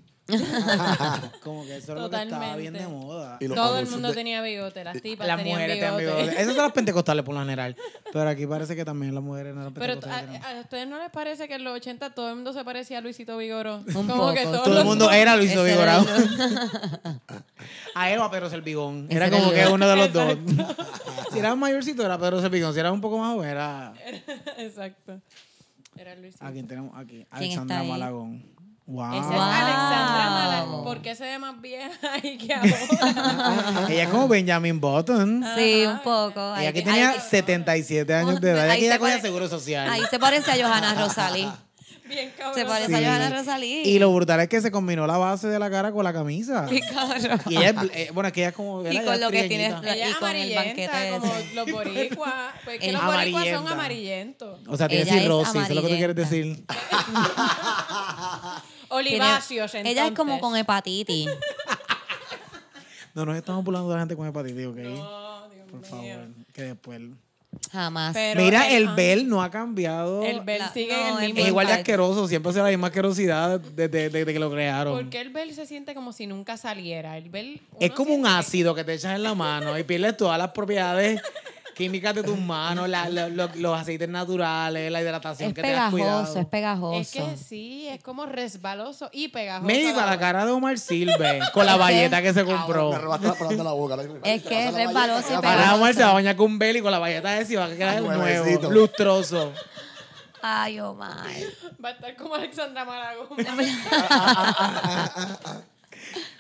[SPEAKER 2] Como que eso es lo que
[SPEAKER 3] Totalmente.
[SPEAKER 2] estaba bien de moda.
[SPEAKER 4] Y los
[SPEAKER 3] Todo el
[SPEAKER 4] anuncios
[SPEAKER 3] mundo
[SPEAKER 4] de-
[SPEAKER 3] tenía bigote, las tipas
[SPEAKER 2] Las
[SPEAKER 3] tenían
[SPEAKER 2] mujeres
[SPEAKER 3] bigote.
[SPEAKER 2] también. bigotes. Esas son las pentecostales por lo general. Pero aquí parece que también las mujeres no las
[SPEAKER 3] Pero
[SPEAKER 2] pentecostales.
[SPEAKER 1] ah,
[SPEAKER 2] tienen.
[SPEAKER 3] a, a ustedes no les parece que en los 80 todo el mundo se parecía a Luisito Vigoró.
[SPEAKER 1] Un
[SPEAKER 3] Como
[SPEAKER 1] poco,
[SPEAKER 3] que
[SPEAKER 1] todo
[SPEAKER 3] todos
[SPEAKER 2] Todo
[SPEAKER 3] los-
[SPEAKER 2] el mundo era Luis
[SPEAKER 1] Ese era
[SPEAKER 2] Vigorado.
[SPEAKER 1] el-
[SPEAKER 2] A Ah, Eva Pedro Servigón.
[SPEAKER 1] Ese
[SPEAKER 2] Era
[SPEAKER 1] era
[SPEAKER 2] como
[SPEAKER 1] yo.
[SPEAKER 2] que uno de los dos. si era mayorcito era Pedro Servigón. Si era un poco más joven era...
[SPEAKER 3] Exacto. Era Luisito.
[SPEAKER 2] ¿A quién tenemos aquí?
[SPEAKER 1] ¿Quién está
[SPEAKER 2] Alexandra
[SPEAKER 1] ahí?
[SPEAKER 2] Malagón. Wow.
[SPEAKER 3] Esa es
[SPEAKER 1] Wow.
[SPEAKER 3] Alexandra Malagón. ¿Por qué se ve más vieja y que ahora?
[SPEAKER 2] Ella es como Benjamin Button.
[SPEAKER 1] Sí, un poco.
[SPEAKER 2] Ella
[SPEAKER 1] Ah, Ahí-
[SPEAKER 2] aquí
[SPEAKER 1] ahí-
[SPEAKER 2] tenía 77 años de edad. Ella
[SPEAKER 1] Ahí
[SPEAKER 2] aquí
[SPEAKER 1] se
[SPEAKER 2] ya cogía
[SPEAKER 1] pare-
[SPEAKER 2] seguro social.
[SPEAKER 1] Ahí se parece a Johanna Rosalí.
[SPEAKER 3] Bien cabrón.
[SPEAKER 1] Se parece
[SPEAKER 2] Sí.
[SPEAKER 1] a Johanna Rosalí.
[SPEAKER 2] Y lo brutal es que se combinó la base de la cara con la camisa.
[SPEAKER 1] Qué cabrón.
[SPEAKER 2] Y ella, es bl- eh, bueno, es que ella es como.
[SPEAKER 1] Y
[SPEAKER 2] era ya
[SPEAKER 1] con lo que
[SPEAKER 2] trigueñita.
[SPEAKER 1] tiene-
[SPEAKER 3] Ella
[SPEAKER 1] Y
[SPEAKER 3] es
[SPEAKER 1] con el
[SPEAKER 3] amarillenta,
[SPEAKER 1] banquete
[SPEAKER 3] como
[SPEAKER 1] ese.
[SPEAKER 3] los boricuas. Pues que
[SPEAKER 1] El-
[SPEAKER 3] los boricuas son
[SPEAKER 2] Amarillenta.
[SPEAKER 3] amarillentos.
[SPEAKER 2] O sea, tiene
[SPEAKER 1] Ella es
[SPEAKER 2] cirrosis, eso es lo que tú quieres
[SPEAKER 1] amarillenta.
[SPEAKER 2] decir.
[SPEAKER 1] Tiene-
[SPEAKER 3] Oliváceos, entonces.
[SPEAKER 1] Ella es como con hepatitis.
[SPEAKER 2] No nos estamos burlando de la gente con hepatitis, ¿ok?
[SPEAKER 3] Oh, Dios
[SPEAKER 2] Por
[SPEAKER 3] mío.
[SPEAKER 2] favor, que después.
[SPEAKER 1] Jamás.
[SPEAKER 3] Pero
[SPEAKER 2] Mira, el
[SPEAKER 3] ah,
[SPEAKER 2] Bell no ha cambiado.
[SPEAKER 3] El Bell
[SPEAKER 1] La-
[SPEAKER 3] sigue
[SPEAKER 1] no, el
[SPEAKER 3] en el
[SPEAKER 2] es
[SPEAKER 1] Bell-
[SPEAKER 3] mismo.
[SPEAKER 2] igual de
[SPEAKER 1] Bell.
[SPEAKER 2] asqueroso, siempre será la misma asquerosidad desde, desde que lo crearon.
[SPEAKER 3] Porque el Bell se siente como si nunca saliera. El Bell.
[SPEAKER 2] Es
[SPEAKER 3] uno
[SPEAKER 2] como un
[SPEAKER 3] siente que-
[SPEAKER 2] ácido que te echas en la mano y pierdes todas las propiedades químicas de tus manos, la- la- lo- los aceites naturales, la hidratación
[SPEAKER 1] es
[SPEAKER 2] que te has
[SPEAKER 1] pegajoso,
[SPEAKER 2] cuidado.
[SPEAKER 1] es pegajoso.
[SPEAKER 3] Es que sí, es como resbaloso y pegajoso.
[SPEAKER 2] Me iba
[SPEAKER 3] a
[SPEAKER 2] la cara de Omar Silve con la
[SPEAKER 1] Es que-
[SPEAKER 2] valleta que se
[SPEAKER 4] Me
[SPEAKER 2] compró.
[SPEAKER 4] robaste la palabra de la boca. la-
[SPEAKER 1] Es que
[SPEAKER 4] la-
[SPEAKER 1] es
[SPEAKER 4] la-
[SPEAKER 1] resbaloso y
[SPEAKER 4] la-
[SPEAKER 2] Ahora
[SPEAKER 1] pegajoso.
[SPEAKER 2] Omar se va a bañar con Beli con la valleta esa y va a quedar
[SPEAKER 4] Ay,
[SPEAKER 2] nuevo,
[SPEAKER 4] nuevecito.
[SPEAKER 2] lustroso.
[SPEAKER 1] Ay, oh my.
[SPEAKER 3] Va a estar como Alexandra Malagón.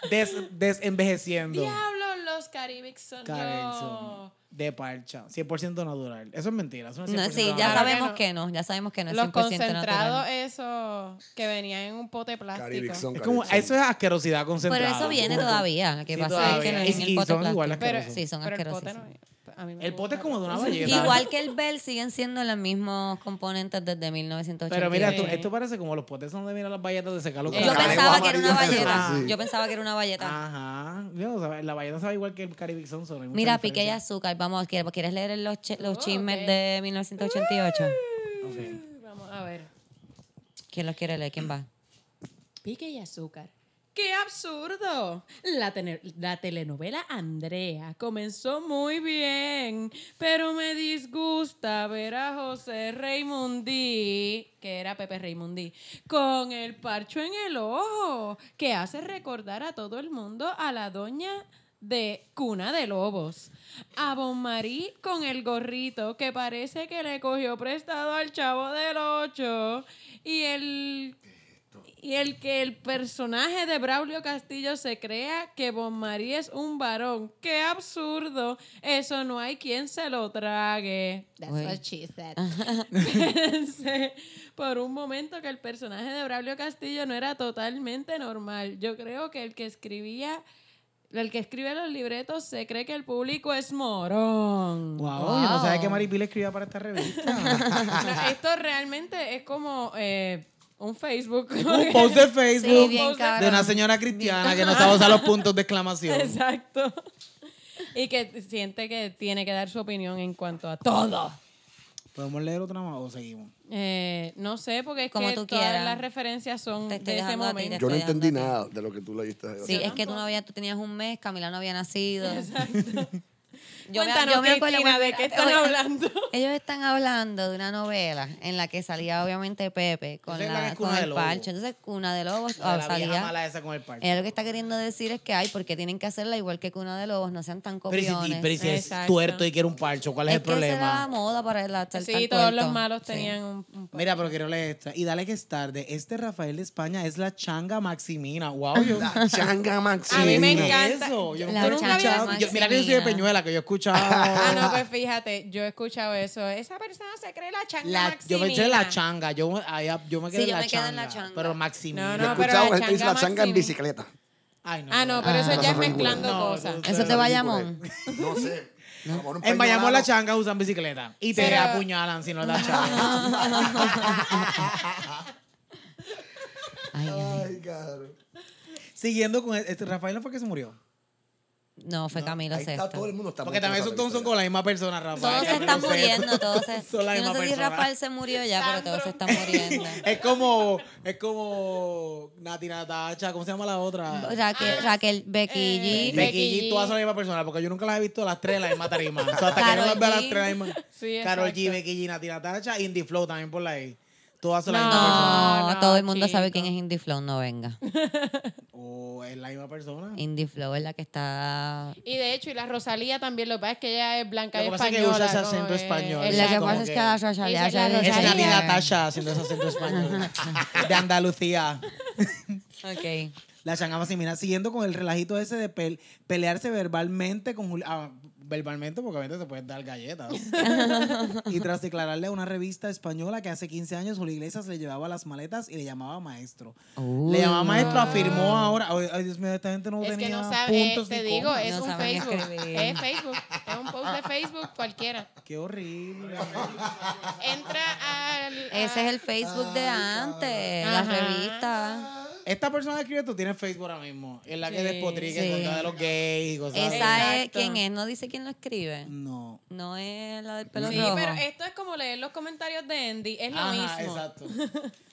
[SPEAKER 2] Des, desenvejeciendo.
[SPEAKER 3] Diablo, los Caribics son.
[SPEAKER 2] Karen, son
[SPEAKER 3] No.
[SPEAKER 2] de parcha, 100% natural. Eso es mentira. Eso no es 100%
[SPEAKER 1] No, sí, ya
[SPEAKER 2] natural.
[SPEAKER 3] Claro que
[SPEAKER 1] sabemos
[SPEAKER 3] no.
[SPEAKER 1] que no. Ya sabemos que no es
[SPEAKER 3] Los
[SPEAKER 1] 100%
[SPEAKER 3] concentrados,
[SPEAKER 1] natural.
[SPEAKER 3] eso, que venían en un pote plástico.
[SPEAKER 4] Caribic son,
[SPEAKER 2] Es como,
[SPEAKER 4] Caribic
[SPEAKER 2] eso
[SPEAKER 4] son.
[SPEAKER 2] es asquerosidad
[SPEAKER 1] Pero
[SPEAKER 2] concentrada.
[SPEAKER 1] eso viene todavía. Lo que
[SPEAKER 2] Sí,
[SPEAKER 1] pasa es que no
[SPEAKER 2] todavía.
[SPEAKER 1] es en
[SPEAKER 2] Y-
[SPEAKER 1] el
[SPEAKER 2] y
[SPEAKER 1] pote
[SPEAKER 2] son igual Ah,
[SPEAKER 1] plástico.
[SPEAKER 2] asquerosos.
[SPEAKER 3] Pero,
[SPEAKER 1] Sí, son
[SPEAKER 3] pero el
[SPEAKER 1] asquerosos.
[SPEAKER 3] pote no es- a mí me
[SPEAKER 2] El pote es
[SPEAKER 3] gusta.
[SPEAKER 2] como de una valleta.
[SPEAKER 1] Igual que el Bell siguen siendo los mismos componentes desde 1980.
[SPEAKER 2] Pero mira,
[SPEAKER 3] Sí.
[SPEAKER 2] tú- esto parece como los potes donde miran las valletas de secarlo
[SPEAKER 4] Yo
[SPEAKER 2] con
[SPEAKER 1] yo
[SPEAKER 2] la
[SPEAKER 4] Caribe
[SPEAKER 1] pensaba que era una
[SPEAKER 4] amarillo, eso,
[SPEAKER 1] valleta.
[SPEAKER 4] sí.
[SPEAKER 1] Yo pensaba que era una valleta.
[SPEAKER 2] Ah, Ajá. Yo, o sea, la valleta sabe igual que el Caribe Sun Solo. hay mucha
[SPEAKER 1] Mira, pique y
[SPEAKER 2] diferencia.
[SPEAKER 1] azúcar. Vamos, ¿quieres, quieres leer los, chi- los
[SPEAKER 3] Oh,
[SPEAKER 1] chismes
[SPEAKER 3] ok.
[SPEAKER 1] de 1988?
[SPEAKER 2] Ok.
[SPEAKER 3] Vamos a ver.
[SPEAKER 1] ¿Quién los quiere leer? ¿Quién va?
[SPEAKER 3] Pique y azúcar. ¡Qué absurdo! La, tene- la telenovela Andrea comenzó muy bien, pero me disgusta ver a José Raimondi, que era Pepe Raimondi, con el parcho en el ojo, que hace recordar a todo el mundo a la doña de Cuna de Lobos. A Bon Marí con el gorrito que parece que le cogió prestado al chavo del Ocho. Y el y el que el personaje de Braulio Castillo se crea que Bon María es un varón. ¡Qué absurdo! Eso no hay quien se lo trague. That's
[SPEAKER 1] Uy.
[SPEAKER 3] what she said. Pensé por un momento que el personaje de Braulio Castillo no era totalmente normal. Yo creo que el que escribía El que escribe los libretos se cree que el público es morón.
[SPEAKER 2] Wow,
[SPEAKER 1] Wow.
[SPEAKER 2] yo no sabía que Maripil escribía para esta revista.
[SPEAKER 3] No, esto realmente es como eh, un Facebook.
[SPEAKER 2] un post de Facebook
[SPEAKER 1] Sí, bien
[SPEAKER 2] de
[SPEAKER 1] cabrón.
[SPEAKER 2] una señora cristiana que no sabe usar los puntos de exclamación.
[SPEAKER 3] Exacto. Y que siente que tiene que dar su opinión en cuanto a todo.
[SPEAKER 2] ¿Podemos leer otra más o seguimos?
[SPEAKER 3] Eh, no sé, porque es
[SPEAKER 1] Como
[SPEAKER 3] que
[SPEAKER 1] tú
[SPEAKER 3] todas
[SPEAKER 1] quieras.
[SPEAKER 3] las referencias son
[SPEAKER 1] Te estoy
[SPEAKER 3] de ese
[SPEAKER 1] dejando a ti,
[SPEAKER 3] momento.
[SPEAKER 4] Yo no
[SPEAKER 1] estoy
[SPEAKER 4] entendí
[SPEAKER 1] dando
[SPEAKER 4] nada de lo que tú leíste.
[SPEAKER 1] Sí, es que tú no habías, tú tenías un mes, Camila no había nacido. Yo me-
[SPEAKER 3] Cuéntanos,
[SPEAKER 1] yo me acuerdo
[SPEAKER 3] Cristina,
[SPEAKER 1] cuando-
[SPEAKER 3] ¿de qué están
[SPEAKER 1] Oye,
[SPEAKER 3] hablando?
[SPEAKER 1] Ellos están hablando de una novela en la que salía obviamente Pepe con,
[SPEAKER 2] Esa es la que
[SPEAKER 1] la,
[SPEAKER 2] es
[SPEAKER 1] con
[SPEAKER 2] Cuna de
[SPEAKER 1] el
[SPEAKER 2] Lobos.
[SPEAKER 1] parche. Entonces, Cuna de Lobos
[SPEAKER 2] La,
[SPEAKER 1] ah,
[SPEAKER 2] la vieja
[SPEAKER 1] salía.
[SPEAKER 2] mala esa con el parche.
[SPEAKER 1] Ella lo que está queriendo decir es que, ay, porque tienen que hacerla igual que Cuna de Lobos? No sean tan
[SPEAKER 2] Pero y si-
[SPEAKER 1] copiones.
[SPEAKER 2] pero y si es
[SPEAKER 3] Exacto.
[SPEAKER 2] tuerto y quiere un parcho, ¿cuál es,
[SPEAKER 1] es
[SPEAKER 2] el
[SPEAKER 1] que esa era la
[SPEAKER 2] problema?
[SPEAKER 1] moda para la tal-
[SPEAKER 3] Sí,
[SPEAKER 1] tal
[SPEAKER 3] todos los
[SPEAKER 1] tuerto.
[SPEAKER 3] malos
[SPEAKER 1] Sí.
[SPEAKER 3] tenían un, un par-
[SPEAKER 2] Mira, pero quiero leer esta. Y dale que es tarde. Este Rafael de España es la changa Maximina. Wow, yo.
[SPEAKER 4] La changa Maxi.
[SPEAKER 3] A mí me
[SPEAKER 2] ¿Qué es
[SPEAKER 3] encanta.
[SPEAKER 2] eso? Yo
[SPEAKER 1] La
[SPEAKER 2] nunca lo he
[SPEAKER 1] changa
[SPEAKER 2] escuchado. Yo- Mira que yo soy de
[SPEAKER 1] Maximina.
[SPEAKER 2] Peñuela, que yo he escuchado.
[SPEAKER 3] Ah, no, pues fíjate, yo he escuchado eso. Esa persona se cree la changa
[SPEAKER 2] La- yo me eché
[SPEAKER 3] Maximina.
[SPEAKER 2] la changa. Yo, ahí- yo me quedé,
[SPEAKER 1] Sí, yo
[SPEAKER 2] en, la
[SPEAKER 1] me quedé
[SPEAKER 2] changa,
[SPEAKER 1] en la changa.
[SPEAKER 2] Pero Maximina.
[SPEAKER 3] No,
[SPEAKER 4] Yo he
[SPEAKER 3] pero
[SPEAKER 4] escuchado
[SPEAKER 3] la
[SPEAKER 4] gente dice la
[SPEAKER 3] changa
[SPEAKER 4] changa en
[SPEAKER 3] Maxi-
[SPEAKER 4] bicicleta.
[SPEAKER 2] Ay, no.
[SPEAKER 3] Ah, no, pero eso
[SPEAKER 1] Ah.
[SPEAKER 3] ya es
[SPEAKER 4] Eso fue
[SPEAKER 3] mezclando
[SPEAKER 2] No,
[SPEAKER 3] cosas.
[SPEAKER 2] eso-
[SPEAKER 1] Eso es de Bayamón.
[SPEAKER 4] No sé. A lo mejor un
[SPEAKER 2] En Bayamón la
[SPEAKER 4] peñolano.
[SPEAKER 2] changa usan bicicleta. Y te
[SPEAKER 3] Pero-
[SPEAKER 2] apuñalan si no la changa.
[SPEAKER 1] Ay, ay.
[SPEAKER 4] Ay, caro.
[SPEAKER 2] Siguiendo con este, Rafael no fue que se murió.
[SPEAKER 1] No, fue Camilo
[SPEAKER 4] Ahí está
[SPEAKER 1] Sexto.
[SPEAKER 4] todo el mundo. Está
[SPEAKER 2] Porque
[SPEAKER 4] muerto
[SPEAKER 2] también
[SPEAKER 4] en esa
[SPEAKER 2] son, todos son
[SPEAKER 4] película.
[SPEAKER 2] con la misma persona, Rafael.
[SPEAKER 1] Todos se están muriendo, todos se...
[SPEAKER 2] Son la
[SPEAKER 1] Yo no
[SPEAKER 2] misma
[SPEAKER 1] sé si
[SPEAKER 2] persona.
[SPEAKER 1] Rafael se murió ya, pero todos se
[SPEAKER 3] Sandro.
[SPEAKER 1] están muriendo.
[SPEAKER 2] Es como, es como Nati Natacha, ¿cómo se llama la otra?
[SPEAKER 1] Raquel, Raquel Becky G.
[SPEAKER 3] eh,
[SPEAKER 2] Becky G,
[SPEAKER 3] Becky G.
[SPEAKER 2] todas son la misma persona, porque yo nunca las he visto las tres en la misma tarima. O sea, hasta que
[SPEAKER 1] Karol
[SPEAKER 2] no las veo
[SPEAKER 1] G.
[SPEAKER 2] las tres en la misma.
[SPEAKER 3] Sí,
[SPEAKER 2] Carol
[SPEAKER 3] exacto.
[SPEAKER 2] G, Becky G, Nati Natacha, Indie Flow también por la ahí. Todas son la
[SPEAKER 3] No.
[SPEAKER 2] misma persona.
[SPEAKER 1] No,
[SPEAKER 3] no,
[SPEAKER 1] todo el mundo sabe
[SPEAKER 3] chico.
[SPEAKER 1] quién es Indie Flow, no venga.
[SPEAKER 2] O es la misma persona.
[SPEAKER 1] Indie Flow es la que está...
[SPEAKER 3] Y de hecho, y la Rosalía también, lo que pasa es que ella es blanca
[SPEAKER 2] Lo
[SPEAKER 3] y
[SPEAKER 2] que pasa es que usa
[SPEAKER 3] española.
[SPEAKER 2] ese
[SPEAKER 3] como
[SPEAKER 2] acento español.
[SPEAKER 3] es
[SPEAKER 1] Lo
[SPEAKER 2] La
[SPEAKER 3] la-
[SPEAKER 1] que
[SPEAKER 2] como
[SPEAKER 1] pasa es
[SPEAKER 2] que-
[SPEAKER 1] que la Rosalía
[SPEAKER 3] Esa es la
[SPEAKER 1] se-
[SPEAKER 2] Es
[SPEAKER 3] Rosalía.
[SPEAKER 2] Nati Natacha, haciendo ese acento español. De Andalucía.
[SPEAKER 1] Ok.
[SPEAKER 2] La changa Maximina, siguiendo con el relajito ese de pel- pelearse verbalmente con Juli- ah, verbalmente, porque obviamente se pueden dar galletas. y tras declararle a una revista española que hace 15 años Julio Iglesias le llevaba las maletas y le llamaba maestro. le llamaba maestro, afirmó ahora. Ay, ay, Dios mío, esta gente no
[SPEAKER 3] Es
[SPEAKER 2] tenía
[SPEAKER 3] que no sabe, eh,
[SPEAKER 2] puntos
[SPEAKER 3] te
[SPEAKER 2] ni
[SPEAKER 3] digo,
[SPEAKER 2] comas.
[SPEAKER 3] es
[SPEAKER 1] No
[SPEAKER 3] un
[SPEAKER 1] saben
[SPEAKER 3] Facebook.
[SPEAKER 1] escribir.
[SPEAKER 3] Es Facebook. Es un post de Facebook cualquiera.
[SPEAKER 2] Qué horrible.
[SPEAKER 3] Entra al.
[SPEAKER 1] Ese es el Facebook de antes, las
[SPEAKER 3] Ajá.
[SPEAKER 1] revistas.
[SPEAKER 2] Esta persona que escribe esto tiene Facebook ahora mismo. Es la que
[SPEAKER 3] Sí.
[SPEAKER 2] despotrica en
[SPEAKER 1] Sí.
[SPEAKER 2] contra de los gays y cosas así.
[SPEAKER 1] Esa es
[SPEAKER 3] Exacto.
[SPEAKER 1] quién es, no dice quién lo escribe.
[SPEAKER 2] No.
[SPEAKER 1] No es la del pelo
[SPEAKER 3] Sí,
[SPEAKER 1] rojo.
[SPEAKER 3] pero esto es como leer los comentarios de Andy. Es lo
[SPEAKER 2] Ajá,
[SPEAKER 3] mismo.
[SPEAKER 2] exacto.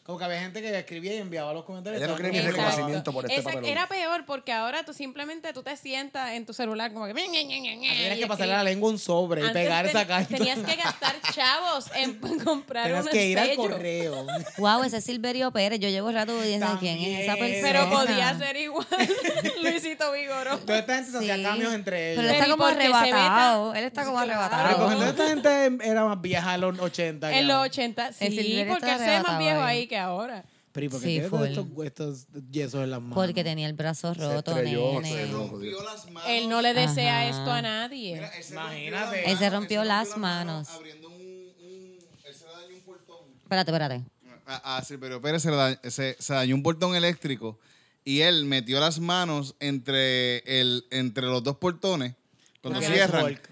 [SPEAKER 2] Como que había gente que escribía y enviaba los comentarios.
[SPEAKER 4] Ella no
[SPEAKER 2] Estaban
[SPEAKER 4] cree ni
[SPEAKER 2] como que
[SPEAKER 3] Exacto.
[SPEAKER 4] reconocimiento por este
[SPEAKER 3] Esa-
[SPEAKER 4] papelón.
[SPEAKER 3] Era peor porque ahora tú simplemente tú te sientas en tu celular como que... Tienes
[SPEAKER 2] Ah, Tienes que pasarle la lengua un sobre y pegar esa carta.
[SPEAKER 3] Tenías que gastar chavos en comprar
[SPEAKER 2] Tenías
[SPEAKER 3] un
[SPEAKER 2] que ir al
[SPEAKER 3] sello.
[SPEAKER 2] correo.
[SPEAKER 1] Wow, ese es Silverio Pérez. Yo llevo rato diciendo quién es esa
[SPEAKER 2] También.
[SPEAKER 1] persona.
[SPEAKER 3] Pero podía ser igual Luisito Vigoro.
[SPEAKER 2] Toda esta gente se hacía
[SPEAKER 1] Sí.
[SPEAKER 2] cambios entre
[SPEAKER 1] Pero él
[SPEAKER 2] ellos.
[SPEAKER 1] está
[SPEAKER 3] Pero ¿y
[SPEAKER 1] como
[SPEAKER 3] por qué se
[SPEAKER 1] arrebatado.
[SPEAKER 3] meta?
[SPEAKER 1] Él está como
[SPEAKER 3] Claro.
[SPEAKER 2] Pero
[SPEAKER 1] arrebatado.
[SPEAKER 2] cogiendo esta gente em, era más vieja en los 80.
[SPEAKER 3] En
[SPEAKER 2] ya.
[SPEAKER 3] los 80,
[SPEAKER 1] El
[SPEAKER 3] sí,
[SPEAKER 1] Silverio
[SPEAKER 3] porque
[SPEAKER 1] está
[SPEAKER 3] se ve más
[SPEAKER 1] arrebatado
[SPEAKER 3] viejo
[SPEAKER 1] ahí.
[SPEAKER 3] ahí que ahora.
[SPEAKER 2] Pero ¿y por qué
[SPEAKER 1] Sí,
[SPEAKER 2] tiene todos
[SPEAKER 1] full.
[SPEAKER 2] estos, estos yesos en las manos?
[SPEAKER 1] Porque tenía el brazo roto,
[SPEAKER 4] estrelló, se
[SPEAKER 1] nene.
[SPEAKER 4] rompió.
[SPEAKER 5] Rompió las manos.
[SPEAKER 3] Él no le desea
[SPEAKER 1] Ajá.
[SPEAKER 3] esto a nadie.
[SPEAKER 5] Mira, él se
[SPEAKER 2] Imagínate.
[SPEAKER 5] rompió las
[SPEAKER 1] Él se
[SPEAKER 5] manos,
[SPEAKER 1] rompió las manos.
[SPEAKER 5] Abriendo un, un- Él se le dañó un portón.
[SPEAKER 1] Espérate, espérate.
[SPEAKER 5] A, a Silverio Pérez se, le da- se- se dañó un portón eléctrico y él metió las manos entre, el, entre los dos portones cuando
[SPEAKER 2] Porque él es
[SPEAKER 5] cierran.
[SPEAKER 2] Hulk.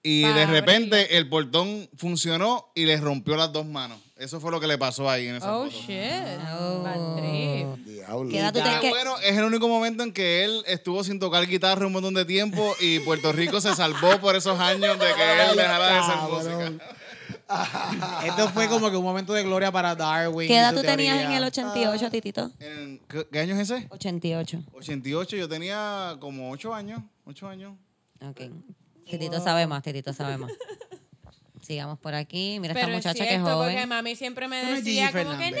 [SPEAKER 5] Y
[SPEAKER 3] Para
[SPEAKER 5] de repente el portón funcionó y le rompió las dos manos. Eso fue lo que le pasó ahí en esa
[SPEAKER 3] Oh,
[SPEAKER 5] foto.
[SPEAKER 3] shit. Bad trip.
[SPEAKER 4] Diablo.
[SPEAKER 1] ¿Qué edad tú
[SPEAKER 5] Qué
[SPEAKER 1] tienes que-
[SPEAKER 5] bueno, es el único momento en que él estuvo sin tocar guitarra un montón de tiempo y Puerto Rico se salvó por esos años de que él dejara de hacer música.
[SPEAKER 2] Esto fue como que un momento de gloria para Darwin.
[SPEAKER 1] ¿Qué
[SPEAKER 2] y
[SPEAKER 1] edad
[SPEAKER 2] su
[SPEAKER 1] tú tenías
[SPEAKER 2] teoría.
[SPEAKER 1] en el 88, Titito?
[SPEAKER 5] En- ¿qué, qué año es ese?
[SPEAKER 1] 88.
[SPEAKER 5] 88, yo tenía como 8 años, 8 años.
[SPEAKER 1] Ok.
[SPEAKER 3] Eh,
[SPEAKER 1] Titito sabe más, Titito sabe más. Sigamos por aquí. Mira
[SPEAKER 3] Pero
[SPEAKER 1] esta
[SPEAKER 3] es
[SPEAKER 1] muchacha que es
[SPEAKER 3] cierto, porque
[SPEAKER 1] joven.
[SPEAKER 3] mami siempre me
[SPEAKER 2] Tú no eres
[SPEAKER 3] decía
[SPEAKER 2] Gigi
[SPEAKER 3] como que,
[SPEAKER 2] Fernández.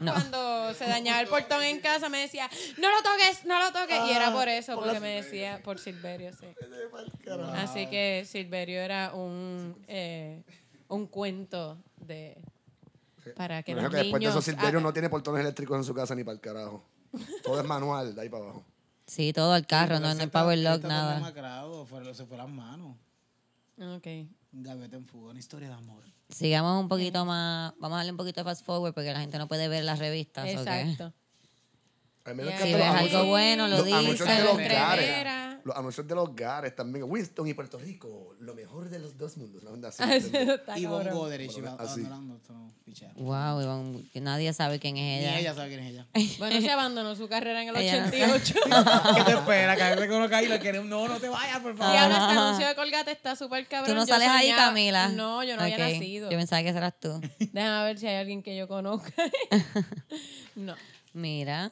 [SPEAKER 3] nena, no.
[SPEAKER 1] No.
[SPEAKER 3] Cuando se dañaba el portón en casa me decía, no lo toques, no lo toques. y
[SPEAKER 4] Ah,
[SPEAKER 3] era por eso, porque me decía por Silverio, sí. Así que Silverio era un, eh, un cuento de... Para que
[SPEAKER 4] Me imagino
[SPEAKER 3] los
[SPEAKER 4] que después de eso
[SPEAKER 3] niños...
[SPEAKER 4] Silverio
[SPEAKER 3] ah,
[SPEAKER 4] no tiene portones eléctricos en su casa ni para el carajo. Todo es manual, de ahí para abajo.
[SPEAKER 1] Sí, todo el carro, no, no
[SPEAKER 2] Ese
[SPEAKER 1] hay
[SPEAKER 2] está-
[SPEAKER 1] power
[SPEAKER 2] ese
[SPEAKER 1] lock,
[SPEAKER 2] está tan
[SPEAKER 1] nada.
[SPEAKER 2] demacrado, fue- Se fue las manos.
[SPEAKER 3] ok.
[SPEAKER 2] Un Gavete en fuga, una historia de amor.
[SPEAKER 1] Sigamos un poquito más. Vamos a darle un poquito de fast forward porque la gente no puede ver las revistas. ¿ok?
[SPEAKER 3] Exacto.
[SPEAKER 4] A mí me
[SPEAKER 3] Ya.
[SPEAKER 4] encanta
[SPEAKER 1] Si
[SPEAKER 4] los
[SPEAKER 1] ves
[SPEAKER 4] anuncios.
[SPEAKER 1] algo bueno, lo
[SPEAKER 4] Los anuncios
[SPEAKER 1] dices.
[SPEAKER 4] de los
[SPEAKER 3] Entrevera,
[SPEAKER 4] gares. Los anuncios de los gares también. Winston y Puerto Rico, lo mejor de los dos mundos. Una onda así, ¿entiendes?
[SPEAKER 3] Está
[SPEAKER 2] Y Von
[SPEAKER 3] cabrón.
[SPEAKER 2] Goderich.
[SPEAKER 4] Bueno, así.
[SPEAKER 1] Wow, Iván, que nadie sabe quién es ella.
[SPEAKER 2] Y ella sabe quién es ella.
[SPEAKER 3] Bueno, se abandonó su carrera en el
[SPEAKER 1] Ella no-
[SPEAKER 3] 88.
[SPEAKER 2] Ah, ¿Qué te espera? Que a veces conozca ahí lo queremos. No, no te vayas, por
[SPEAKER 3] Y
[SPEAKER 2] favor.
[SPEAKER 3] ahora este anuncio de Colgate está súper cabrón.
[SPEAKER 1] Tú no
[SPEAKER 3] Yo
[SPEAKER 1] sales ahí,
[SPEAKER 3] soñaba-
[SPEAKER 1] Camila.
[SPEAKER 3] No, yo no
[SPEAKER 1] Ok,
[SPEAKER 3] había nacido.
[SPEAKER 1] Yo pensaba que esa eras tú.
[SPEAKER 3] Déjame ver si hay alguien que yo conozca. no.
[SPEAKER 1] Mira,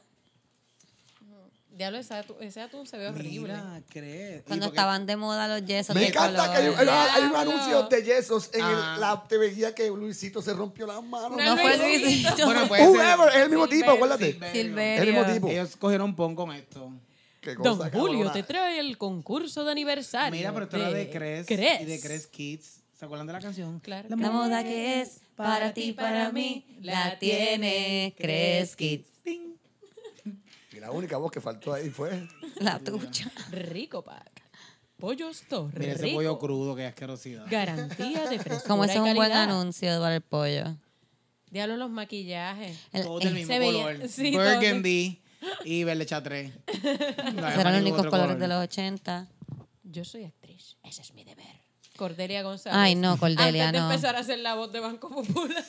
[SPEAKER 3] Diablo, ese atún, ese atún se ve horrible.
[SPEAKER 2] Mira, crees. Y
[SPEAKER 1] cuando
[SPEAKER 2] porque-
[SPEAKER 1] estaban de moda los yesos.
[SPEAKER 4] Me
[SPEAKER 1] de
[SPEAKER 4] encanta que hay, un- hay,
[SPEAKER 1] colores.
[SPEAKER 4] hay un
[SPEAKER 3] Diablo.
[SPEAKER 4] anuncio de yesos en el-
[SPEAKER 2] Ah.
[SPEAKER 4] la TV que Luisito se rompió las
[SPEAKER 3] No,
[SPEAKER 4] manos.
[SPEAKER 1] No fue
[SPEAKER 3] Luisito.
[SPEAKER 1] Luisito.
[SPEAKER 2] Bueno, pues.
[SPEAKER 4] Whoever, es el mismo tipo,
[SPEAKER 3] Silverio,
[SPEAKER 4] acuérdate. Es
[SPEAKER 1] Silverio.
[SPEAKER 4] el mismo tipo.
[SPEAKER 2] Ellos cogieron pon con esto.
[SPEAKER 4] Qué cosa,
[SPEAKER 3] Don Julio
[SPEAKER 4] cabrona.
[SPEAKER 3] te trae el concurso de aniversario.
[SPEAKER 2] Mira, pero esto era de Cres.
[SPEAKER 3] Cres.
[SPEAKER 2] Y de Cres Kids. ¿Se acuerdan de la canción?
[SPEAKER 3] Claro.
[SPEAKER 2] La
[SPEAKER 1] La moda que es para ti, para mí, la tiene Cres Kids,
[SPEAKER 2] Ting.
[SPEAKER 4] Y la única voz que faltó ahí fue.
[SPEAKER 1] la tucha.
[SPEAKER 3] Rico Pack. Pollos Torres.
[SPEAKER 2] Mira ese pollo crudo, que asquerosidad.
[SPEAKER 3] Garantía de frescura.
[SPEAKER 1] Como ese
[SPEAKER 3] y
[SPEAKER 1] es un buen
[SPEAKER 3] calidad.
[SPEAKER 1] anuncio para el pollo.
[SPEAKER 3] Diablo, los maquillajes.
[SPEAKER 1] El-
[SPEAKER 2] Todos del
[SPEAKER 1] eh,
[SPEAKER 2] mismo
[SPEAKER 3] se veía-
[SPEAKER 2] color.
[SPEAKER 3] sí, todos del-
[SPEAKER 2] Burgundy y verde chatré. No había
[SPEAKER 1] esos eran los
[SPEAKER 2] más ningún
[SPEAKER 1] únicos
[SPEAKER 2] otro
[SPEAKER 1] colores
[SPEAKER 2] color.
[SPEAKER 1] de los 80.
[SPEAKER 3] Yo soy actriz. Ese es mi deber. Cordelia González.
[SPEAKER 1] Ay, no, Cordelia,
[SPEAKER 3] Antes de
[SPEAKER 1] no.
[SPEAKER 3] empezar a hacer la voz de Banco Popular.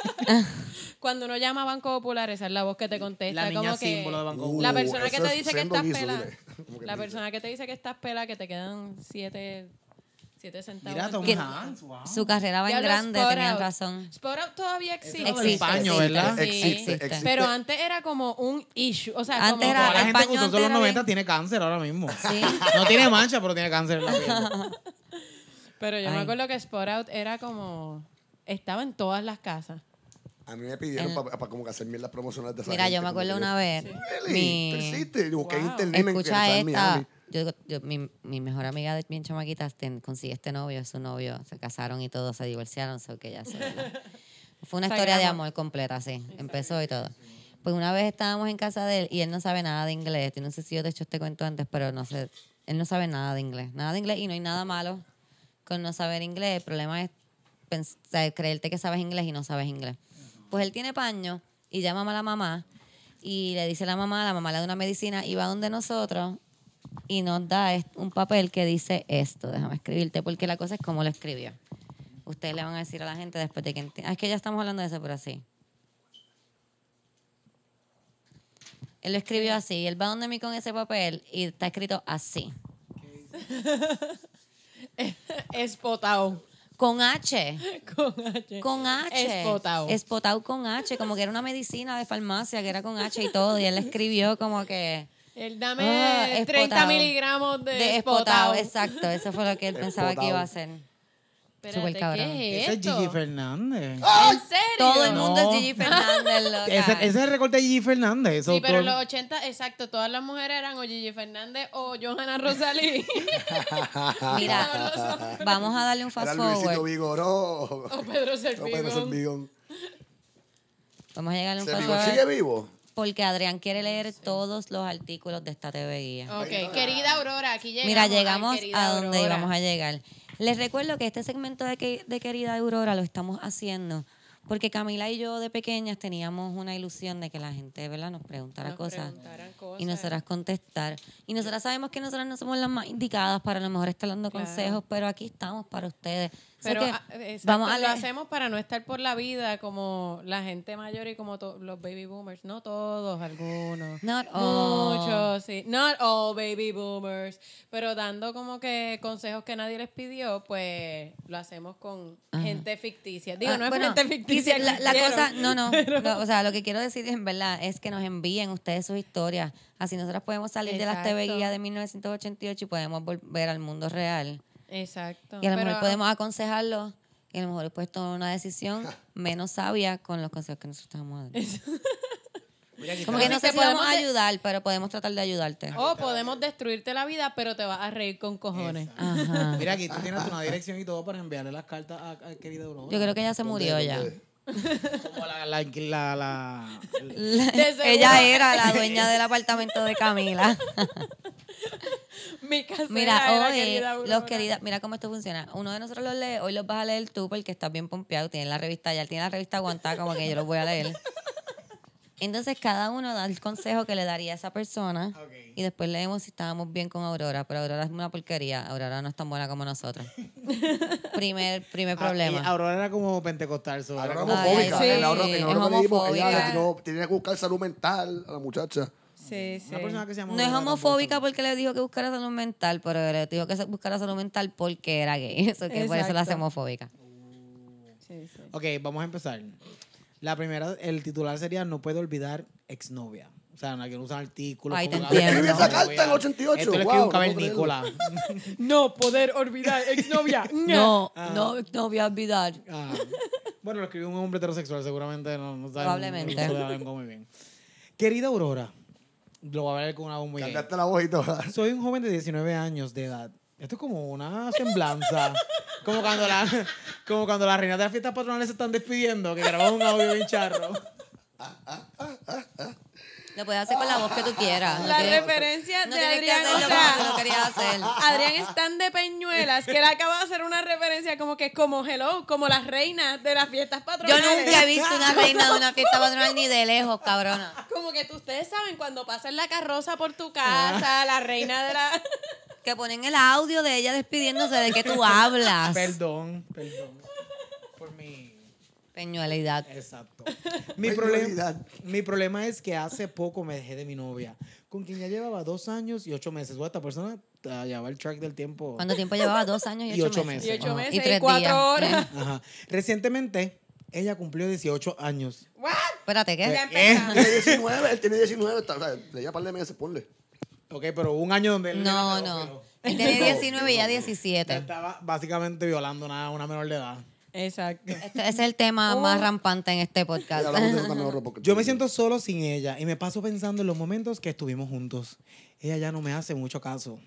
[SPEAKER 3] Cuando uno llama a Banco Popular, esa es la voz que te contesta.
[SPEAKER 2] La niña
[SPEAKER 3] como que
[SPEAKER 2] símbolo de Banco
[SPEAKER 4] Uh,
[SPEAKER 3] La persona que
[SPEAKER 4] eso
[SPEAKER 3] te
[SPEAKER 4] es
[SPEAKER 3] dice que
[SPEAKER 4] sendo
[SPEAKER 3] estás
[SPEAKER 4] guiso,
[SPEAKER 3] pela.
[SPEAKER 4] dile. Como que
[SPEAKER 3] La
[SPEAKER 4] dice.
[SPEAKER 3] persona que te dice que estás pela, que te quedan siete, siete centavos.
[SPEAKER 2] Mira,
[SPEAKER 3] en
[SPEAKER 2] Tom
[SPEAKER 3] tu-
[SPEAKER 2] Hanks, wow.
[SPEAKER 1] Su carrera va en
[SPEAKER 3] Diablo,
[SPEAKER 1] grande,
[SPEAKER 3] Sport
[SPEAKER 1] tenían
[SPEAKER 3] Out.
[SPEAKER 1] razón.
[SPEAKER 3] Sport Out todavía
[SPEAKER 2] Eso
[SPEAKER 3] existe.
[SPEAKER 2] es del paño, ¿verdad?
[SPEAKER 3] Sí.
[SPEAKER 4] Existe, existe.
[SPEAKER 3] Pero antes era como un issue. O sea,
[SPEAKER 1] Antes
[SPEAKER 3] como
[SPEAKER 1] era-
[SPEAKER 2] Toda la
[SPEAKER 1] el
[SPEAKER 2] gente que
[SPEAKER 1] paño
[SPEAKER 2] usó
[SPEAKER 1] antes
[SPEAKER 2] los
[SPEAKER 1] era
[SPEAKER 2] 90
[SPEAKER 1] bien-
[SPEAKER 2] tiene cáncer ahora mismo.
[SPEAKER 1] Sí.
[SPEAKER 2] No tiene mancha, pero tiene cáncer. en la piel.
[SPEAKER 3] Pero yo me
[SPEAKER 1] Ay.
[SPEAKER 3] acuerdo que Sport Out era como. Estaba en todas las casas.
[SPEAKER 4] A mí me pidieron para como que hacer mierdas promocionales de esa
[SPEAKER 1] Eh. Mira, yo
[SPEAKER 4] gente,
[SPEAKER 1] me
[SPEAKER 4] como
[SPEAKER 1] acuerdo
[SPEAKER 4] que yo,
[SPEAKER 1] una vez.
[SPEAKER 4] "Really?
[SPEAKER 1] mi-
[SPEAKER 4] ¿Tú hiciste? Yo busqué en
[SPEAKER 3] Wow.
[SPEAKER 4] internet, me interesaba
[SPEAKER 1] Escucha
[SPEAKER 4] en Miami.
[SPEAKER 1] esta. Yo, yo- mi, mi mejor amiga de bien chamaquita ten- consigue este novio, su novio. Se casaron y todo, se divorciaron, so que ya se. Fue una
[SPEAKER 3] Se
[SPEAKER 1] historia de
[SPEAKER 3] grabó.
[SPEAKER 1] amor completa, sí. Empezó y todo. Pues una vez estábamos en casa de él y él no sabe nada de inglés. Yo no sé si yo te he hecho este cuento antes, pero no sé. Él no sabe nada de inglés. Nada de inglés y no hay nada malo con no saber inglés. El problema es pens- o sea, creerte que sabes inglés y no sabes inglés. Pues él tiene paño y llama a la mamá y le dice a la mamá, la mamá le da una medicina y va donde nosotros y nos da est- un papel que dice esto. Déjame escribirte porque la cosa es cómo lo escribió. Ustedes le van a decir a la gente después de que... enti- Ah, es que ya estamos hablando de eso, pero así. Él lo escribió así. Él va donde mí con ese papel y está escrito así.
[SPEAKER 3] Espotao.
[SPEAKER 1] Con H.
[SPEAKER 3] Con H.
[SPEAKER 1] Con H.
[SPEAKER 3] Espotao.
[SPEAKER 1] Espotado con H, como que era una medicina de farmacia que era con H y todo. Y él le escribió como que.
[SPEAKER 3] El dame
[SPEAKER 1] ah, espotado.
[SPEAKER 3] 30 miligramos de,
[SPEAKER 1] De
[SPEAKER 3] espotao.
[SPEAKER 1] espotado, exacto. Eso fue lo que él pensaba que
[SPEAKER 4] Espotao.
[SPEAKER 1] iba a hacer.
[SPEAKER 3] Espérate,
[SPEAKER 1] Súper cabrón.
[SPEAKER 3] ¿qué es
[SPEAKER 2] Ese es
[SPEAKER 3] esto? Ah,
[SPEAKER 2] Gigi Fernández.
[SPEAKER 3] ¿En serio?
[SPEAKER 1] Todo el mundo
[SPEAKER 2] No.
[SPEAKER 1] es Gigi Fernández, loca.
[SPEAKER 2] Ese, ese es el recorte de Gigi Fernández. eso
[SPEAKER 3] Sí, pero
[SPEAKER 2] todo-
[SPEAKER 3] en los 80, exacto, todas las mujeres eran o Gigi Fernández o Johanna Rosalí.
[SPEAKER 1] Mira, vamos a darle un
[SPEAKER 4] Era
[SPEAKER 1] fast
[SPEAKER 4] Luisito
[SPEAKER 1] forward. Oh,
[SPEAKER 4] Vigoró.
[SPEAKER 3] o Pedro
[SPEAKER 4] O Pedro
[SPEAKER 3] Servigón.
[SPEAKER 4] Servigón.
[SPEAKER 1] Vamos a llegarle un fast
[SPEAKER 4] Servigón sigue
[SPEAKER 1] forward.
[SPEAKER 4] vivo.
[SPEAKER 1] Porque Adrián quiere leer todos los artículos de esta TV guía.
[SPEAKER 3] Ok, querida Aurora, aquí llegamos.
[SPEAKER 1] Mira,
[SPEAKER 3] Ay,
[SPEAKER 1] llegamos
[SPEAKER 3] querida
[SPEAKER 1] a donde
[SPEAKER 3] Aurora.
[SPEAKER 1] íbamos a llegar. Les recuerdo que este segmento de, que- de Querida Aurora lo estamos haciendo porque Camila y yo de pequeñas teníamos una ilusión de que la gente ¿verdad? nos preguntara
[SPEAKER 3] Nos
[SPEAKER 1] cosas
[SPEAKER 3] preguntaran cosas.
[SPEAKER 1] y nosotras contestar. Y nosotras sabemos que nosotras no somos las más indicadas para a lo mejor estar dando
[SPEAKER 3] Claro.
[SPEAKER 1] consejos, pero aquí estamos para ustedes. O sea
[SPEAKER 3] Pero
[SPEAKER 1] que
[SPEAKER 3] ah, exacto,
[SPEAKER 1] vamos a
[SPEAKER 3] lo
[SPEAKER 1] leer-
[SPEAKER 3] hacemos para no estar por la vida como la gente mayor y como to- los baby boomers. No todos, algunos.
[SPEAKER 1] Not all.
[SPEAKER 3] Muchos, sí. Not all baby boomers. Pero dando como que consejos que nadie les pidió, pues lo hacemos con gente ficticia. Digo,
[SPEAKER 1] Ah,
[SPEAKER 3] no es
[SPEAKER 1] bueno,
[SPEAKER 3] gente ficticia.
[SPEAKER 1] quisi- La, la
[SPEAKER 3] quisieron.
[SPEAKER 1] cosa, no, no, no, O sea, lo que quiero decir en verdad es que nos envíen ustedes sus historias. Así nosotros podemos salir de las TV
[SPEAKER 3] Exacto.
[SPEAKER 1] guía de 1988 y podemos volver al mundo real.
[SPEAKER 3] Exacto.
[SPEAKER 1] Y a lo
[SPEAKER 3] Pero-
[SPEAKER 1] mejor podemos aconsejarlos y a lo mejor puedes tomar una decisión menos sabia con los consejos que nosotros estamos dando.
[SPEAKER 2] Mira, aquí
[SPEAKER 1] Como
[SPEAKER 2] está.
[SPEAKER 1] que no
[SPEAKER 3] Así que
[SPEAKER 1] sé si vamos a
[SPEAKER 3] podemos de- Oh.
[SPEAKER 1] ayudar, pero podemos tratar de ayudarte.
[SPEAKER 3] O podemos destruirte la vida, pero te vas a reír con cojones.
[SPEAKER 1] Ajá.
[SPEAKER 2] Mira, aquí tú tienes una dirección y todo para enviarle las cartas a, a querida Aurora.
[SPEAKER 1] Yo creo que ella se murió ya.
[SPEAKER 2] Como la, la, la, la-
[SPEAKER 3] De seguro.
[SPEAKER 1] ella era la dueña del apartamento de Camila.
[SPEAKER 3] Mi casera era
[SPEAKER 1] Mira, hoy,
[SPEAKER 3] querida
[SPEAKER 1] los
[SPEAKER 3] Aurora.
[SPEAKER 1] queridas, mira cómo esto funciona. Uno de nosotros los lee, hoy los vas a leer tú porque estás bien pompeado. Tienes la revista ya, tienes la revista aguantada, como que yo los voy a leer. Entonces cada uno da el consejo que le daría a esa persona y después leemos si estábamos bien con Aurora, pero Aurora es una porquería, Aurora no es tan buena como nosotros. primer primer
[SPEAKER 2] Ah, y
[SPEAKER 1] problema.
[SPEAKER 2] Aurora era como pentecostal. so,
[SPEAKER 4] Ahora
[SPEAKER 2] Pues era
[SPEAKER 4] es
[SPEAKER 2] como-
[SPEAKER 1] Ay, es
[SPEAKER 3] sí,
[SPEAKER 4] homofóbica. en la otra- en la otra que le dimos, ella
[SPEAKER 1] homofóbica.
[SPEAKER 4] no- tenía que buscar salud mental a la muchacha.
[SPEAKER 3] Sí, sí.
[SPEAKER 2] Una persona que se llama
[SPEAKER 1] No es
[SPEAKER 2] Aurora tampoco,
[SPEAKER 1] homofóbica porque le dijo que buscara salud mental, pero le dijo que buscara salud mental porque era gay, eso que por eso la hace
[SPEAKER 3] Exacto.
[SPEAKER 1] homofóbica.
[SPEAKER 3] Sí, sí.
[SPEAKER 2] Ok, vamos a empezar. La primera, el titular sería No puedo olvidar exnovia. O sea, no hay que usar artículos.
[SPEAKER 1] Ay,
[SPEAKER 2] como
[SPEAKER 1] te
[SPEAKER 2] la-
[SPEAKER 1] entiendo.
[SPEAKER 4] Escribí esa carta en 88,
[SPEAKER 2] Esto lo escribió
[SPEAKER 4] guau,
[SPEAKER 2] un
[SPEAKER 4] no puedo
[SPEAKER 2] cavernícola.
[SPEAKER 3] No poder olvidar, exnovia.
[SPEAKER 1] No, no, no voy a olvidar.
[SPEAKER 2] Ah, Bueno, lo escribió un hombre heterosexual, seguramente no, no sabe.
[SPEAKER 1] Probablemente.
[SPEAKER 2] no se la vengo muy bien. Querida Aurora, lo va a ver con una voz muy gay.
[SPEAKER 4] Cambiaste la voz y todo.
[SPEAKER 2] Soy un joven de 19 años de edad. Esto es como una semblanza. como, cuando la, como cuando las reinas de las fiestas patronales se están despidiendo, que grabamos un audio bien charro.
[SPEAKER 1] Lo puedes hacer con la voz que tú quieras. No
[SPEAKER 3] La
[SPEAKER 1] tienes-
[SPEAKER 3] referencia Ah,
[SPEAKER 1] no
[SPEAKER 3] de
[SPEAKER 1] tienes que
[SPEAKER 3] Adrián,
[SPEAKER 1] hacerlo
[SPEAKER 3] o
[SPEAKER 1] como tú
[SPEAKER 3] sea,
[SPEAKER 1] lo querías hacer.
[SPEAKER 3] Adrián es tan de peñuelas que le acaba de hacer una referencia como que como hello, como las reinas de las fiestas
[SPEAKER 1] Yo
[SPEAKER 3] patronales.
[SPEAKER 1] nunca he visto una reina de una fiesta patronal ni de lejos, cabrona.
[SPEAKER 3] Como que tú, ustedes saben cuando pasan la carroza por tu
[SPEAKER 1] Ah.
[SPEAKER 3] casa, la reina de la...
[SPEAKER 1] Que ponen el audio de ella despidiéndose de que tú hablas.
[SPEAKER 2] Perdón, perdón. Por mi.
[SPEAKER 1] Peñualidad.
[SPEAKER 2] Exacto. Mi,
[SPEAKER 4] Ay,
[SPEAKER 2] problema,
[SPEAKER 4] Navidad.
[SPEAKER 2] mi problema es que hace poco me dejé de mi novia, con quien ya llevaba dos años y ocho meses. Bueno, esta persona ah, llevaba el track del tiempo.
[SPEAKER 1] ¿Cuánto tiempo llevaba? Dos años y ocho,
[SPEAKER 2] Y ocho meses.
[SPEAKER 3] Y ocho
[SPEAKER 1] Ajá.
[SPEAKER 3] meses y,
[SPEAKER 1] tres
[SPEAKER 3] cuatro
[SPEAKER 1] días.
[SPEAKER 3] horas.
[SPEAKER 2] Ajá. Recientemente, ella cumplió 18 años.
[SPEAKER 3] ¿What?
[SPEAKER 1] Espérate,
[SPEAKER 3] Ya
[SPEAKER 1] ¿qué?
[SPEAKER 3] empezamos.
[SPEAKER 4] Tiene 19, él tiene 19. está- o sea, le lleva par de meses, ponle.
[SPEAKER 2] Ok, pero hubo un año donde... él era
[SPEAKER 1] No,
[SPEAKER 2] pedófilo.
[SPEAKER 1] no. Él tenía 19 y ya 17.
[SPEAKER 2] Estaba básicamente violando a una menor de edad.
[SPEAKER 3] Exacto.
[SPEAKER 1] Este- ese es el tema
[SPEAKER 3] Uh.
[SPEAKER 1] más rampante en este
[SPEAKER 4] Ya
[SPEAKER 1] podcast.
[SPEAKER 4] hablamos de eso también otro poco.
[SPEAKER 2] Yo me siento solo sin ella y me paso pensando en los momentos que estuvimos juntos. Ella ya no me hace mucho caso.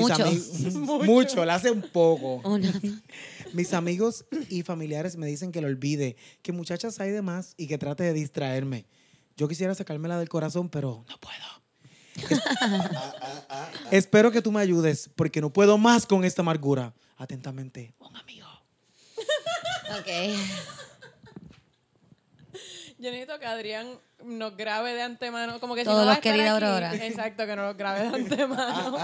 [SPEAKER 1] Mucho.
[SPEAKER 2] amigos- mucho, la hace un poco.
[SPEAKER 1] Una-
[SPEAKER 2] Mis amigos y familiares me dicen que lo olvide, que muchachas hay de más y que trate de distraerme. Yo quisiera sacármela del corazón, pero no puedo. Es- Espero que tú me ayudes, porque no puedo más con esta amargura. Atentamente, un amigo.
[SPEAKER 1] ok.
[SPEAKER 3] Yo necesito que Adrián nos grabe de antemano. Como que si
[SPEAKER 1] Todos
[SPEAKER 3] no va a
[SPEAKER 1] los
[SPEAKER 3] estar
[SPEAKER 1] querida
[SPEAKER 3] aquí,
[SPEAKER 1] Aurora.
[SPEAKER 3] Exacto, que no los grabe de antemano.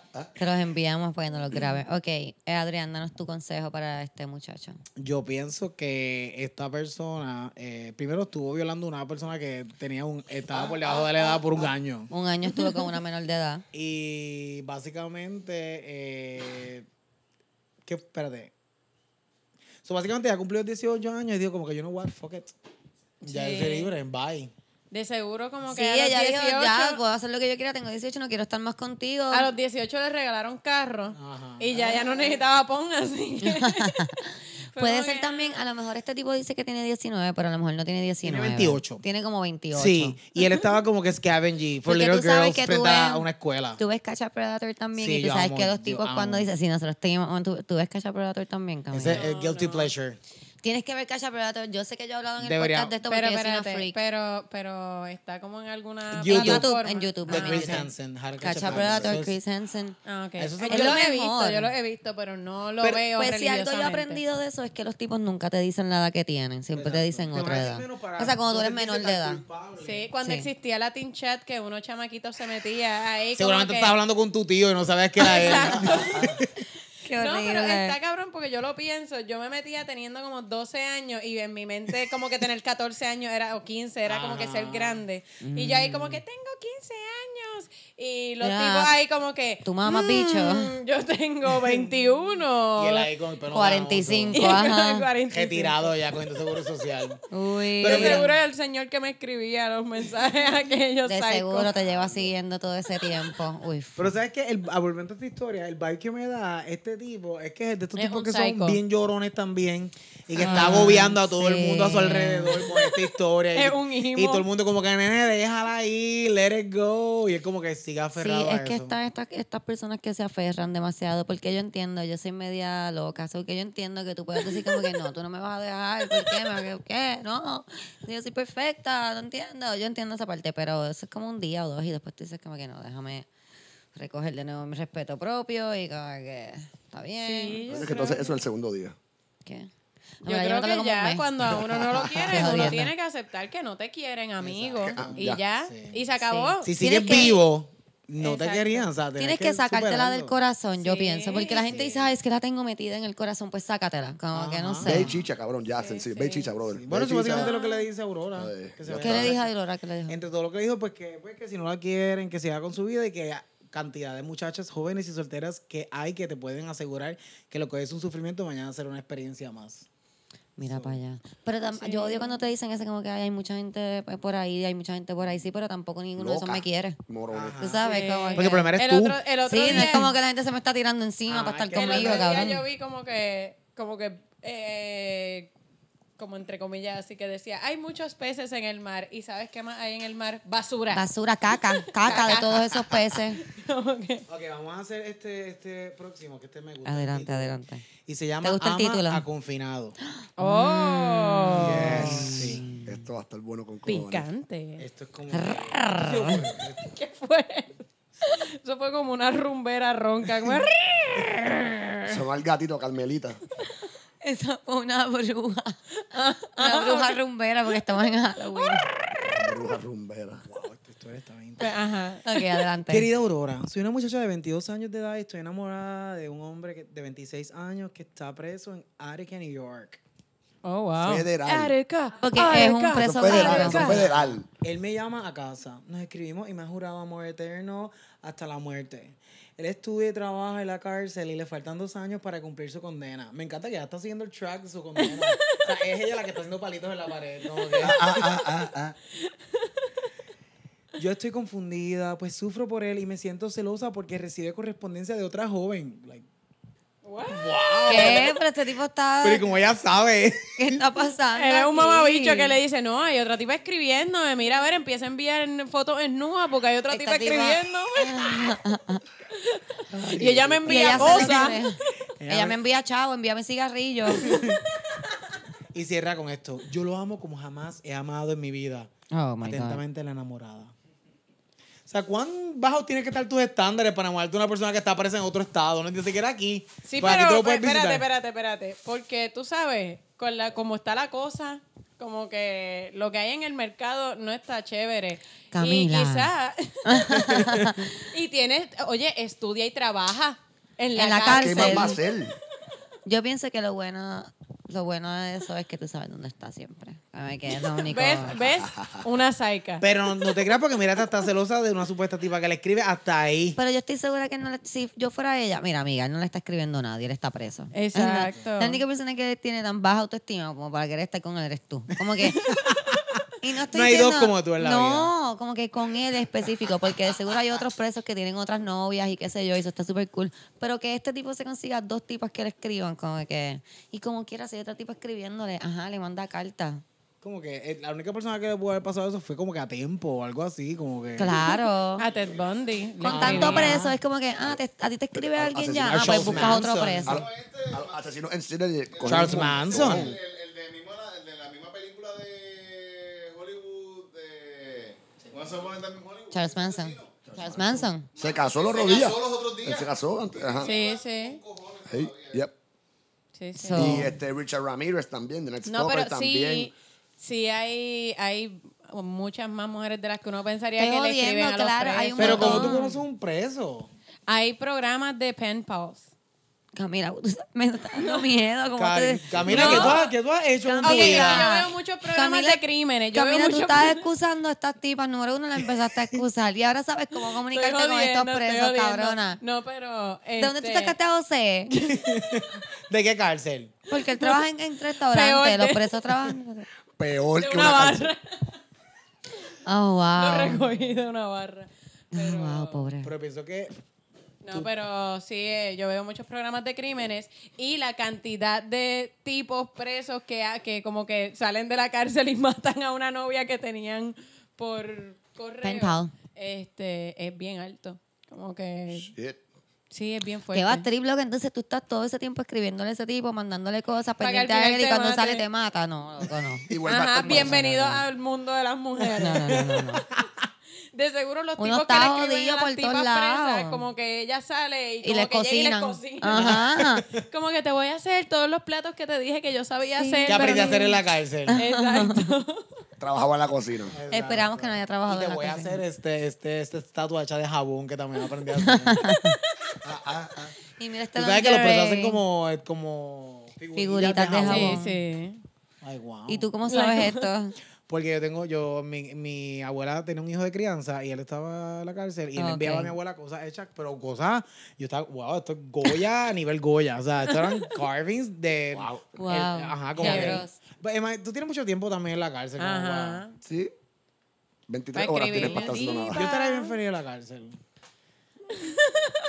[SPEAKER 1] Te los enviamos para que no los grabes. Ok, eh, Adrián, danos tu consejo para este muchacho.
[SPEAKER 2] Yo pienso que esta persona, eh, primero estuvo violando a una persona que tenía un, estaba por debajo de la edad por un año.
[SPEAKER 1] Un año estuve con una menor de edad.
[SPEAKER 2] Y básicamente, eh, que, espérate. So, básicamente ya cumplió 18 años y dijo como que, you know what, fuck it. Ya
[SPEAKER 3] Sí.
[SPEAKER 2] es libre, bye.
[SPEAKER 3] De seguro como que
[SPEAKER 1] Sí,
[SPEAKER 3] a los
[SPEAKER 1] ella dijo,
[SPEAKER 3] 18
[SPEAKER 1] ya, puedo hacer lo que yo quiera, tengo 18, no quiero estar más contigo.
[SPEAKER 3] A los 18 le regalaron carro
[SPEAKER 2] Ajá.
[SPEAKER 3] y ya, ya no necesitaba pon, así que... fue
[SPEAKER 1] Puede
[SPEAKER 3] como
[SPEAKER 1] ser
[SPEAKER 3] que,
[SPEAKER 1] también, a lo mejor este tipo dice que tiene 19, pero a lo mejor no tiene 19.
[SPEAKER 2] 28.
[SPEAKER 1] Tiene como 28.
[SPEAKER 2] Sí, y él estaba como que scavenging for
[SPEAKER 1] Porque
[SPEAKER 2] little
[SPEAKER 1] tú sabes
[SPEAKER 2] girls
[SPEAKER 1] que tú
[SPEAKER 2] frente
[SPEAKER 1] ves-
[SPEAKER 2] a una escuela.
[SPEAKER 1] Tú ves Catch a Predator también
[SPEAKER 2] Sí,
[SPEAKER 1] y tú
[SPEAKER 2] yo
[SPEAKER 1] sabes
[SPEAKER 2] amo-
[SPEAKER 1] que los
[SPEAKER 2] yo
[SPEAKER 1] tipos
[SPEAKER 2] amo.
[SPEAKER 1] cuando dicen, sí, nosotros te llamamos", tú, tú ves Catch a Predator también, Camila.
[SPEAKER 2] Ese es el guilty pleasure.
[SPEAKER 1] Tienes que ver Catch a Predator. Yo sé que yo he hablado en el
[SPEAKER 2] Debería-
[SPEAKER 1] podcast de esto
[SPEAKER 3] Pero
[SPEAKER 1] porque yo soy
[SPEAKER 3] espérate,
[SPEAKER 1] una freak.
[SPEAKER 3] pero, pero está como en alguna
[SPEAKER 2] YouTube.
[SPEAKER 3] plataforma.
[SPEAKER 1] En YouTube,
[SPEAKER 2] De
[SPEAKER 1] Ah,
[SPEAKER 2] Chris
[SPEAKER 1] ok.
[SPEAKER 2] Hansen. How to Catch
[SPEAKER 1] Catch a
[SPEAKER 2] a Predator.
[SPEAKER 1] Predator, Chris Hansen.
[SPEAKER 3] Ah, ok.
[SPEAKER 2] Eso es
[SPEAKER 3] Ay,
[SPEAKER 2] lo
[SPEAKER 3] yo lo he
[SPEAKER 1] mejor.
[SPEAKER 3] visto, yo lo he visto, pero no lo
[SPEAKER 2] Pero-
[SPEAKER 3] veo
[SPEAKER 1] Pues si algo yo he
[SPEAKER 3] religiosamente.
[SPEAKER 1] aprendido de eso es que los tipos nunca te dicen la edad que tienen, siempre te dicen otra edad. O sea, cuando tú eres menor de edad.
[SPEAKER 3] Sí, cuando
[SPEAKER 1] Sí.
[SPEAKER 3] existía la Teen Chat que uno chamaquito se metía ahí como
[SPEAKER 2] Seguramente
[SPEAKER 3] que-
[SPEAKER 2] estás hablando con tu tío y no sabes qué era él.
[SPEAKER 1] Qué
[SPEAKER 3] No,
[SPEAKER 1] horrible.
[SPEAKER 3] pero está cabrón porque yo lo pienso. Yo me metía teniendo como 12 años y en mi mente como que tener 14 años era o 15 era como que ser
[SPEAKER 2] Ajá.
[SPEAKER 3] grande. Y yo ahí como que tengo 15 años y los
[SPEAKER 1] Ya.
[SPEAKER 3] tipos ahí como que "Mm,
[SPEAKER 1] Tu mamá, bicho.
[SPEAKER 3] Yo tengo 21.
[SPEAKER 2] y él ahí con el pelo
[SPEAKER 1] 45.
[SPEAKER 2] canoso,
[SPEAKER 3] Y
[SPEAKER 1] Ajá.
[SPEAKER 3] 45.
[SPEAKER 2] Retirado ya con el seguro social.
[SPEAKER 1] Uy.
[SPEAKER 2] Pero
[SPEAKER 3] Yo
[SPEAKER 2] mira-
[SPEAKER 3] seguro era el señor que me escribía los mensajes aquellos
[SPEAKER 1] de
[SPEAKER 3] psycho.
[SPEAKER 1] seguro te lleva siguiendo todo ese tiempo. Uy. f-
[SPEAKER 2] Pero sabes que el a volviendo a esta historia, el vibe que me da este tipo es que es de estos
[SPEAKER 3] Es
[SPEAKER 2] tipos
[SPEAKER 3] un
[SPEAKER 2] que
[SPEAKER 3] psycho.
[SPEAKER 2] son bien llorones también y que está
[SPEAKER 1] Ah,
[SPEAKER 2] agobiando a todo el
[SPEAKER 1] sí.
[SPEAKER 2] mundo a su alrededor con esta historia. y,
[SPEAKER 3] Es un imo.
[SPEAKER 2] y todo el mundo como que nene, déjala ahí, let it go. Y él como que sigue
[SPEAKER 1] Sí,
[SPEAKER 2] aferrado
[SPEAKER 1] es
[SPEAKER 2] a
[SPEAKER 1] que
[SPEAKER 2] eso.
[SPEAKER 1] están estas, estas personas que se aferran demasiado, porque yo entiendo, yo soy media loca, so que yo entiendo que tú puedes decir como que no, tú no me vas a dejar, ¿por qué? ¿Me- ¿Qué? No, yo soy perfecta, no entiendo, yo entiendo esa parte, pero eso es como un día o dos y después tú dices como que no, déjame recoger de nuevo mi respeto propio y como que está bien.
[SPEAKER 3] Sí, yo
[SPEAKER 4] Es que
[SPEAKER 3] creo
[SPEAKER 4] entonces
[SPEAKER 3] que-
[SPEAKER 4] eso es el segundo día.
[SPEAKER 1] ¿Qué?
[SPEAKER 3] Yo
[SPEAKER 1] Ahora,
[SPEAKER 3] creo
[SPEAKER 1] no te lo
[SPEAKER 3] que
[SPEAKER 1] como un
[SPEAKER 3] ya
[SPEAKER 1] mes.
[SPEAKER 3] cuando a uno no lo quieren,
[SPEAKER 1] Estoy
[SPEAKER 3] uno
[SPEAKER 1] jodiendo.
[SPEAKER 3] tiene que aceptar que no te quieren, amigo.
[SPEAKER 4] Ah,
[SPEAKER 3] Y
[SPEAKER 4] ya.
[SPEAKER 3] ya,
[SPEAKER 2] Sí.
[SPEAKER 3] y se acabó.
[SPEAKER 2] Si
[SPEAKER 1] Tienes
[SPEAKER 2] sigues
[SPEAKER 1] que-
[SPEAKER 2] vivo, no te
[SPEAKER 3] Exacto.
[SPEAKER 2] querían. O sea,
[SPEAKER 1] Tienes que sacártela del
[SPEAKER 2] superarlo.
[SPEAKER 1] corazón, yo
[SPEAKER 3] Sí,
[SPEAKER 1] pienso. Porque la gente
[SPEAKER 2] sí.
[SPEAKER 1] dice, ay, es que la tengo metida en el corazón, pues sácatela. Como que no
[SPEAKER 2] Ajá.
[SPEAKER 4] Ve y
[SPEAKER 1] sé.
[SPEAKER 4] chicha, cabrón, ya, sencillo. Ve y
[SPEAKER 3] sí.
[SPEAKER 4] chicha, brother.
[SPEAKER 2] Sí,
[SPEAKER 4] Ve
[SPEAKER 2] Bueno,
[SPEAKER 4] y
[SPEAKER 2] eso
[SPEAKER 4] chicha.
[SPEAKER 2] básicamente es lo que le dice Aurora.
[SPEAKER 4] Ay,
[SPEAKER 2] que se
[SPEAKER 4] ya
[SPEAKER 2] vaya.
[SPEAKER 1] ¿Qué le dije a Dilora? ¿Qué le dijo?
[SPEAKER 2] Entre todo lo que le dijo, pues que, pues que si no la quieren, que siga con su vida y que a- cantidad de muchachas jóvenes y solteras que hay que te pueden asegurar que lo que es un sufrimiento mañana será una experiencia más.
[SPEAKER 1] Mira para allá. Pero tam- yo odio cuando te dicen eso, como que "Ay, hay mucha gente eh, por ahí, hay mucha gente por ahí, sí, pero tampoco ninguno de esos
[SPEAKER 4] Loca.
[SPEAKER 1] me quiere.
[SPEAKER 4] Morones.
[SPEAKER 3] Ah,
[SPEAKER 2] Ajá.
[SPEAKER 1] Tú sabes, como
[SPEAKER 2] Porque el
[SPEAKER 1] que-
[SPEAKER 2] problema eres
[SPEAKER 3] el
[SPEAKER 2] tú.
[SPEAKER 3] Otro, el otro
[SPEAKER 1] Sí, no es
[SPEAKER 3] día-
[SPEAKER 1] como que la gente se me está tirando encima
[SPEAKER 2] Ah,
[SPEAKER 1] para estar
[SPEAKER 2] que el
[SPEAKER 1] conmigo,
[SPEAKER 3] el otro día
[SPEAKER 1] cabrón.
[SPEAKER 3] yo vi como que, como que, eh, como entre comillas, así que decía, hay muchos peces en el mar. ¿Y sabes qué más hay en el mar? Basura.
[SPEAKER 1] Basura, caca, caca de todos esos peces.
[SPEAKER 3] Como que-
[SPEAKER 2] Ok, vamos a hacer este, este próximo, que este me gusta.
[SPEAKER 1] Adelante, adelante.
[SPEAKER 2] Y se llama
[SPEAKER 1] ¿Te gusta el
[SPEAKER 2] Ama
[SPEAKER 1] título?
[SPEAKER 2] a confinado.
[SPEAKER 3] Oh,
[SPEAKER 2] Sí.
[SPEAKER 4] Esto va a estar bueno con cojones.
[SPEAKER 3] picante.
[SPEAKER 2] Esto es como...
[SPEAKER 3] ¿Qué fue? Eso fue como una rumbera ronca. como-
[SPEAKER 4] Sonó al gatito Carmelita.
[SPEAKER 1] Esa fue una bruja. Una bruja rumbera porque estamos en Halloween.
[SPEAKER 4] Bruja rumbera.
[SPEAKER 2] Wow, esta historia está bien
[SPEAKER 3] Ajá.
[SPEAKER 1] Ok, adelante.
[SPEAKER 2] Querida Aurora, soy una muchacha de 22 años de edad y estoy enamorada de un hombre que- de 26 años que está preso en Attica, New York.
[SPEAKER 3] Oh, wow.
[SPEAKER 4] Federal.
[SPEAKER 3] Areca.
[SPEAKER 1] Porque es un
[SPEAKER 3] areca,
[SPEAKER 1] preso
[SPEAKER 4] Son
[SPEAKER 1] claro.
[SPEAKER 4] federal,
[SPEAKER 3] areca.
[SPEAKER 4] son federal.
[SPEAKER 2] Él me llama a casa, nos escribimos y me ha jurado amor eterno hasta la muerte. Él estudia y trabaja en la cárcel y le faltan dos años para cumplir su condena. Me encanta que ya está haciendo el track de su condena. o sea, es ella la que está haciendo palitos en la pared. como que- ah, Yo estoy confundida, pues sufro por él y me siento celosa porque recibe correspondencia de otra joven. Like,
[SPEAKER 1] ¿Qué? Pero este tipo está.
[SPEAKER 2] pero ¿y como ella sabe.
[SPEAKER 1] ¿Qué está pasando?
[SPEAKER 3] Él es un
[SPEAKER 1] aquí?
[SPEAKER 3] mamabicho que le dice, no, hay otra tipa escribiéndome. Mira, a ver, empieza a enviar fotos en nua porque hay otra
[SPEAKER 1] Esta
[SPEAKER 3] tipa
[SPEAKER 1] tipa-
[SPEAKER 3] escribiéndome. y ella me
[SPEAKER 1] Y
[SPEAKER 3] envía
[SPEAKER 1] ella, se lo
[SPEAKER 3] cosas.
[SPEAKER 1] cree. Ella me envía chavo, envíame cigarrillos.
[SPEAKER 2] Y cierra con esto. Yo lo amo como jamás he amado en mi vida.
[SPEAKER 1] Oh my God.
[SPEAKER 2] Atentamente la enamorada. O sea, ¿cuán bajo tienes que estar tus estándares para enamorarte de una persona que está presa en otro estado? No ni siquiera aquí.
[SPEAKER 3] Sí,
[SPEAKER 2] Pues aquí
[SPEAKER 3] pero
[SPEAKER 2] te lo
[SPEAKER 3] pe-
[SPEAKER 2] puedes
[SPEAKER 3] espérate,
[SPEAKER 2] visitar.
[SPEAKER 3] espérate, espérate. Porque tú sabes, con la, como está la cosa, como que lo que hay en el mercado no está chévere.
[SPEAKER 1] Camila.
[SPEAKER 3] Y quizás. y tienes, oye, estudia y trabaja en la,
[SPEAKER 1] En la
[SPEAKER 4] ¿Qué
[SPEAKER 1] cárcel.
[SPEAKER 4] más va a hacer?
[SPEAKER 1] Yo pienso que lo bueno, lo bueno de eso es que tú sabes dónde está siempre. A mí que es lo único.
[SPEAKER 3] ¿Ves? ¿Ves? Una saica.
[SPEAKER 2] Pero no, no te creas porque mira, esta está celosa de una supuesta tipa que le escribe hasta ahí.
[SPEAKER 1] Pero yo estoy segura que no le- si yo fuera ella, mira, amiga, él no le está escribiendo a nadie, él está preso.
[SPEAKER 3] Exacto.
[SPEAKER 1] La única persona que tiene tan baja autoestima como para querer estar con él eres tú. Como que. Y no, estoy
[SPEAKER 2] No hay dos
[SPEAKER 1] diciendo-
[SPEAKER 2] como tú en la
[SPEAKER 1] No, como que con él específico, porque de seguro hay otros presos que tienen otras novias y qué sé yo, y eso está súper cool. Pero que este tipo se consiga dos tipas que le escriban, como que. Y como quiera, si hay otro tipo escribiéndole, ajá, le manda carta.
[SPEAKER 2] Como que eh, la única persona que le pudo haber pasado eso fue como que a tiempo o algo así, como que.
[SPEAKER 1] Claro.
[SPEAKER 3] A Ted Bundy. le
[SPEAKER 1] Con tanto
[SPEAKER 3] escribía.
[SPEAKER 1] preso, es como que, ah, te- a ti te escribe
[SPEAKER 4] Pero,
[SPEAKER 1] alguien ya,
[SPEAKER 4] asesinato
[SPEAKER 1] ah, pues
[SPEAKER 2] Charles
[SPEAKER 1] buscas otro
[SPEAKER 2] Manson.
[SPEAKER 1] preso.
[SPEAKER 4] Al, al asesino en serie de
[SPEAKER 2] Charles Manson.
[SPEAKER 5] El, el de, mismo la- el de la misma película de Hollywood de... ¿Cuándo se pone también Hollywood?
[SPEAKER 1] Charles Manson. Charles Manson.
[SPEAKER 4] Se casó los rodillas.
[SPEAKER 5] casó los otros días.
[SPEAKER 4] Él se casó antes. Ajá.
[SPEAKER 3] Sí, sí.
[SPEAKER 4] Sí, yep.
[SPEAKER 3] Sí, sí.
[SPEAKER 1] So-
[SPEAKER 4] Y este Richard Ramírez también, de Next
[SPEAKER 3] No,
[SPEAKER 4] Stopper
[SPEAKER 3] pero
[SPEAKER 4] también.
[SPEAKER 3] sí, sí hay, hay muchas más mujeres de las que uno pensaría
[SPEAKER 1] Estoy
[SPEAKER 3] que le
[SPEAKER 1] jodiendo,
[SPEAKER 3] escriben a los
[SPEAKER 1] claro, hay un
[SPEAKER 3] presos.
[SPEAKER 2] Pero como
[SPEAKER 1] montón.
[SPEAKER 2] tú conoces un preso.
[SPEAKER 3] Hay programas de pen pals.
[SPEAKER 1] Camila, tú sabes, me está dando miedo. Como
[SPEAKER 2] Cari-
[SPEAKER 1] te...
[SPEAKER 2] Camila,
[SPEAKER 3] No.
[SPEAKER 2] ¿qué, tú has, qué tú has hecho en tu
[SPEAKER 3] Ok,
[SPEAKER 2] vida?
[SPEAKER 3] no, yo veo muchos programas de crímenes, yo
[SPEAKER 1] Camila,
[SPEAKER 3] veo
[SPEAKER 1] tú
[SPEAKER 3] muchos-
[SPEAKER 1] estás excusando a estas tipas. Número uno, la empezaste a excusar. Y ahora sabes cómo comunicarte
[SPEAKER 3] Estoy
[SPEAKER 1] con
[SPEAKER 3] jodiendo,
[SPEAKER 1] estos
[SPEAKER 3] estoy
[SPEAKER 1] presos,
[SPEAKER 3] jodiendo.
[SPEAKER 1] cabrona.
[SPEAKER 3] No, pero...
[SPEAKER 1] ¿De dónde tú
[SPEAKER 3] este,
[SPEAKER 1] sacaste a José?
[SPEAKER 2] ¿De qué cárcel?
[SPEAKER 1] Porque él trabaja en, en
[SPEAKER 3] Peor
[SPEAKER 1] restaurante.
[SPEAKER 3] de-
[SPEAKER 1] Los presos trabajan.
[SPEAKER 4] Peor
[SPEAKER 3] De
[SPEAKER 4] que
[SPEAKER 3] una
[SPEAKER 4] una cárcel.
[SPEAKER 3] barra.
[SPEAKER 1] Oh,
[SPEAKER 3] Lo
[SPEAKER 1] wow.
[SPEAKER 3] recogí de una barra. Pero,
[SPEAKER 1] Oh, wow, pobre.
[SPEAKER 2] Pero pienso que
[SPEAKER 3] No, pero sí, eh, yo veo muchos programas de crímenes y la cantidad de tipos presos que, ha- que como que salen de la cárcel y matan a una novia que tenían por correo.
[SPEAKER 1] Pen pal.
[SPEAKER 3] Este, es bien alto. Como que
[SPEAKER 4] Shit.
[SPEAKER 3] Pues sí, es bien fuerte.
[SPEAKER 1] Qué va triple, que entonces tú estás todo ese tiempo escribiéndole a ese tipo, mandándole cosas,
[SPEAKER 3] Para que al
[SPEAKER 1] pendiente a él
[SPEAKER 3] final
[SPEAKER 1] y
[SPEAKER 3] te
[SPEAKER 1] cuando
[SPEAKER 3] mate.
[SPEAKER 1] sale te mata. No, loco, no.
[SPEAKER 4] Y vuelve a
[SPEAKER 3] Ajá,
[SPEAKER 4] estar-
[SPEAKER 3] bienvenido al mundo de las mujeres.
[SPEAKER 1] No, no, no, no. no.
[SPEAKER 3] De seguro los
[SPEAKER 1] Uno
[SPEAKER 3] tipos que
[SPEAKER 1] está
[SPEAKER 3] le escriben
[SPEAKER 1] jodido
[SPEAKER 3] a las
[SPEAKER 1] por
[SPEAKER 3] tipas
[SPEAKER 1] todos lados.
[SPEAKER 3] presas, como que ella sale y,
[SPEAKER 1] Y
[SPEAKER 3] como
[SPEAKER 1] les
[SPEAKER 3] que llega y les
[SPEAKER 1] cocinan.
[SPEAKER 3] cocina.
[SPEAKER 1] Ajá.
[SPEAKER 3] Como que te voy a hacer todos los platos que te dije que yo sabía
[SPEAKER 1] Sí.
[SPEAKER 3] hacer.
[SPEAKER 1] Que
[SPEAKER 2] ¿Qué
[SPEAKER 3] pero
[SPEAKER 2] aprendí a
[SPEAKER 3] no-
[SPEAKER 2] hacer en la cárcel?
[SPEAKER 3] Exacto.
[SPEAKER 4] Trabajaba en la cocina.
[SPEAKER 1] Esperamos que no haya trabajado
[SPEAKER 2] Y te
[SPEAKER 1] en la
[SPEAKER 2] voy a
[SPEAKER 1] cocina.
[SPEAKER 2] hacer este, este, este estatua hecha de jabón que también aprendí a hacer.
[SPEAKER 1] Y mira, este
[SPEAKER 2] Tú sabes que los
[SPEAKER 1] lingerie.
[SPEAKER 2] presos hacen como, eh, como
[SPEAKER 1] Figuritas de jabón.
[SPEAKER 3] Sí, sí.
[SPEAKER 2] Ay, wow.
[SPEAKER 1] ¿Y tú cómo sabes esto?
[SPEAKER 2] Porque yo tengo, yo, mi, mi abuela tenía un hijo de crianza y él estaba en la cárcel y
[SPEAKER 1] Ah, Ok.
[SPEAKER 2] le enviaba a mi abuela cosas hechas, pero cosas, yo estaba, wow, esto es Goya a nivel Goya. O sea, esto eran carvings de. Wow.
[SPEAKER 1] Wow.
[SPEAKER 2] ajá, como
[SPEAKER 1] Qué
[SPEAKER 2] que-
[SPEAKER 1] gross.
[SPEAKER 2] Pero, Emma, tú tienes mucho tiempo también en la cárcel. como,
[SPEAKER 3] Ajá.
[SPEAKER 4] Sí. 23
[SPEAKER 3] Para
[SPEAKER 4] horas tienes para estar
[SPEAKER 3] escribir
[SPEAKER 4] haciendo
[SPEAKER 2] wow.
[SPEAKER 3] el
[SPEAKER 2] Yo
[SPEAKER 4] nada.
[SPEAKER 3] libro.
[SPEAKER 2] estaría bien feliz en la cárcel.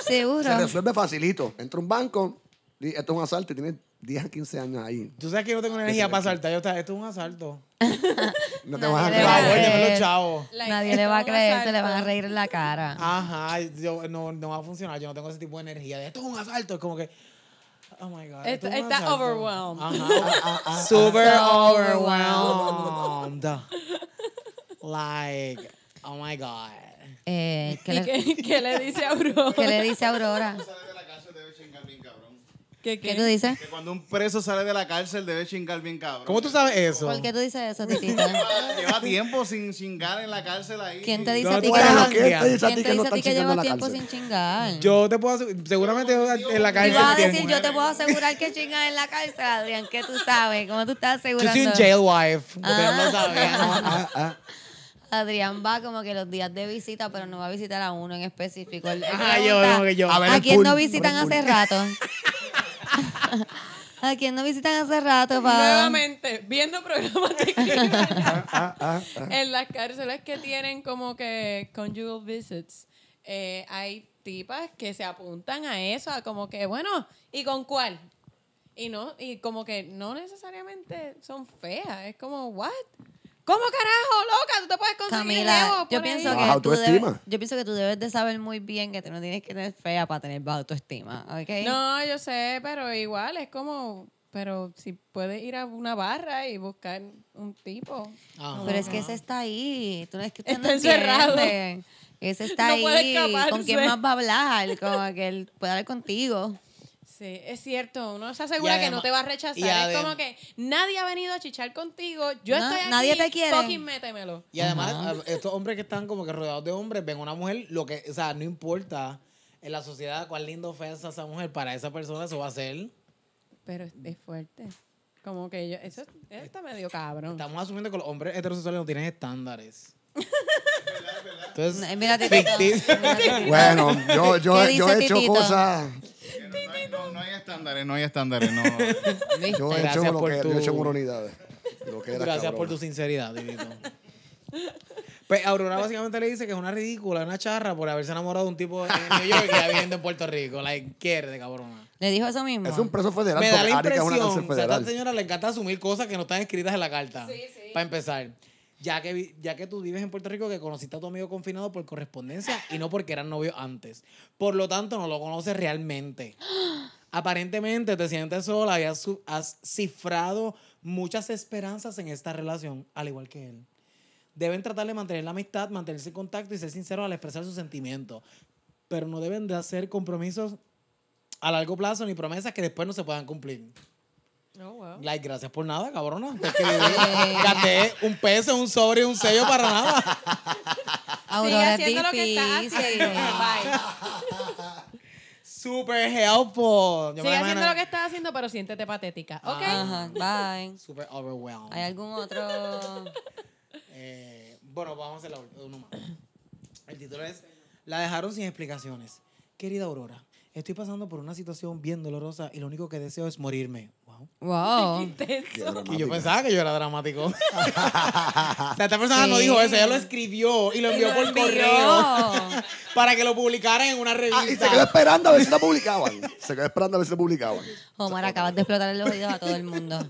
[SPEAKER 1] Seguro.
[SPEAKER 4] Se resuelve facilito. Entra un banco, di, esto es un asalto, y tienes 10 a 15 años ahí.
[SPEAKER 2] Tú sabes que yo no tengo energía para saltar. Yo estaba, esto es un asalto.
[SPEAKER 4] No te vas a
[SPEAKER 1] Nadie le
[SPEAKER 2] Por
[SPEAKER 1] va a
[SPEAKER 2] favor,
[SPEAKER 4] creer.
[SPEAKER 1] creer.
[SPEAKER 2] dímelo, chavo.
[SPEAKER 3] Like,
[SPEAKER 1] Nadie
[SPEAKER 3] esto
[SPEAKER 1] le va a
[SPEAKER 3] es un
[SPEAKER 1] creer, se le van
[SPEAKER 3] asalto.
[SPEAKER 1] a reír en la cara.
[SPEAKER 2] Ah. Ajá, yo, no, no va a funcionar. Yo no tengo ese tipo de energía. de, esto es un asalto. Es como que. Oh my God. esto es un
[SPEAKER 3] Está- está
[SPEAKER 2] asalto".
[SPEAKER 3] overwhelmed.
[SPEAKER 2] Ajá. Super
[SPEAKER 1] So
[SPEAKER 2] overwhelmed. like, oh my God.
[SPEAKER 1] Eh, ¿qué,
[SPEAKER 3] ¿Y
[SPEAKER 1] le,
[SPEAKER 3] qué, qué le dice a Aurora?
[SPEAKER 1] qué le dice Aurora?
[SPEAKER 5] sale de la cárcel debe chingar bien cabrón.
[SPEAKER 3] ¿Qué,
[SPEAKER 1] ¿Qué tú dices?
[SPEAKER 5] Que cuando un preso sale de la cárcel debe chingar bien cabrón.
[SPEAKER 2] ¿Cómo tú sabes eso?
[SPEAKER 1] ¿Por qué tú dices eso, Titita?
[SPEAKER 5] Lleva- Lleva tiempo sin chingar en la cárcel ahí.
[SPEAKER 1] ¿Quién te dice
[SPEAKER 2] No,
[SPEAKER 1] a ti
[SPEAKER 2] tú
[SPEAKER 1] que,
[SPEAKER 2] eres
[SPEAKER 4] Bueno,
[SPEAKER 2] lo
[SPEAKER 1] ¿quién
[SPEAKER 4] ¿qué te dice
[SPEAKER 1] te
[SPEAKER 4] a ti que no
[SPEAKER 1] dice a ti
[SPEAKER 4] están
[SPEAKER 1] que
[SPEAKER 4] chingando en
[SPEAKER 1] llevas
[SPEAKER 4] la
[SPEAKER 1] tiempo
[SPEAKER 4] cárcel?
[SPEAKER 1] sin chingar?
[SPEAKER 2] Yo te puedo asegurar- seguramente en la
[SPEAKER 1] Yo
[SPEAKER 2] cárcel.
[SPEAKER 1] iba a
[SPEAKER 2] tienen-
[SPEAKER 1] decir, yo te puedo asegurar que chingas en la cárcel, Adrián. ¿Qué tú sabes? ¿Cómo tú estás
[SPEAKER 2] Yo
[SPEAKER 1] asegurando?
[SPEAKER 2] soy un jail wife. Ustedes
[SPEAKER 1] Ah.
[SPEAKER 2] no sabían.
[SPEAKER 4] Ah, ah.
[SPEAKER 1] Adrián va como que los días de visita, pero no va a visitar a uno en específico. Él- él
[SPEAKER 2] Ajá, yo,
[SPEAKER 1] pregunta,
[SPEAKER 2] como que yo.
[SPEAKER 4] A ver,
[SPEAKER 1] ¿A
[SPEAKER 4] el
[SPEAKER 1] quién no
[SPEAKER 4] pool,
[SPEAKER 1] visitan
[SPEAKER 4] abre
[SPEAKER 1] hace
[SPEAKER 4] el
[SPEAKER 1] rato? ¿A quién no visitan hace rato? Pa?
[SPEAKER 3] Nuevamente, viendo programas de crimen
[SPEAKER 4] ah,
[SPEAKER 3] en las cárceles que tienen como que conjugal visits, eh, hay tipas que se apuntan a eso, a como que, bueno, ¿y con cuál? Y no, y como que no necesariamente son feas, es como, ¿what? ¿Cómo carajo, loca? Tú te puedes conseguir
[SPEAKER 1] Camila,
[SPEAKER 3] lejos
[SPEAKER 1] yo
[SPEAKER 3] por ahí?
[SPEAKER 1] pienso,
[SPEAKER 4] Baja
[SPEAKER 1] que tú
[SPEAKER 4] autoestima.
[SPEAKER 1] debes, yo pienso que tú debes de saber muy bien que tú no tienes que tener fea para tener baja autoestima, ¿ok?
[SPEAKER 3] No, yo sé, pero igual es como, pero si puedes ir a una barra y buscar un tipo.
[SPEAKER 2] Ajá.
[SPEAKER 1] Pero es que ese está ahí. Tú no es que usted
[SPEAKER 3] Está
[SPEAKER 1] no
[SPEAKER 3] encerrado.
[SPEAKER 1] entiende. Ese está
[SPEAKER 3] No puede
[SPEAKER 1] ahí. ¿Con
[SPEAKER 3] escaparse.
[SPEAKER 1] quién más va a hablar? Como que él puede hablar contigo.
[SPEAKER 3] Sí, es cierto, uno se asegura
[SPEAKER 2] Y
[SPEAKER 3] que
[SPEAKER 2] además-
[SPEAKER 3] no te va a rechazar.
[SPEAKER 2] y
[SPEAKER 3] Es
[SPEAKER 2] adem-
[SPEAKER 3] como que nadie ha venido a chichar contigo, yo
[SPEAKER 1] No,
[SPEAKER 3] estoy aquí,
[SPEAKER 1] nadie te quiere.
[SPEAKER 3] fucking métemelo.
[SPEAKER 2] Y además, a- estos hombres que están como que rodeados de hombres, ven una mujer, lo que, o sea, no importa en la sociedad cuál lindo ofensa esa mujer, para esa persona eso va a ser.
[SPEAKER 3] Pero es, es fuerte. Como que yo, eso, eso está medio cabrón.
[SPEAKER 2] Estamos asumiendo que los hombres heterosexuales no tienen estándares. Entonces,
[SPEAKER 1] Eh, Mira, Titito.
[SPEAKER 2] ficticio.
[SPEAKER 4] Bueno, yo, yo,
[SPEAKER 1] ¿Qué
[SPEAKER 4] yo
[SPEAKER 1] dice
[SPEAKER 4] he hecho
[SPEAKER 1] Titito?
[SPEAKER 4] cosas.
[SPEAKER 5] No hay, no- no hay estándares, no hay estándares, no.
[SPEAKER 3] Este,
[SPEAKER 1] ¿Viste?
[SPEAKER 4] Yo he hecho
[SPEAKER 2] Gracias
[SPEAKER 4] lo
[SPEAKER 2] por
[SPEAKER 4] que
[SPEAKER 2] tu-
[SPEAKER 4] yo he hecho unidades. Lo que era,
[SPEAKER 2] Gracias
[SPEAKER 4] cabrón.
[SPEAKER 2] por tu sinceridad, divino. Pues Aurora básicamente le dice que es una ridícula, una charra por haberse enamorado de un tipo en New York y ya viviendo en Puerto Rico. La izquierda, cabrona.
[SPEAKER 1] Le dijo eso mismo.
[SPEAKER 4] Es un preso federal.
[SPEAKER 2] Me da la
[SPEAKER 4] porque Arica es una
[SPEAKER 2] impresión,
[SPEAKER 4] cárcel
[SPEAKER 2] o sea, a
[SPEAKER 4] federal.
[SPEAKER 2] esta señora le encanta asumir cosas que no están escritas en la carta. Para empezar, ya que, vi- ya que tú vives en Puerto Rico, que conociste a tu amigo confinado por correspondencia y no porque eran novios antes. Por lo tanto, no lo conoces realmente. Aparentemente te sientes sola y has, su- has cifrado muchas esperanzas en esta relación, al igual que él. Deben tratar de mantener la amistad, mantenerse en contacto y ser sinceros al expresar sus sentimientos. Pero no deben de hacer compromisos a largo plazo ni promesas que después no se puedan cumplir.
[SPEAKER 3] Oh, wow.
[SPEAKER 2] Like, gracias por nada, cabrona. Porque gasté un peso, un sobre, un sello para nada.
[SPEAKER 1] Aurora es
[SPEAKER 3] haciendo lo que estás
[SPEAKER 1] difícil.
[SPEAKER 3] haciendo. Bye.
[SPEAKER 2] Super helpful. Yo me
[SPEAKER 3] Sigue haciendo
[SPEAKER 2] imagino-
[SPEAKER 3] lo que estás haciendo, pero siéntete patética. ¿Ok?
[SPEAKER 1] Ajá, bye.
[SPEAKER 2] Super overwhelmed.
[SPEAKER 1] ¿Hay algún otro?
[SPEAKER 2] Eh, bueno, vamos a hacer la última. uno más. El título es La dejaron sin explicaciones. Querida Aurora, estoy pasando por una situación bien dolorosa y lo único que deseo es morirme. Wow.
[SPEAKER 1] Wow.
[SPEAKER 4] Qué
[SPEAKER 2] Y yo
[SPEAKER 4] dramático.
[SPEAKER 2] pensaba que yo era dramático. o sea, esta persona no
[SPEAKER 1] Sí.
[SPEAKER 2] dijo eso, ella lo escribió y lo envió por correo
[SPEAKER 1] Yo.
[SPEAKER 2] para que lo publicaran en una revista.
[SPEAKER 4] Ah, y se quedó esperando a ver si la publicaban. Se quedó esperando a ver si la publicaban.
[SPEAKER 1] Omar, acabas de explotar los oídos a todo el mundo.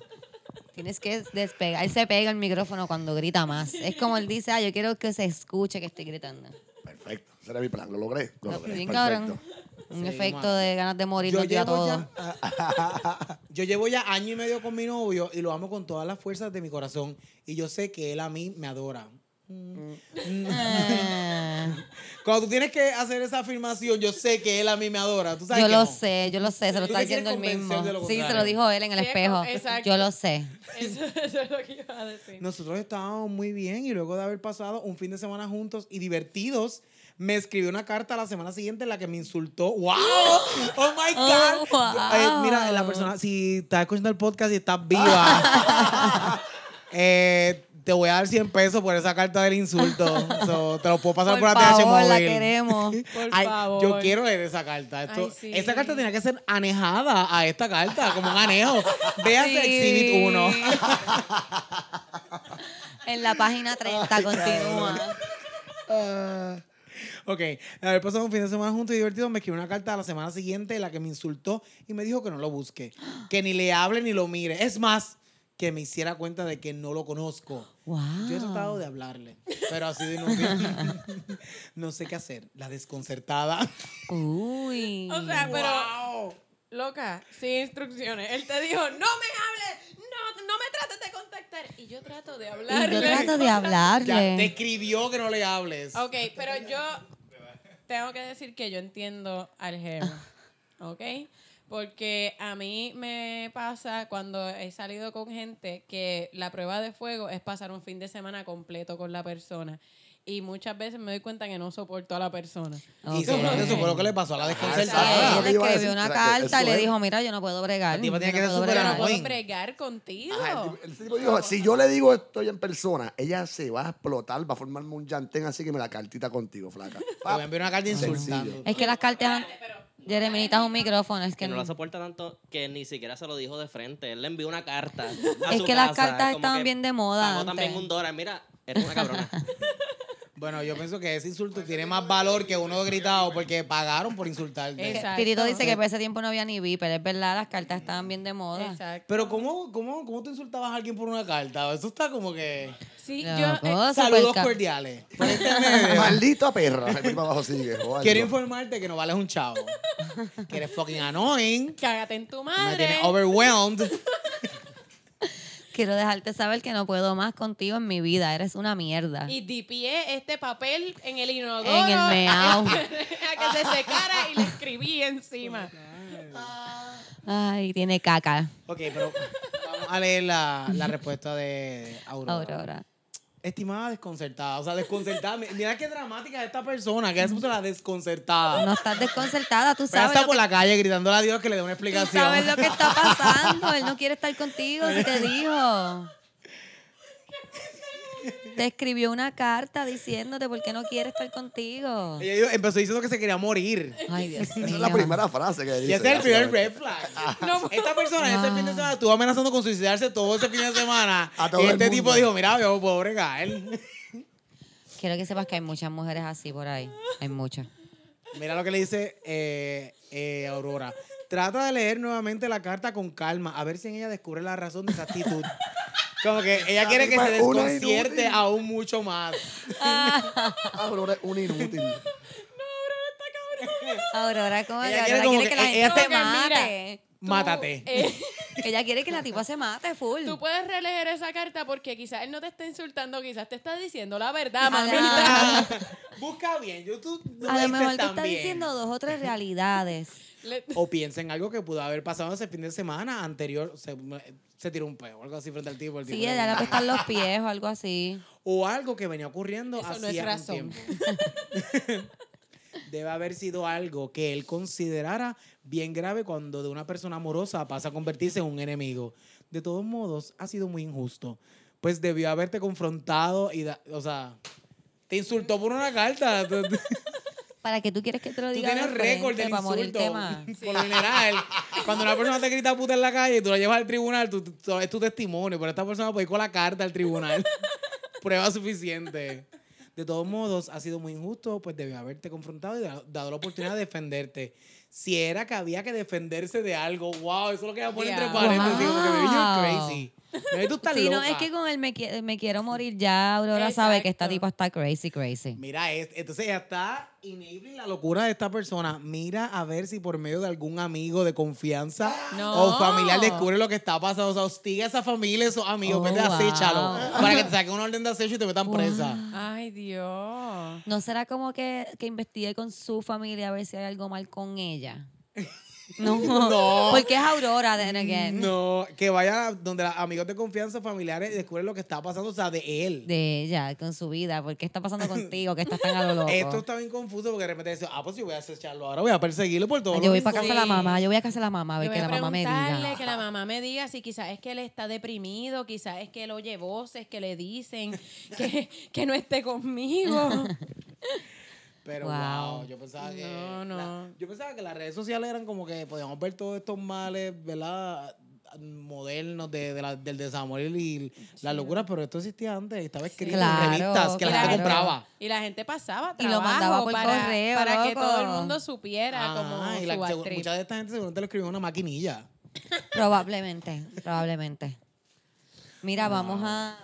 [SPEAKER 1] Tienes que despegar. Él se pega el micrófono cuando grita más. Es como él dice, ah, yo quiero que se escuche que estoy gritando.
[SPEAKER 4] Perfecto. Ese era mi plan. Lo logré. Lo logré.
[SPEAKER 1] Bien
[SPEAKER 4] Perfecto.
[SPEAKER 1] cabrón. Un
[SPEAKER 2] Sí,
[SPEAKER 1] efecto
[SPEAKER 2] mano.
[SPEAKER 1] de ganas de morir
[SPEAKER 2] Yo
[SPEAKER 1] nos dio a
[SPEAKER 2] llevo,
[SPEAKER 1] todos.
[SPEAKER 2] ya, yo llevo ya año y medio con mi novio y lo amo con todas las fuerzas de mi corazón. Y yo sé que él a mí me adora. eh,
[SPEAKER 1] Ah,
[SPEAKER 2] Cuando tú tienes que hacer esa afirmación, yo sé que él a mí me adora. ¿Tú sabes
[SPEAKER 1] yo
[SPEAKER 2] que
[SPEAKER 1] lo
[SPEAKER 2] no?
[SPEAKER 1] sé, yo lo sé, se lo
[SPEAKER 2] Tú
[SPEAKER 1] está
[SPEAKER 2] te quieres
[SPEAKER 1] diciendo él
[SPEAKER 2] convencer
[SPEAKER 1] mismo.
[SPEAKER 2] de lo
[SPEAKER 1] Sí, se lo
[SPEAKER 2] contrario.
[SPEAKER 1] dijo él en el
[SPEAKER 3] Sí, es co-
[SPEAKER 1] espejo.
[SPEAKER 3] exacto.
[SPEAKER 1] Yo lo sé.
[SPEAKER 3] Oh, Eso, eso es lo que iba a decir.
[SPEAKER 2] Nosotros estábamos muy bien y luego de haber pasado un fin de semana juntos y divertidos, me escribió una carta la semana siguiente en la que me insultó. ¡Wow! ¡Oh my God!
[SPEAKER 1] Oh, wow.
[SPEAKER 2] Eh, mira, la persona, si estás escuchando el podcast y estás viva, eh, te voy a dar 100 pesos por esa carta del insulto. So, te lo puedo pasar
[SPEAKER 1] Por
[SPEAKER 2] por, ATH
[SPEAKER 1] favor, la
[SPEAKER 2] móvil.
[SPEAKER 1] queremos.
[SPEAKER 3] Por
[SPEAKER 2] Ay,
[SPEAKER 3] favor.
[SPEAKER 2] Yo quiero leer esa carta. Esto-
[SPEAKER 3] Ay, sí.
[SPEAKER 2] Esa carta tenía que ser anejada a esta carta, como un anejo. Véase
[SPEAKER 1] Sí.
[SPEAKER 2] Exhibit 1.
[SPEAKER 1] En la página 30 continúa.
[SPEAKER 2] Ah. Ok, haber pasado un fin de semana juntos y divertido, me escribió una carta a la semana siguiente en la que me insultó y me dijo que no lo busque, que ni le hable ni lo mire. Es más, que me hiciera cuenta de que no lo conozco.
[SPEAKER 1] Wow.
[SPEAKER 2] Yo he tratado de hablarle, pero ha sido inútil. no sé qué hacer. La desconcertada.
[SPEAKER 1] Uy.
[SPEAKER 3] O sea, pero,
[SPEAKER 2] Wow.
[SPEAKER 3] loca, sin instrucciones. Él te dijo, no me hables, no, no me trates de contactar. Y yo trato de
[SPEAKER 1] Y
[SPEAKER 3] hablarle.
[SPEAKER 1] yo trato de
[SPEAKER 2] Ya, te
[SPEAKER 1] hablarle.
[SPEAKER 2] escribió que no le hables.
[SPEAKER 3] Ok, pero yo tengo que decir que yo entiendo al jefe. ¿Ok? Porque a mí me pasa cuando he salido con gente que la prueba de fuego es pasar un fin de semana completo con la persona. Y muchas veces me doy cuenta que no soporto a la persona.
[SPEAKER 2] Y seguramente eso fue lo que le pasó a la
[SPEAKER 4] Exacto.
[SPEAKER 1] Ah,
[SPEAKER 2] desconcertada.
[SPEAKER 1] Sí,
[SPEAKER 4] Eso
[SPEAKER 1] él
[SPEAKER 4] que iba a
[SPEAKER 1] escribió
[SPEAKER 4] decir,
[SPEAKER 1] una
[SPEAKER 4] espérate,
[SPEAKER 1] carta y
[SPEAKER 4] eso
[SPEAKER 1] le
[SPEAKER 4] es.
[SPEAKER 1] dijo, mira, yo no puedo bregar.
[SPEAKER 2] La tipa
[SPEAKER 1] yo
[SPEAKER 2] tenía
[SPEAKER 1] no
[SPEAKER 2] que
[SPEAKER 1] puedo
[SPEAKER 2] ser súper
[SPEAKER 3] Yo no
[SPEAKER 1] bregar".
[SPEAKER 3] puedo
[SPEAKER 2] Buen.
[SPEAKER 3] bregar contigo.
[SPEAKER 4] Ajá, Ah, el tipo- el tipo dijo, si yo le digo esto ya en persona, ella se va a explotar, va a formarme un llantén, así que me la cartita contigo, flaca. Ah,
[SPEAKER 2] Te voy a enviar una carta
[SPEAKER 4] Sencillo.
[SPEAKER 2] insultando.
[SPEAKER 1] Es que las cartas... han- Jeremy, necesitas un micrófono. Es que,
[SPEAKER 7] que no la
[SPEAKER 1] no-
[SPEAKER 7] soporta tanto que ni siquiera se lo dijo de frente. Él le envió una carta. a
[SPEAKER 1] Es
[SPEAKER 7] su
[SPEAKER 1] que las
[SPEAKER 7] casa,
[SPEAKER 1] cartas
[SPEAKER 7] como
[SPEAKER 1] estaban
[SPEAKER 7] que
[SPEAKER 1] bien de moda
[SPEAKER 7] Pagó
[SPEAKER 1] antes.
[SPEAKER 7] también un dólar. Mira, eres una cabrona.
[SPEAKER 2] Bueno, yo pienso que ese insulto tiene más valor que uno gritado porque pagaron por insultarte.
[SPEAKER 3] Exacto.
[SPEAKER 1] Pirito dice
[SPEAKER 2] Eh.
[SPEAKER 1] que por ese tiempo no había ni vi, pero es verdad, las cartas estaban bien de moda.
[SPEAKER 3] Exacto.
[SPEAKER 2] Pero ¿cómo, cómo, ¿cómo tú insultabas a alguien por una carta? Eso está como que...
[SPEAKER 3] Sí,
[SPEAKER 1] Loco,
[SPEAKER 3] yo. eh,
[SPEAKER 1] súper
[SPEAKER 2] Saludos
[SPEAKER 1] ca-
[SPEAKER 2] cordiales. Por este medio,
[SPEAKER 4] Maldita perra. El tipo abajo sigue. joder.
[SPEAKER 2] quiero informarte que no vales un chavo. Que eres fucking annoying.
[SPEAKER 3] cágate en tu
[SPEAKER 2] Me
[SPEAKER 3] madre.
[SPEAKER 2] tienes overwhelmed.
[SPEAKER 1] Quiero dejarte saber que no puedo más contigo en mi vida. Eres una mierda.
[SPEAKER 3] Y dipié este papel en el inodoro.
[SPEAKER 1] En el meao.
[SPEAKER 3] a que se secara y le escribí encima.
[SPEAKER 1] Ay, tiene caca,
[SPEAKER 2] Ok, pero vamos a leer la, la respuesta de Aurora.
[SPEAKER 1] Aurora.
[SPEAKER 2] Estimada desconcertada. O sea, desconcertada. Mi- Mira qué dramática es esta persona. Que es la desconcertada.
[SPEAKER 1] No estás desconcertada, tú
[SPEAKER 2] Pero
[SPEAKER 1] sabes.
[SPEAKER 2] está
[SPEAKER 1] lo
[SPEAKER 2] por
[SPEAKER 1] que-
[SPEAKER 2] la calle gritándole a Dios que le dé una
[SPEAKER 1] tú
[SPEAKER 2] explicación.
[SPEAKER 1] sabes lo que está pasando. Él no quiere estar contigo, si te dijo. Te escribió una carta diciéndote por qué no quiere estar contigo.
[SPEAKER 2] Ella dijo- empezó diciendo que se quería morir.
[SPEAKER 1] Ay, Dios
[SPEAKER 4] Esa
[SPEAKER 1] mío.
[SPEAKER 4] es la primera frase que dice.
[SPEAKER 2] Y ese es el primer
[SPEAKER 4] básicamente.
[SPEAKER 2] red
[SPEAKER 4] Ah,
[SPEAKER 2] flag. Esta persona ese fin de semana estuvo amenazando con suicidarse todo ese fin de semana.
[SPEAKER 4] A todo
[SPEAKER 2] y
[SPEAKER 4] el
[SPEAKER 2] este tipo
[SPEAKER 4] mundo.
[SPEAKER 2] dijo, mira, yo puedo bregar.
[SPEAKER 1] Quiero que sepas que hay muchas mujeres así por ahí. Hay muchas.
[SPEAKER 2] Mira lo que le dice eh, eh, Aurora. Trata de leer nuevamente la carta con calma, a ver si en ella descubre la razón de esa actitud. Como que ella quiere que se
[SPEAKER 4] tipa es una
[SPEAKER 2] desconcierte
[SPEAKER 4] inútil.
[SPEAKER 2] aún mucho más.
[SPEAKER 4] Aurora Ah, es un inútil.
[SPEAKER 1] Aurora, ¿cómo
[SPEAKER 2] Ella
[SPEAKER 1] que
[SPEAKER 2] quiere
[SPEAKER 1] Aurora
[SPEAKER 2] como
[SPEAKER 1] quiere que
[SPEAKER 2] que-
[SPEAKER 1] la gente
[SPEAKER 2] ella
[SPEAKER 1] se
[SPEAKER 2] te-
[SPEAKER 1] mate?
[SPEAKER 3] Tú,
[SPEAKER 2] Mátate.
[SPEAKER 3] eh,
[SPEAKER 1] Ella quiere que la tipa se mate, full.
[SPEAKER 3] tú puedes releer esa carta porque quizás él no te está insultando, quizás te está diciendo la verdad,
[SPEAKER 1] A la-
[SPEAKER 3] mamita.
[SPEAKER 2] Busca bien, yo tú no
[SPEAKER 1] A lo
[SPEAKER 2] me diste
[SPEAKER 1] mejor te
[SPEAKER 2] tan
[SPEAKER 1] está
[SPEAKER 2] bien.
[SPEAKER 1] diciendo dos o tres realidades.
[SPEAKER 3] Le-
[SPEAKER 2] O piensa en algo que pudo haber pasado ese fin de semana anterior. Se, se tiró un peo o algo así frente al tipo. el tipo
[SPEAKER 1] Sí,
[SPEAKER 2] le-
[SPEAKER 1] ella le apestan los pies o algo así.
[SPEAKER 2] o algo que venía ocurriendo
[SPEAKER 3] Eso no
[SPEAKER 2] hacía
[SPEAKER 3] es razón.
[SPEAKER 2] un tiempo. Debe haber sido algo que él considerara bien grave cuando de una persona amorosa pasa a convertirse en un enemigo. De todos modos, ha sido muy injusto. Pues debió haberte confrontado y, da- o sea, te insultó por una carta. Tú, tú-
[SPEAKER 1] ¿Para qué tú quieres que te lo
[SPEAKER 2] tú
[SPEAKER 1] diga? de
[SPEAKER 2] tienes récord
[SPEAKER 1] frente
[SPEAKER 2] del
[SPEAKER 1] para morirte
[SPEAKER 2] insulto.
[SPEAKER 1] más?
[SPEAKER 2] Por lo general, cuando una persona te grita puta en la calle y tú la llevas al tribunal, tú- tú- es tu testimonio, pero esta persona puede ir con la carta al tribunal. Prueba suficiente. De todos modos, ha sido muy injusto, pues debió haberte confrontado y da- dado la oportunidad de defenderte. Si era que había que defenderse de algo, wow, eso es lo que voy a poner entre
[SPEAKER 3] Yeah.
[SPEAKER 2] paréntesis, como que me vi yo
[SPEAKER 1] Wow.
[SPEAKER 2] crazy. Ay, tú estás
[SPEAKER 1] Sí, no,
[SPEAKER 2] loca.
[SPEAKER 1] es que con el me, qui- me quiero morir ya Aurora sabe que esta
[SPEAKER 3] Exacto.
[SPEAKER 1] tipa está crazy, crazy.
[SPEAKER 2] Mira, es- entonces ella está enabling la locura de esta persona. Mira a ver si por medio de algún amigo de confianza
[SPEAKER 3] No.
[SPEAKER 2] o familiar descubre lo que está pasando. O sea, hostiga a esa familia, esos amigos.
[SPEAKER 1] Oh,
[SPEAKER 2] Vete
[SPEAKER 1] wow.
[SPEAKER 2] así, chalo. Para que te saquen un orden de acecho y te metan presa.
[SPEAKER 3] Ay, Dios.
[SPEAKER 1] ¿No será como que, que investigue con su familia a ver si hay algo mal con ella? No,
[SPEAKER 2] No.
[SPEAKER 1] porque es Aurora, de again.
[SPEAKER 2] No, que vaya donde los amigos de confianza, familiares, descubren lo que está pasando, o sea, de él.
[SPEAKER 1] De ella, con su vida. ¿Por qué está pasando contigo? Que estás tan a lo loco.
[SPEAKER 2] Esto está bien confuso porque de repente dice, ah, pues yo voy a acecharlo ahora, voy a perseguirlo por todo
[SPEAKER 1] Ay,
[SPEAKER 2] lo
[SPEAKER 1] yo voy
[SPEAKER 2] que
[SPEAKER 1] para
[SPEAKER 2] hizo".
[SPEAKER 1] casa de la mamá, yo voy a casa de la mamá a ver
[SPEAKER 3] Le voy
[SPEAKER 1] que
[SPEAKER 3] a
[SPEAKER 1] la mamá me
[SPEAKER 3] preguntarle,
[SPEAKER 1] diga.
[SPEAKER 3] que la mamá me diga si quizás es que él está deprimido, quizás es que él oye voces que le dicen que, que no esté conmigo.
[SPEAKER 2] Pero wow,
[SPEAKER 1] Wow.
[SPEAKER 2] yo pensaba que.
[SPEAKER 3] No, no.
[SPEAKER 2] la- yo pensaba que las redes sociales eran como que podíamos ver todos estos males, ¿verdad? Modernos de, de la- del desamor y las locuras, pero esto existía antes, estaba escrito en
[SPEAKER 1] Claro,
[SPEAKER 2] revistas que la gente
[SPEAKER 1] claro.
[SPEAKER 2] compraba.
[SPEAKER 3] Y la gente pasaba
[SPEAKER 1] Y lo
[SPEAKER 3] trabajo
[SPEAKER 1] mandaba por
[SPEAKER 3] para,
[SPEAKER 1] correo,
[SPEAKER 3] para que
[SPEAKER 1] loco.
[SPEAKER 3] todo el mundo supiera
[SPEAKER 2] Ah,
[SPEAKER 3] como
[SPEAKER 2] y la-
[SPEAKER 3] su
[SPEAKER 2] segu-
[SPEAKER 3] actriz.
[SPEAKER 2] mucha de esta gente seguramente lo escribió en una maquinilla.
[SPEAKER 1] Probablemente, probablemente.
[SPEAKER 4] Ah.
[SPEAKER 1] Mira, vamos a.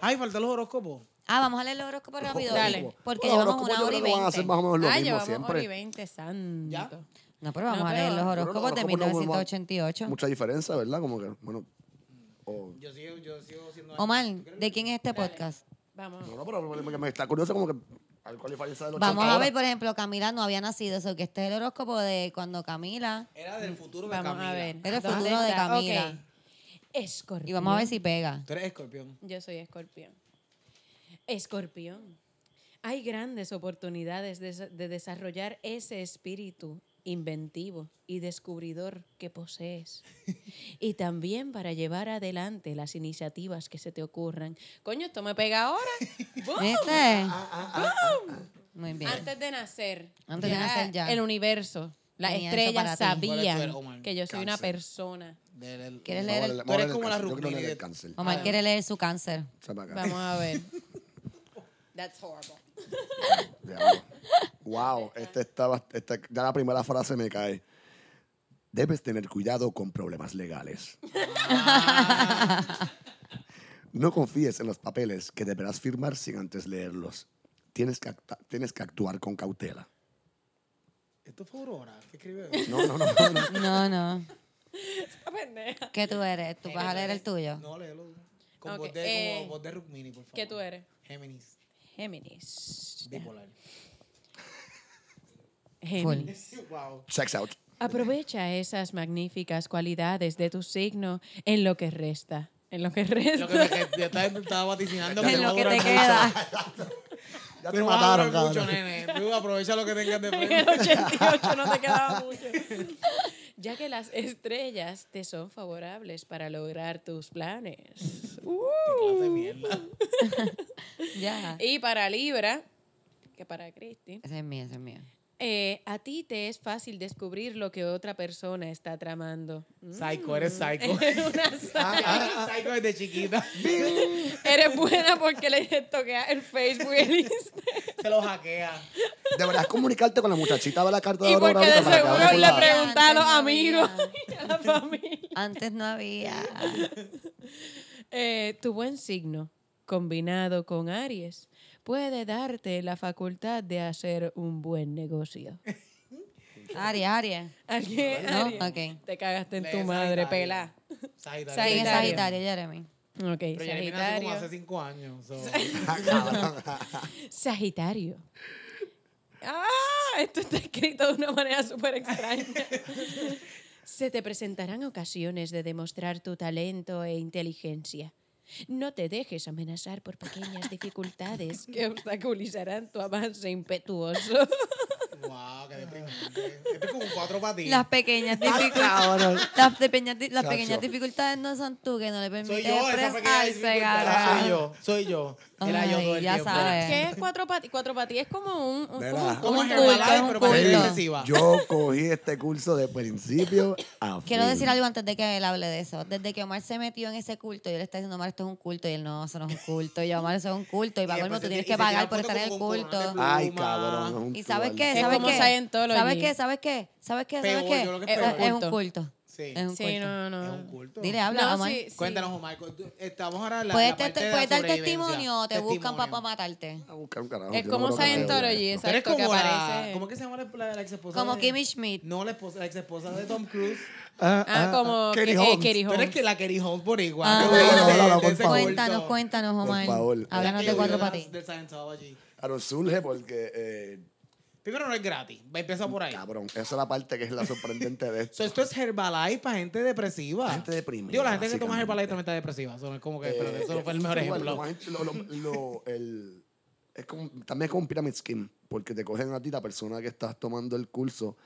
[SPEAKER 2] Ay, faltan los horóscopos.
[SPEAKER 1] Ah, vamos a leer el horóscopo rápido.
[SPEAKER 3] Dale.
[SPEAKER 1] Porque llevamos
[SPEAKER 4] Bueno, horóscopo
[SPEAKER 1] una
[SPEAKER 4] yo
[SPEAKER 1] hora y
[SPEAKER 4] creo que van a
[SPEAKER 1] veinte.
[SPEAKER 4] hacer más o menos lo
[SPEAKER 3] Ah,
[SPEAKER 4] mismo
[SPEAKER 3] llevamos hora y
[SPEAKER 4] siempre.
[SPEAKER 3] 20, santo.
[SPEAKER 2] Ya.
[SPEAKER 1] No, pero vamos
[SPEAKER 3] No,
[SPEAKER 1] a leer los
[SPEAKER 3] pero-
[SPEAKER 4] Pero los
[SPEAKER 1] horóscopos de
[SPEAKER 4] horóscopos no podemos-
[SPEAKER 1] 1988.
[SPEAKER 4] Mucha diferencia, ¿verdad? Como que, bueno. o-
[SPEAKER 2] Yo sigo, yo sigo siendo.
[SPEAKER 3] Oh,
[SPEAKER 1] Omar, ¿de quién es este podcast?
[SPEAKER 3] Vamos.
[SPEAKER 4] No, no, pero me- me- me está curioso como que a ver cuál es la diferencia de los
[SPEAKER 1] Vamos
[SPEAKER 4] 80
[SPEAKER 1] a ver,
[SPEAKER 4] ahora.
[SPEAKER 1] por ejemplo, Camila no había nacido, eso que este es el horóscopo de cuando Camila.
[SPEAKER 2] Era del futuro de
[SPEAKER 3] Vamos
[SPEAKER 2] Camila.
[SPEAKER 3] a ver.
[SPEAKER 1] Era el
[SPEAKER 3] ¿Dónde
[SPEAKER 1] futuro de
[SPEAKER 3] está?
[SPEAKER 1] Camila.
[SPEAKER 3] Ok. Escorpión.
[SPEAKER 1] Y vamos a ver si pega.
[SPEAKER 2] Tú eres escorpión.
[SPEAKER 3] Yo soy escorpión. Escorpión. Hay grandes oportunidades de, desa- de desarrollar ese espíritu inventivo y descubridor que posees. Y también para llevar adelante las iniciativas que se te ocurran. Coño, esto me pega ahora. ¡Bum!
[SPEAKER 1] ¿Viste? Muy bien.
[SPEAKER 3] Antes de nacer.
[SPEAKER 1] Antes de nacer ya.
[SPEAKER 3] El universo. Las
[SPEAKER 1] Tenía eso
[SPEAKER 3] estrellas
[SPEAKER 1] para ti. ¿Cuál es
[SPEAKER 2] tu
[SPEAKER 3] sabían
[SPEAKER 2] Omar?
[SPEAKER 3] que yo soy una
[SPEAKER 4] Cáncer.
[SPEAKER 3] persona.
[SPEAKER 2] Del- del-
[SPEAKER 1] ¿Quieres
[SPEAKER 4] Vamos a
[SPEAKER 1] leer?
[SPEAKER 4] leer-
[SPEAKER 1] el-
[SPEAKER 4] vamos a
[SPEAKER 2] Tú eres
[SPEAKER 4] leer
[SPEAKER 2] como
[SPEAKER 4] el
[SPEAKER 2] la
[SPEAKER 4] cáncer. Yo creo que
[SPEAKER 2] Rukmini
[SPEAKER 4] leer el
[SPEAKER 2] de-
[SPEAKER 4] cáncer.
[SPEAKER 1] Omar quiere leer su cáncer.
[SPEAKER 4] O sea, para acá.
[SPEAKER 3] Vamos a ver. That's horrible.
[SPEAKER 4] Diablo. Wow, esta este estaba, esta, ya la primera frase me cae. Debes tener cuidado con problemas legales. No confíes en los papeles que deberás firmar sin antes leerlos. Tienes que, acta- tienes que actuar con cautela.
[SPEAKER 2] Esto fue Aurora. ¿Qué escribe?
[SPEAKER 4] No, no, no. no, no.
[SPEAKER 1] No, no.
[SPEAKER 3] Esta pendeja.
[SPEAKER 1] ¿Qué tú eres? ¿Tú vas a leer el tuyo?
[SPEAKER 2] No, léelo. Con
[SPEAKER 3] Ok,
[SPEAKER 2] voz de, como
[SPEAKER 3] eh,
[SPEAKER 2] voz de Rukmini, por favor.
[SPEAKER 3] ¿Qué tú eres?
[SPEAKER 2] Géminis.
[SPEAKER 3] Géminis.
[SPEAKER 2] Bipolar.
[SPEAKER 1] Full.
[SPEAKER 3] Géminis.
[SPEAKER 2] Wow.
[SPEAKER 4] Checks out.
[SPEAKER 3] Aprovecha esas magníficas cualidades de tu signo en lo que resta. En lo que resta.
[SPEAKER 2] Lo que me que- yo estaba, estaba vaticinando
[SPEAKER 1] En
[SPEAKER 2] no
[SPEAKER 1] lo que
[SPEAKER 2] dura
[SPEAKER 1] te
[SPEAKER 2] mucho.
[SPEAKER 1] queda.
[SPEAKER 4] Ya
[SPEAKER 2] Tú no vas a durar mucho, nene. Tú aprovecha lo que tengas de
[SPEAKER 3] en
[SPEAKER 2] frente.
[SPEAKER 3] el 88 no te quedaba mucho. Ya que las estrellas te son favorables para lograr tus planes.
[SPEAKER 2] Clase de mierda.
[SPEAKER 1] Ya.
[SPEAKER 3] Y para Libra, que para Cristi,
[SPEAKER 1] Ese es mío, ese es mío.
[SPEAKER 3] eh, a ti te es fácil descubrir lo que otra persona está tramando. Mm.
[SPEAKER 2] Psycho, eres psycho.
[SPEAKER 3] Eres una saga.
[SPEAKER 2] Ah, psycho desde chiquita.
[SPEAKER 3] Eres buena porque le toquea el Facebook y el Instagram.
[SPEAKER 2] Se lo hackea.
[SPEAKER 4] Deberás comunicarte con la muchachita de la carta de
[SPEAKER 3] Y
[SPEAKER 4] Aurora
[SPEAKER 3] porque de
[SPEAKER 4] ahorita para que
[SPEAKER 3] seguro él
[SPEAKER 4] hables con
[SPEAKER 3] le
[SPEAKER 4] la-
[SPEAKER 1] pregunta.
[SPEAKER 3] pregunta a los
[SPEAKER 1] Antes no había.
[SPEAKER 3] amigos y a la familia.
[SPEAKER 1] Antes no había.
[SPEAKER 3] Eh, tu buen signo, combinado con Aries, puede darte la facultad de hacer un buen negocio.
[SPEAKER 1] Aries, Aries.
[SPEAKER 3] ¿Alguien?
[SPEAKER 1] No,
[SPEAKER 3] Aries?
[SPEAKER 1] ok.
[SPEAKER 3] Te cagaste en
[SPEAKER 2] Lee
[SPEAKER 3] tu madre,
[SPEAKER 2] Sagitario.
[SPEAKER 3] pela.
[SPEAKER 2] Sagitario.
[SPEAKER 1] ¿Quién es
[SPEAKER 3] Sagitario.
[SPEAKER 1] Sagitario, Jeremy?
[SPEAKER 3] Ok,
[SPEAKER 2] Pero Jeremy nació como hace
[SPEAKER 3] Sagitario.
[SPEAKER 2] cinco años. so.
[SPEAKER 3] Sagitario. ¡Ah! Esto está escrito de una manera súper extraña. Se te presentarán ocasiones de demostrar tu talento e inteligencia. No te dejes amenazar por pequeñas dificultades que obstaculizarán tu avance impetuoso.
[SPEAKER 2] Wow, qué deprimente. Esto es como un cuatro para ti.
[SPEAKER 1] Las pequeñas dificultades. Las pequeñas, di- las pequeñas
[SPEAKER 4] Chacho.
[SPEAKER 1] dificultades no son tú que no le
[SPEAKER 2] Soy
[SPEAKER 1] permites
[SPEAKER 2] yo, esa
[SPEAKER 1] expresarse,
[SPEAKER 2] pequeña dificultad. Soy
[SPEAKER 1] garoto.
[SPEAKER 2] yo, soy yo. Era yo
[SPEAKER 1] Ay,
[SPEAKER 2] todo el
[SPEAKER 1] ya
[SPEAKER 2] tiempo.
[SPEAKER 1] sabes.
[SPEAKER 3] ¿Qué es cuatro patis? Cuatro patis es como un... un-
[SPEAKER 4] Verá.
[SPEAKER 3] como un-
[SPEAKER 2] Como
[SPEAKER 1] Un
[SPEAKER 2] en
[SPEAKER 1] culto,
[SPEAKER 2] Herbalife,
[SPEAKER 1] es un
[SPEAKER 2] pero para gente
[SPEAKER 1] culto.
[SPEAKER 2] depresiva.
[SPEAKER 4] Yo cogí este curso de principio a fin.
[SPEAKER 1] Quiero decir algo antes de que él hable de eso. Desde que Omar se metió en ese culto, yo le estaba diciendo, Omar, esto es un culto. Y él, no, eso no es un culto. Y yo, Omar, eso es un culto. Y para colmo,
[SPEAKER 2] después
[SPEAKER 1] tú
[SPEAKER 2] se-
[SPEAKER 1] tienes
[SPEAKER 2] y
[SPEAKER 1] que
[SPEAKER 2] se tira
[SPEAKER 1] pagar por
[SPEAKER 2] foto
[SPEAKER 1] estar en el
[SPEAKER 2] como con corona
[SPEAKER 1] culto.
[SPEAKER 2] de
[SPEAKER 4] Ay,
[SPEAKER 2] pluma.
[SPEAKER 4] cabrón. es un
[SPEAKER 1] ¿Y sabes
[SPEAKER 4] tribal.
[SPEAKER 1] qué?
[SPEAKER 3] Es
[SPEAKER 1] ¿Sabes
[SPEAKER 3] como
[SPEAKER 1] qué?
[SPEAKER 3] Scientology.
[SPEAKER 1] ¿Sabes qué? ¿Sabes qué? ¿Sabes qué? ¿Sabes
[SPEAKER 2] Peor,
[SPEAKER 1] qué?
[SPEAKER 2] yo creo que
[SPEAKER 1] Eso
[SPEAKER 2] peor.
[SPEAKER 1] Es un culto.
[SPEAKER 2] Sí.
[SPEAKER 1] Es un
[SPEAKER 3] Sí,
[SPEAKER 1] culto.
[SPEAKER 3] no,
[SPEAKER 2] Es
[SPEAKER 3] no.
[SPEAKER 2] un culto.
[SPEAKER 1] Ah. Dile, habla,
[SPEAKER 3] No,
[SPEAKER 1] Omar.
[SPEAKER 3] sí, sí.
[SPEAKER 2] Cuéntanos, Omar. cu- tú- Estamos ahora en la,
[SPEAKER 1] ¿Puedes,
[SPEAKER 2] la parte
[SPEAKER 1] te-
[SPEAKER 2] de la
[SPEAKER 1] puedes dar
[SPEAKER 2] sobrevivencia.
[SPEAKER 1] testimonio o te buscan para
[SPEAKER 2] Testimonio.
[SPEAKER 1] matarte?
[SPEAKER 4] A buscar un carajo.
[SPEAKER 3] Es
[SPEAKER 4] yo
[SPEAKER 3] como
[SPEAKER 4] no creo que vaya a
[SPEAKER 3] Scientology,
[SPEAKER 4] esto.
[SPEAKER 2] Pero es
[SPEAKER 3] exacto, que
[SPEAKER 2] como la...
[SPEAKER 3] aparece.
[SPEAKER 2] ¿Cómo que se llama la, la ex esposa?
[SPEAKER 1] Como Kimmy Schmidt.
[SPEAKER 2] No, la, esposa, la ex esposa de Tom Cruise.
[SPEAKER 3] Ah, como
[SPEAKER 4] Katie
[SPEAKER 3] eh,
[SPEAKER 4] Holmes.
[SPEAKER 3] Katie
[SPEAKER 2] Pero es
[SPEAKER 3] Holmes.
[SPEAKER 2] que la Kerry Holmes por igual.
[SPEAKER 1] Ah.
[SPEAKER 2] de-
[SPEAKER 4] No, no, no, no,
[SPEAKER 2] de
[SPEAKER 4] por
[SPEAKER 2] ese
[SPEAKER 4] favor.
[SPEAKER 1] Cuéntanos,
[SPEAKER 2] culto.
[SPEAKER 1] cuéntanos,
[SPEAKER 4] Por
[SPEAKER 1] Omar.
[SPEAKER 4] favor.
[SPEAKER 1] Háblanos
[SPEAKER 2] La
[SPEAKER 1] de
[SPEAKER 2] que
[SPEAKER 1] cuatro
[SPEAKER 2] yo
[SPEAKER 1] para
[SPEAKER 2] de-
[SPEAKER 1] ti.
[SPEAKER 2] de Scientology.
[SPEAKER 4] Claro, surge porque, eh,
[SPEAKER 2] Primero no es gratis. Va, Empieza por ahí.
[SPEAKER 4] cabrón, esa es la parte que es la sorprendente de esto.
[SPEAKER 2] So, esto es Herbalife para gente depresiva.
[SPEAKER 4] Gente deprimida,
[SPEAKER 2] Digo, la gente que toma
[SPEAKER 4] básicamente.
[SPEAKER 2] Herbalife también está depresiva. Eso no es como que... Pues, pero
[SPEAKER 4] Eh,
[SPEAKER 2] eso no fue el mejor
[SPEAKER 4] igual,
[SPEAKER 2] ejemplo.
[SPEAKER 4] lo más- lo- lo- lo- el- es como, también es como un pyramid scheme, porque te cogen a ti la persona que estás tomando el curso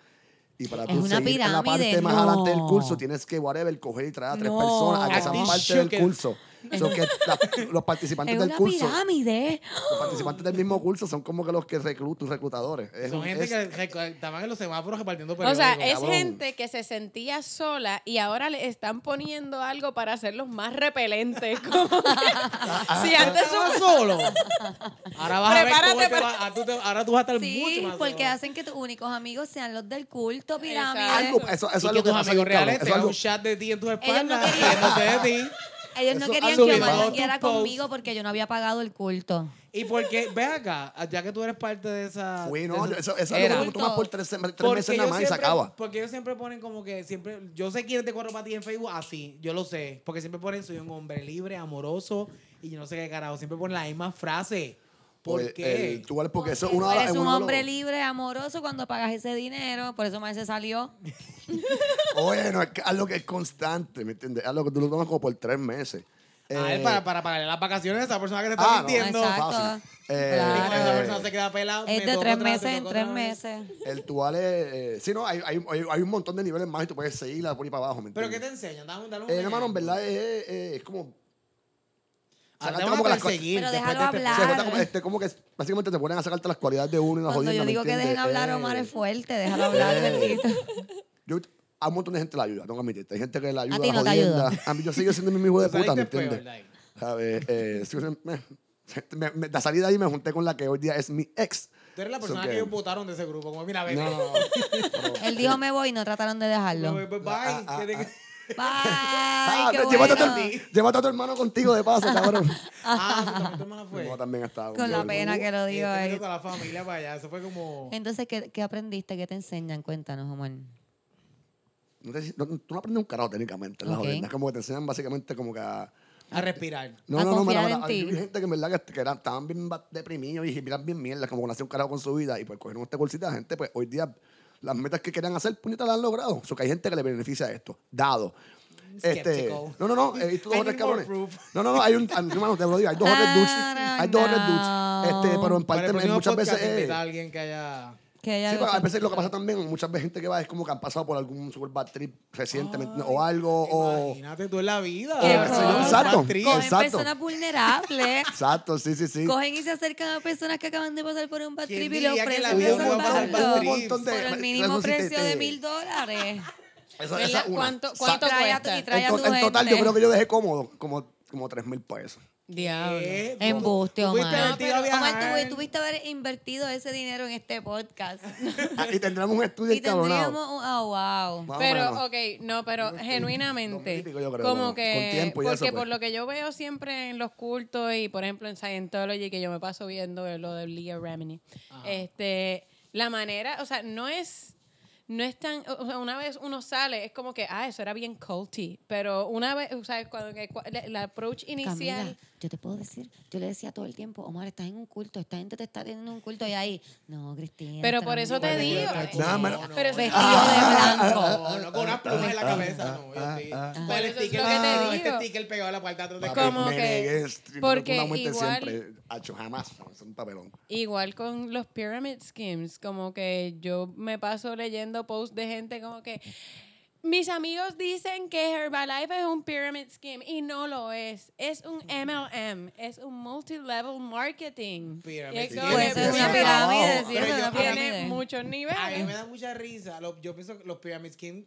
[SPEAKER 4] y para
[SPEAKER 1] Es
[SPEAKER 4] tú
[SPEAKER 1] una
[SPEAKER 4] seguir en la
[SPEAKER 1] pirámide,
[SPEAKER 4] parte más adelante del
[SPEAKER 1] no.
[SPEAKER 4] curso tienes que, whatever, coger y traer a tres
[SPEAKER 1] No.
[SPEAKER 4] personas a que
[SPEAKER 2] Acting
[SPEAKER 4] sean parte del
[SPEAKER 2] shocker.
[SPEAKER 4] curso. So que la- los participantes
[SPEAKER 1] Es
[SPEAKER 4] del
[SPEAKER 1] una
[SPEAKER 4] curso
[SPEAKER 1] pirámide.
[SPEAKER 4] los participantes del mismo curso son como que los que reclutan, tus reclutadores. Es
[SPEAKER 2] Son
[SPEAKER 4] un-
[SPEAKER 2] gente
[SPEAKER 4] es-
[SPEAKER 2] que recu- estaban en los semáforos repartiendo
[SPEAKER 3] O sea,
[SPEAKER 2] periódicos.
[SPEAKER 3] es
[SPEAKER 4] cabrón.
[SPEAKER 3] gente que se sentía sola y ahora le están poniendo algo para hacerlos más repelentes. Como que- si antes
[SPEAKER 2] Estaba
[SPEAKER 3] su-
[SPEAKER 2] solo. Ahora vas a ver
[SPEAKER 3] Prepárate
[SPEAKER 2] cómo te
[SPEAKER 3] para-
[SPEAKER 2] va- ah, tú te- ahora tú vas a estar
[SPEAKER 1] Sí,
[SPEAKER 2] mucho más
[SPEAKER 1] porque
[SPEAKER 2] solo.
[SPEAKER 1] hacen que tus únicos amigos sean los del culto, pirámide.
[SPEAKER 4] algo, eso, eso es
[SPEAKER 2] y que
[SPEAKER 4] algo que
[SPEAKER 2] tus
[SPEAKER 4] pasa bien,
[SPEAKER 2] amigos
[SPEAKER 4] cabrón.
[SPEAKER 2] reales te
[SPEAKER 4] Eso es
[SPEAKER 2] dan
[SPEAKER 4] algo-
[SPEAKER 2] un chat de ti en tu espalda
[SPEAKER 1] no querían-
[SPEAKER 2] riéndose de ti.
[SPEAKER 1] Ellos no
[SPEAKER 4] Eso
[SPEAKER 1] querían
[SPEAKER 2] han
[SPEAKER 1] que
[SPEAKER 2] subido
[SPEAKER 1] Omar se
[SPEAKER 2] tus
[SPEAKER 1] quedara
[SPEAKER 2] posts.
[SPEAKER 1] conmigo porque yo no había pagado el culto.
[SPEAKER 2] Y porque, ve acá, ya que tú eres parte de esa.
[SPEAKER 4] Fui, no,
[SPEAKER 2] de esa-
[SPEAKER 4] eso, eso es
[SPEAKER 2] Era.
[SPEAKER 4] algo que tú tomas por tres, sem- tres meses nada
[SPEAKER 2] ellos
[SPEAKER 4] más y se
[SPEAKER 2] siempre-
[SPEAKER 4] acaba.
[SPEAKER 2] Porque ellos siempre ponen como que siempre. Yo sé quién es de cuatro para ti en Facebook, así, yo lo sé. Porque siempre ponen soy un hombre libre, amoroso y yo no sé qué carajo. Siempre ponen la misma frase. ¿Por
[SPEAKER 4] Oye,
[SPEAKER 2] qué?
[SPEAKER 4] Pues, el- tú eres- porque eso es
[SPEAKER 1] Tú
[SPEAKER 4] una
[SPEAKER 1] eres
[SPEAKER 4] es
[SPEAKER 1] un
[SPEAKER 4] uno de
[SPEAKER 1] hombre
[SPEAKER 4] los-
[SPEAKER 1] libre, amoroso cuando pagas ese dinero. Por eso Omar se salió.
[SPEAKER 4] Oye, no, es que- algo que es constante, ¿me entiendes? Algo que tú lo tomas como por tres meses.
[SPEAKER 2] A él
[SPEAKER 4] Eh,
[SPEAKER 2] Ah, para, para pagarle las vacaciones a esa persona que te está
[SPEAKER 4] ah, no.
[SPEAKER 2] mintiendo.
[SPEAKER 1] Exacto.
[SPEAKER 4] fácil. Eh,
[SPEAKER 2] Y con esa
[SPEAKER 1] Claro.
[SPEAKER 2] persona se queda
[SPEAKER 1] Es
[SPEAKER 2] pelado. me
[SPEAKER 1] de
[SPEAKER 2] toca
[SPEAKER 1] tres
[SPEAKER 2] otra vez,
[SPEAKER 1] meses
[SPEAKER 2] me
[SPEAKER 1] en
[SPEAKER 2] toca
[SPEAKER 1] tres
[SPEAKER 2] otra vez.
[SPEAKER 1] meses.
[SPEAKER 4] El tual es... eh, sí, no, hay, hay, hay- hay un montón de niveles más y tú puedes seguirla por ahí para abajo, ¿me
[SPEAKER 2] ¿Pero qué
[SPEAKER 4] entiendes?
[SPEAKER 2] te enseñan? Dame, dame un
[SPEAKER 4] Eh, no, mano, en
[SPEAKER 2] ejemplo.
[SPEAKER 4] verdad es, es- es como...
[SPEAKER 2] Ah, te
[SPEAKER 4] sacarte
[SPEAKER 2] van
[SPEAKER 4] como
[SPEAKER 2] a
[SPEAKER 4] que las
[SPEAKER 2] perseguir.
[SPEAKER 1] Pero
[SPEAKER 2] después
[SPEAKER 1] déjalo
[SPEAKER 2] de este-
[SPEAKER 4] cosas- se cuenta
[SPEAKER 1] hablar.
[SPEAKER 4] como, este, como que básicamente te ponen a sacarte las cualidades de uno y las
[SPEAKER 1] Cuando yo
[SPEAKER 4] jodiendas, ¿me
[SPEAKER 1] digo que dejen
[SPEAKER 4] entiendes?
[SPEAKER 1] hablar a Omar
[SPEAKER 4] Eh,
[SPEAKER 1] es fuerte, déjalo hablar, bendito.
[SPEAKER 4] Yo, a un montón de gente la ayuda, tengo que admitirte. Hay gente que la ayuda.
[SPEAKER 1] ti no te
[SPEAKER 4] jodienda.
[SPEAKER 1] ayuda.
[SPEAKER 4] A mí yo sigo siendo mi hijo de
[SPEAKER 2] Tú saliste
[SPEAKER 4] puta, ¿me
[SPEAKER 2] peor
[SPEAKER 4] entiendes?
[SPEAKER 2] de ahí.
[SPEAKER 4] ¿Sabes? Eh, sigo siendo- me, me- me- la salí de ahí me junté con la que hoy día es mi ex.
[SPEAKER 2] Tú eres la
[SPEAKER 4] So
[SPEAKER 2] persona
[SPEAKER 4] que-
[SPEAKER 2] que ellos votaron de ese grupo. Como, mira, bebé.
[SPEAKER 4] No.
[SPEAKER 1] Él dijo me voy y no trataron de dejarlo.
[SPEAKER 2] pues, Bye.
[SPEAKER 1] Bye,
[SPEAKER 4] Ah, ah,
[SPEAKER 2] que-
[SPEAKER 4] ah. Ah,
[SPEAKER 1] qué
[SPEAKER 4] no, llévate, a tu,
[SPEAKER 1] bueno.
[SPEAKER 4] llévate a tu hermano contigo de paso, cabrón.
[SPEAKER 2] Ah, sí, también tu hermana fue.
[SPEAKER 4] No, también estaba.
[SPEAKER 1] Con la pena que lo digo
[SPEAKER 2] Ella te
[SPEAKER 1] ahí.
[SPEAKER 2] metió toda la familia para allá. Eso fue como...
[SPEAKER 1] Entonces, ¿qué, qué aprendiste? ¿Qué te enseñan? Cuéntanos, Omar.
[SPEAKER 4] No te- no- tú no aprendes un carajo técnicamente, en la
[SPEAKER 1] Ok.
[SPEAKER 4] jodienda. Es como que te enseñan básicamente como que a...
[SPEAKER 2] A respirar.
[SPEAKER 4] No,
[SPEAKER 1] A
[SPEAKER 4] no, no,
[SPEAKER 1] confiar
[SPEAKER 4] mira,
[SPEAKER 1] en
[SPEAKER 4] mira,
[SPEAKER 1] ti.
[SPEAKER 4] Hay gente que en verdad que, que eran, estaban bien ba- deprimidos y miran bien mierda, como que no hacían un carajo con su vida. Y pues cogieron este cursito de gente, pues hoy día las metas que querían hacer, puñetas las han logrado. O sea, que hay gente que le beneficia esto. Dado. Este,
[SPEAKER 2] Skeptical.
[SPEAKER 4] no, no, no, he visto dos
[SPEAKER 2] I
[SPEAKER 4] o tres
[SPEAKER 2] need more
[SPEAKER 4] cabrones.
[SPEAKER 2] proof. Ah,
[SPEAKER 4] No, no, no, hay un, hermano, te lo digo, hay dos o tres dudes.
[SPEAKER 1] I
[SPEAKER 4] Hay dos o tres
[SPEAKER 1] don't
[SPEAKER 4] dudes. Este, pero en
[SPEAKER 2] Para
[SPEAKER 4] parte,
[SPEAKER 2] el próximo
[SPEAKER 4] muchas
[SPEAKER 2] podcast,
[SPEAKER 4] veces. eh,
[SPEAKER 2] invita a alguien que haya...
[SPEAKER 1] Que ella
[SPEAKER 4] Sí, pues,
[SPEAKER 1] lo-
[SPEAKER 4] pero a veces lo que pasa también, muchas veces gente que va es como que han pasado por algún super bad trip recientemente
[SPEAKER 2] Ay,
[SPEAKER 4] o algo, o...
[SPEAKER 2] Imagínate tú en la vida.
[SPEAKER 1] Qué
[SPEAKER 2] Ah,
[SPEAKER 1] cosa.
[SPEAKER 2] señor,
[SPEAKER 4] Exacto.
[SPEAKER 2] actriz.
[SPEAKER 1] cogen
[SPEAKER 4] exacto.
[SPEAKER 1] personas vulnerables.
[SPEAKER 4] Exacto, sí, sí, sí.
[SPEAKER 1] Cogen y se acercan a personas que acaban de pasar por un bad
[SPEAKER 2] ¿Quién
[SPEAKER 1] trip y le
[SPEAKER 2] diría que la
[SPEAKER 1] ofrecen
[SPEAKER 2] vida
[SPEAKER 1] un
[SPEAKER 2] no va a pasar
[SPEAKER 1] salvado
[SPEAKER 2] por
[SPEAKER 4] Hubo
[SPEAKER 2] un bad trip?
[SPEAKER 1] por el mínimo
[SPEAKER 4] Eso sí te-
[SPEAKER 1] precio
[SPEAKER 4] te-
[SPEAKER 1] de mil dólares.
[SPEAKER 4] Esa-
[SPEAKER 3] ¿Verdad?
[SPEAKER 4] esa una.
[SPEAKER 3] ¿Cuánto-
[SPEAKER 4] Sa-
[SPEAKER 3] cuánto
[SPEAKER 1] Trae a tu-
[SPEAKER 3] cuesta?
[SPEAKER 1] y trae a
[SPEAKER 4] en,
[SPEAKER 1] tu
[SPEAKER 4] to- en total, yo
[SPEAKER 1] gente.
[SPEAKER 4] creo que yo dejé cómodo como, como 3 mil pesos.
[SPEAKER 3] Diablo.
[SPEAKER 2] Eh, tú-
[SPEAKER 1] Embuste,
[SPEAKER 2] tú fuiste
[SPEAKER 1] Omar.
[SPEAKER 2] vestido a
[SPEAKER 1] Omar, tú-
[SPEAKER 2] viajar.
[SPEAKER 1] tú tuviste haber invertido ese dinero en este podcast.
[SPEAKER 4] Ah, y tendremos un estudio
[SPEAKER 1] y
[SPEAKER 4] encabronado.
[SPEAKER 1] tendríamos un... ah, wow.
[SPEAKER 4] Más o menos.
[SPEAKER 3] Pero, ok, no, pero
[SPEAKER 4] dos mil
[SPEAKER 3] genuinamente,
[SPEAKER 4] y pico, yo creo,
[SPEAKER 3] como
[SPEAKER 4] con-
[SPEAKER 3] que,
[SPEAKER 4] con tiempo y
[SPEAKER 3] porque
[SPEAKER 4] eso, pues.
[SPEAKER 3] por lo que yo veo siempre en los cultos y, por ejemplo, en Scientology, que yo me paso viendo lo de Leah Remini, este, la manera, o sea, no es, no es tan, o sea, una vez uno sale, es como que, ah, eso era bien culty, pero una vez, o sea, cuando, que- cua- la- la approach inicial...
[SPEAKER 1] Camila, yo te puedo decir, yo le decía todo el tiempo, Omar, estás en un culto, esta gente te está teniendo un culto y ahí, no, Cristina.
[SPEAKER 3] Pero
[SPEAKER 1] tú
[SPEAKER 3] por
[SPEAKER 1] no
[SPEAKER 3] eso
[SPEAKER 1] puedes
[SPEAKER 3] te digo,
[SPEAKER 1] decir
[SPEAKER 3] eh,
[SPEAKER 1] eso".
[SPEAKER 4] Nada, menos-
[SPEAKER 3] pero eso-
[SPEAKER 1] Vestido de blanco.
[SPEAKER 2] No, no, con unas plumas en la cabeza, no. yo estoy- Con
[SPEAKER 3] Por
[SPEAKER 2] el
[SPEAKER 3] eso es
[SPEAKER 2] sticker
[SPEAKER 3] lo que te
[SPEAKER 2] pegado,
[SPEAKER 3] digo.
[SPEAKER 2] este sticker pegado a la parte de atrás de
[SPEAKER 4] Papi,
[SPEAKER 2] la
[SPEAKER 3] Como
[SPEAKER 4] me
[SPEAKER 3] que-
[SPEAKER 4] negué, es- yo creo que
[SPEAKER 3] porque
[SPEAKER 4] una muerte
[SPEAKER 3] igual-
[SPEAKER 4] siempre, hacho, jamás, no, es un papelón.
[SPEAKER 3] Igual con los pyramid schemes, como que yo me paso leyendo posts de gente como que mis amigos dicen que Herbalife es un pyramid scheme y no lo es. Es un MLM, es un multi-level marketing.
[SPEAKER 2] Pyramid
[SPEAKER 3] Y es
[SPEAKER 2] scheme.
[SPEAKER 3] como
[SPEAKER 1] Pues
[SPEAKER 3] que
[SPEAKER 1] es una
[SPEAKER 4] Pero-
[SPEAKER 1] pirámide, sí,
[SPEAKER 2] Pero
[SPEAKER 1] es
[SPEAKER 2] yo-
[SPEAKER 1] una
[SPEAKER 2] a mí-
[SPEAKER 3] Tiene
[SPEAKER 1] pirámide.
[SPEAKER 3] muchos
[SPEAKER 2] A mí me
[SPEAKER 3] niveles.
[SPEAKER 2] da mucha risa. Lo- yo pienso que los Pyramid Scheme,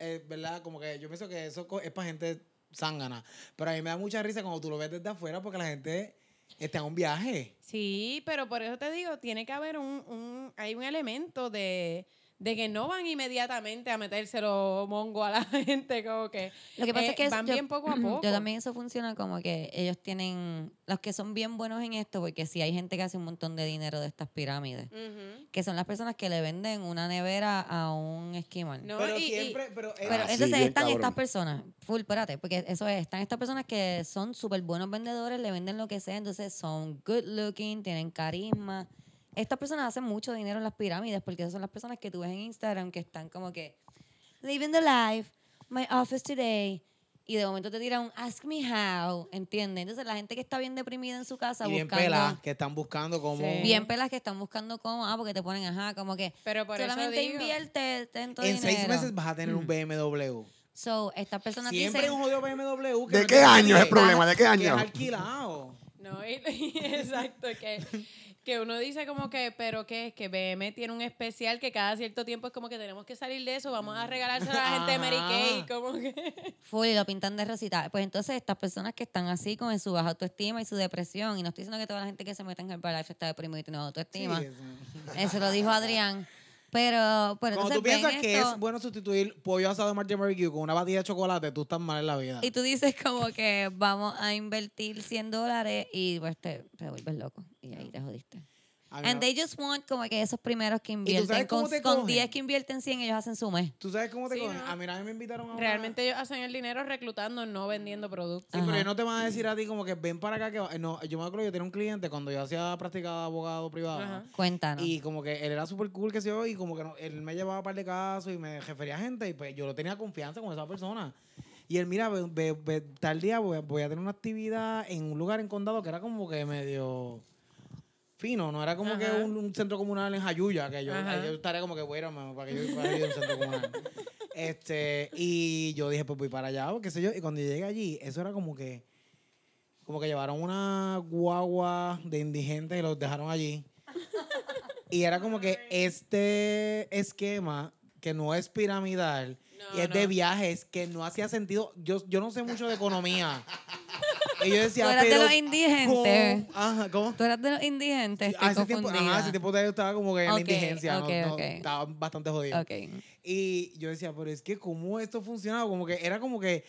[SPEAKER 2] eh, ¿verdad? Como que yo pienso que eso co- es para gente zángana. Pero a mí me da mucha risa cuando tú lo ves desde afuera porque la gente está en un viaje.
[SPEAKER 3] Sí, pero por eso te digo, tiene que haber un, un hay un elemento de, de que no van inmediatamente a metérselo mongo a la gente, como que,
[SPEAKER 1] Lo que pasa
[SPEAKER 3] eh,
[SPEAKER 1] es que
[SPEAKER 3] van
[SPEAKER 1] yo-
[SPEAKER 3] bien poco a poco.
[SPEAKER 1] Yo también eso funciona como que ellos tienen los que son bien buenos en esto porque si hay gente que hace un montón de dinero de estas
[SPEAKER 3] Mm.
[SPEAKER 1] pirámides,
[SPEAKER 3] Ujú.
[SPEAKER 1] que son las personas que le venden una nevera a un esquimal.
[SPEAKER 3] No,
[SPEAKER 2] pero
[SPEAKER 3] y- y-
[SPEAKER 2] siempre, pero, eh,
[SPEAKER 1] Pero
[SPEAKER 4] Ah, sí,
[SPEAKER 1] entonces
[SPEAKER 4] bien
[SPEAKER 1] están
[SPEAKER 4] cabrón.
[SPEAKER 1] estas personas, full, espérate, porque eso es, están estas personas que son súper buenos vendedores, le venden lo que sea, entonces son good looking, tienen carisma. Estas personas hacen mucho dinero en las pirámides porque esas son las personas que tú ves en Instagram que están como que living the life, my office today. Y de momento te tiran un ask me how, ¿entiendes? Entonces la gente que está bien deprimida en su casa
[SPEAKER 2] y bien
[SPEAKER 1] buscando...
[SPEAKER 2] pelas, que están buscando como...
[SPEAKER 3] Sí.
[SPEAKER 1] Bien pelas que están buscando cómo, ah, porque te ponen, ajá, como que
[SPEAKER 3] Pero por eso
[SPEAKER 1] solamente
[SPEAKER 3] digo-
[SPEAKER 1] invierte tanto
[SPEAKER 2] En
[SPEAKER 1] dinero.
[SPEAKER 2] seis meses vas a tener un BMW.
[SPEAKER 1] So, estas personas
[SPEAKER 2] Siempre
[SPEAKER 1] dicen...
[SPEAKER 2] un jodido BMW. que
[SPEAKER 4] ¿De
[SPEAKER 2] no
[SPEAKER 4] qué
[SPEAKER 2] tiene
[SPEAKER 4] año es el
[SPEAKER 2] nadie,
[SPEAKER 4] problema? ¿De qué
[SPEAKER 2] Que es
[SPEAKER 4] año?
[SPEAKER 2] alquilado.
[SPEAKER 3] No, y- y exacto, que, que uno dice como que, pero que que BM tiene un especial que cada cierto tiempo es como que tenemos que salir de eso, vamos a regalárselo a la gente de Mary Kay, como que...
[SPEAKER 1] Full, y lo pintan de rosita. Pues entonces estas personas que están así con su baja autoestima y su depresión, y no estoy diciendo que toda la gente que se mete en Herbalife está deprimida y tiene baja
[SPEAKER 2] Sí,
[SPEAKER 1] autoestima.
[SPEAKER 2] es-
[SPEAKER 1] Eso lo dijo Adrián. Pero, pero
[SPEAKER 2] Cuando tú
[SPEAKER 1] entonces ven
[SPEAKER 2] piensas que
[SPEAKER 1] esto
[SPEAKER 2] es bueno sustituir pollo asado de Martin Barbecue con una batida de chocolate, tú estás mal en la vida.
[SPEAKER 1] y tú dices como que vamos a invertir 100 dólares y pues te, te vuelves loco y ahí te jodiste.
[SPEAKER 2] A mí
[SPEAKER 1] And
[SPEAKER 2] me-
[SPEAKER 1] they just want como que esos primeros que
[SPEAKER 2] Ah, tú sabes
[SPEAKER 1] invierten,
[SPEAKER 2] cómo
[SPEAKER 1] con,
[SPEAKER 2] te
[SPEAKER 1] con
[SPEAKER 2] cogen?
[SPEAKER 1] 10 que invierten 100 ellos hacen su mes.
[SPEAKER 2] ¿Tú sabes cómo te
[SPEAKER 3] Sí,
[SPEAKER 2] cogen?
[SPEAKER 3] no.
[SPEAKER 2] A mí una vez me invitaron a una...
[SPEAKER 3] Realmente ellos hacen el dinero reclutando, no vendiendo productos.
[SPEAKER 2] Sí, pero
[SPEAKER 1] Ajá.
[SPEAKER 2] ellos no te van a decir a ti como que ven para acá que... va- No, yo me acuerdo, yo tenía un cliente cuando yo hacía práctica de abogado privado.
[SPEAKER 3] Ajá.
[SPEAKER 1] Cuéntanos.
[SPEAKER 2] Y como que él era súper cool, que se yo, y como que no- él me llevaba un par de casos y me refería a gente, y pues yo no tenía confianza con esa persona. Y él, mira, ve- ve- ve, tal día voy a, voy a tener una actividad en un lugar en condado que era como que medio fino, no era como que
[SPEAKER 3] Ajá.
[SPEAKER 2] un, un centro comunal en Jayuya, que yo,
[SPEAKER 3] Ajá.
[SPEAKER 2] yo estaría como que, bueno, mano, para que yo pueda ir a un centro comunal. Este, y yo dije, pues voy para allá, o qué sé yo, y cuando llegué allí, eso era como que como que llevaron una guagua de indigentes y los dejaron allí. y era como que este esquema que no es piramidal
[SPEAKER 3] No,
[SPEAKER 2] y es
[SPEAKER 3] no.
[SPEAKER 2] de viajes que no hacía sentido. Yo, yo no sé mucho de economía. y yo decía,
[SPEAKER 1] Tú eras de
[SPEAKER 2] pero
[SPEAKER 1] los indigentes.
[SPEAKER 2] ¿cómo? Ajá, ¿cómo?
[SPEAKER 1] Tú eras de los indigentes, estoy
[SPEAKER 2] A ese tiempo,
[SPEAKER 1] confundida.
[SPEAKER 2] ajá, ese tiempo todavía estaba como que en
[SPEAKER 1] Ok,
[SPEAKER 2] la indigencia. no-
[SPEAKER 1] ok,
[SPEAKER 2] no,
[SPEAKER 1] ok.
[SPEAKER 2] estaba bastante jodido.
[SPEAKER 1] Ok.
[SPEAKER 2] Y yo decía, pero es que cómo esto funcionaba, como que era como que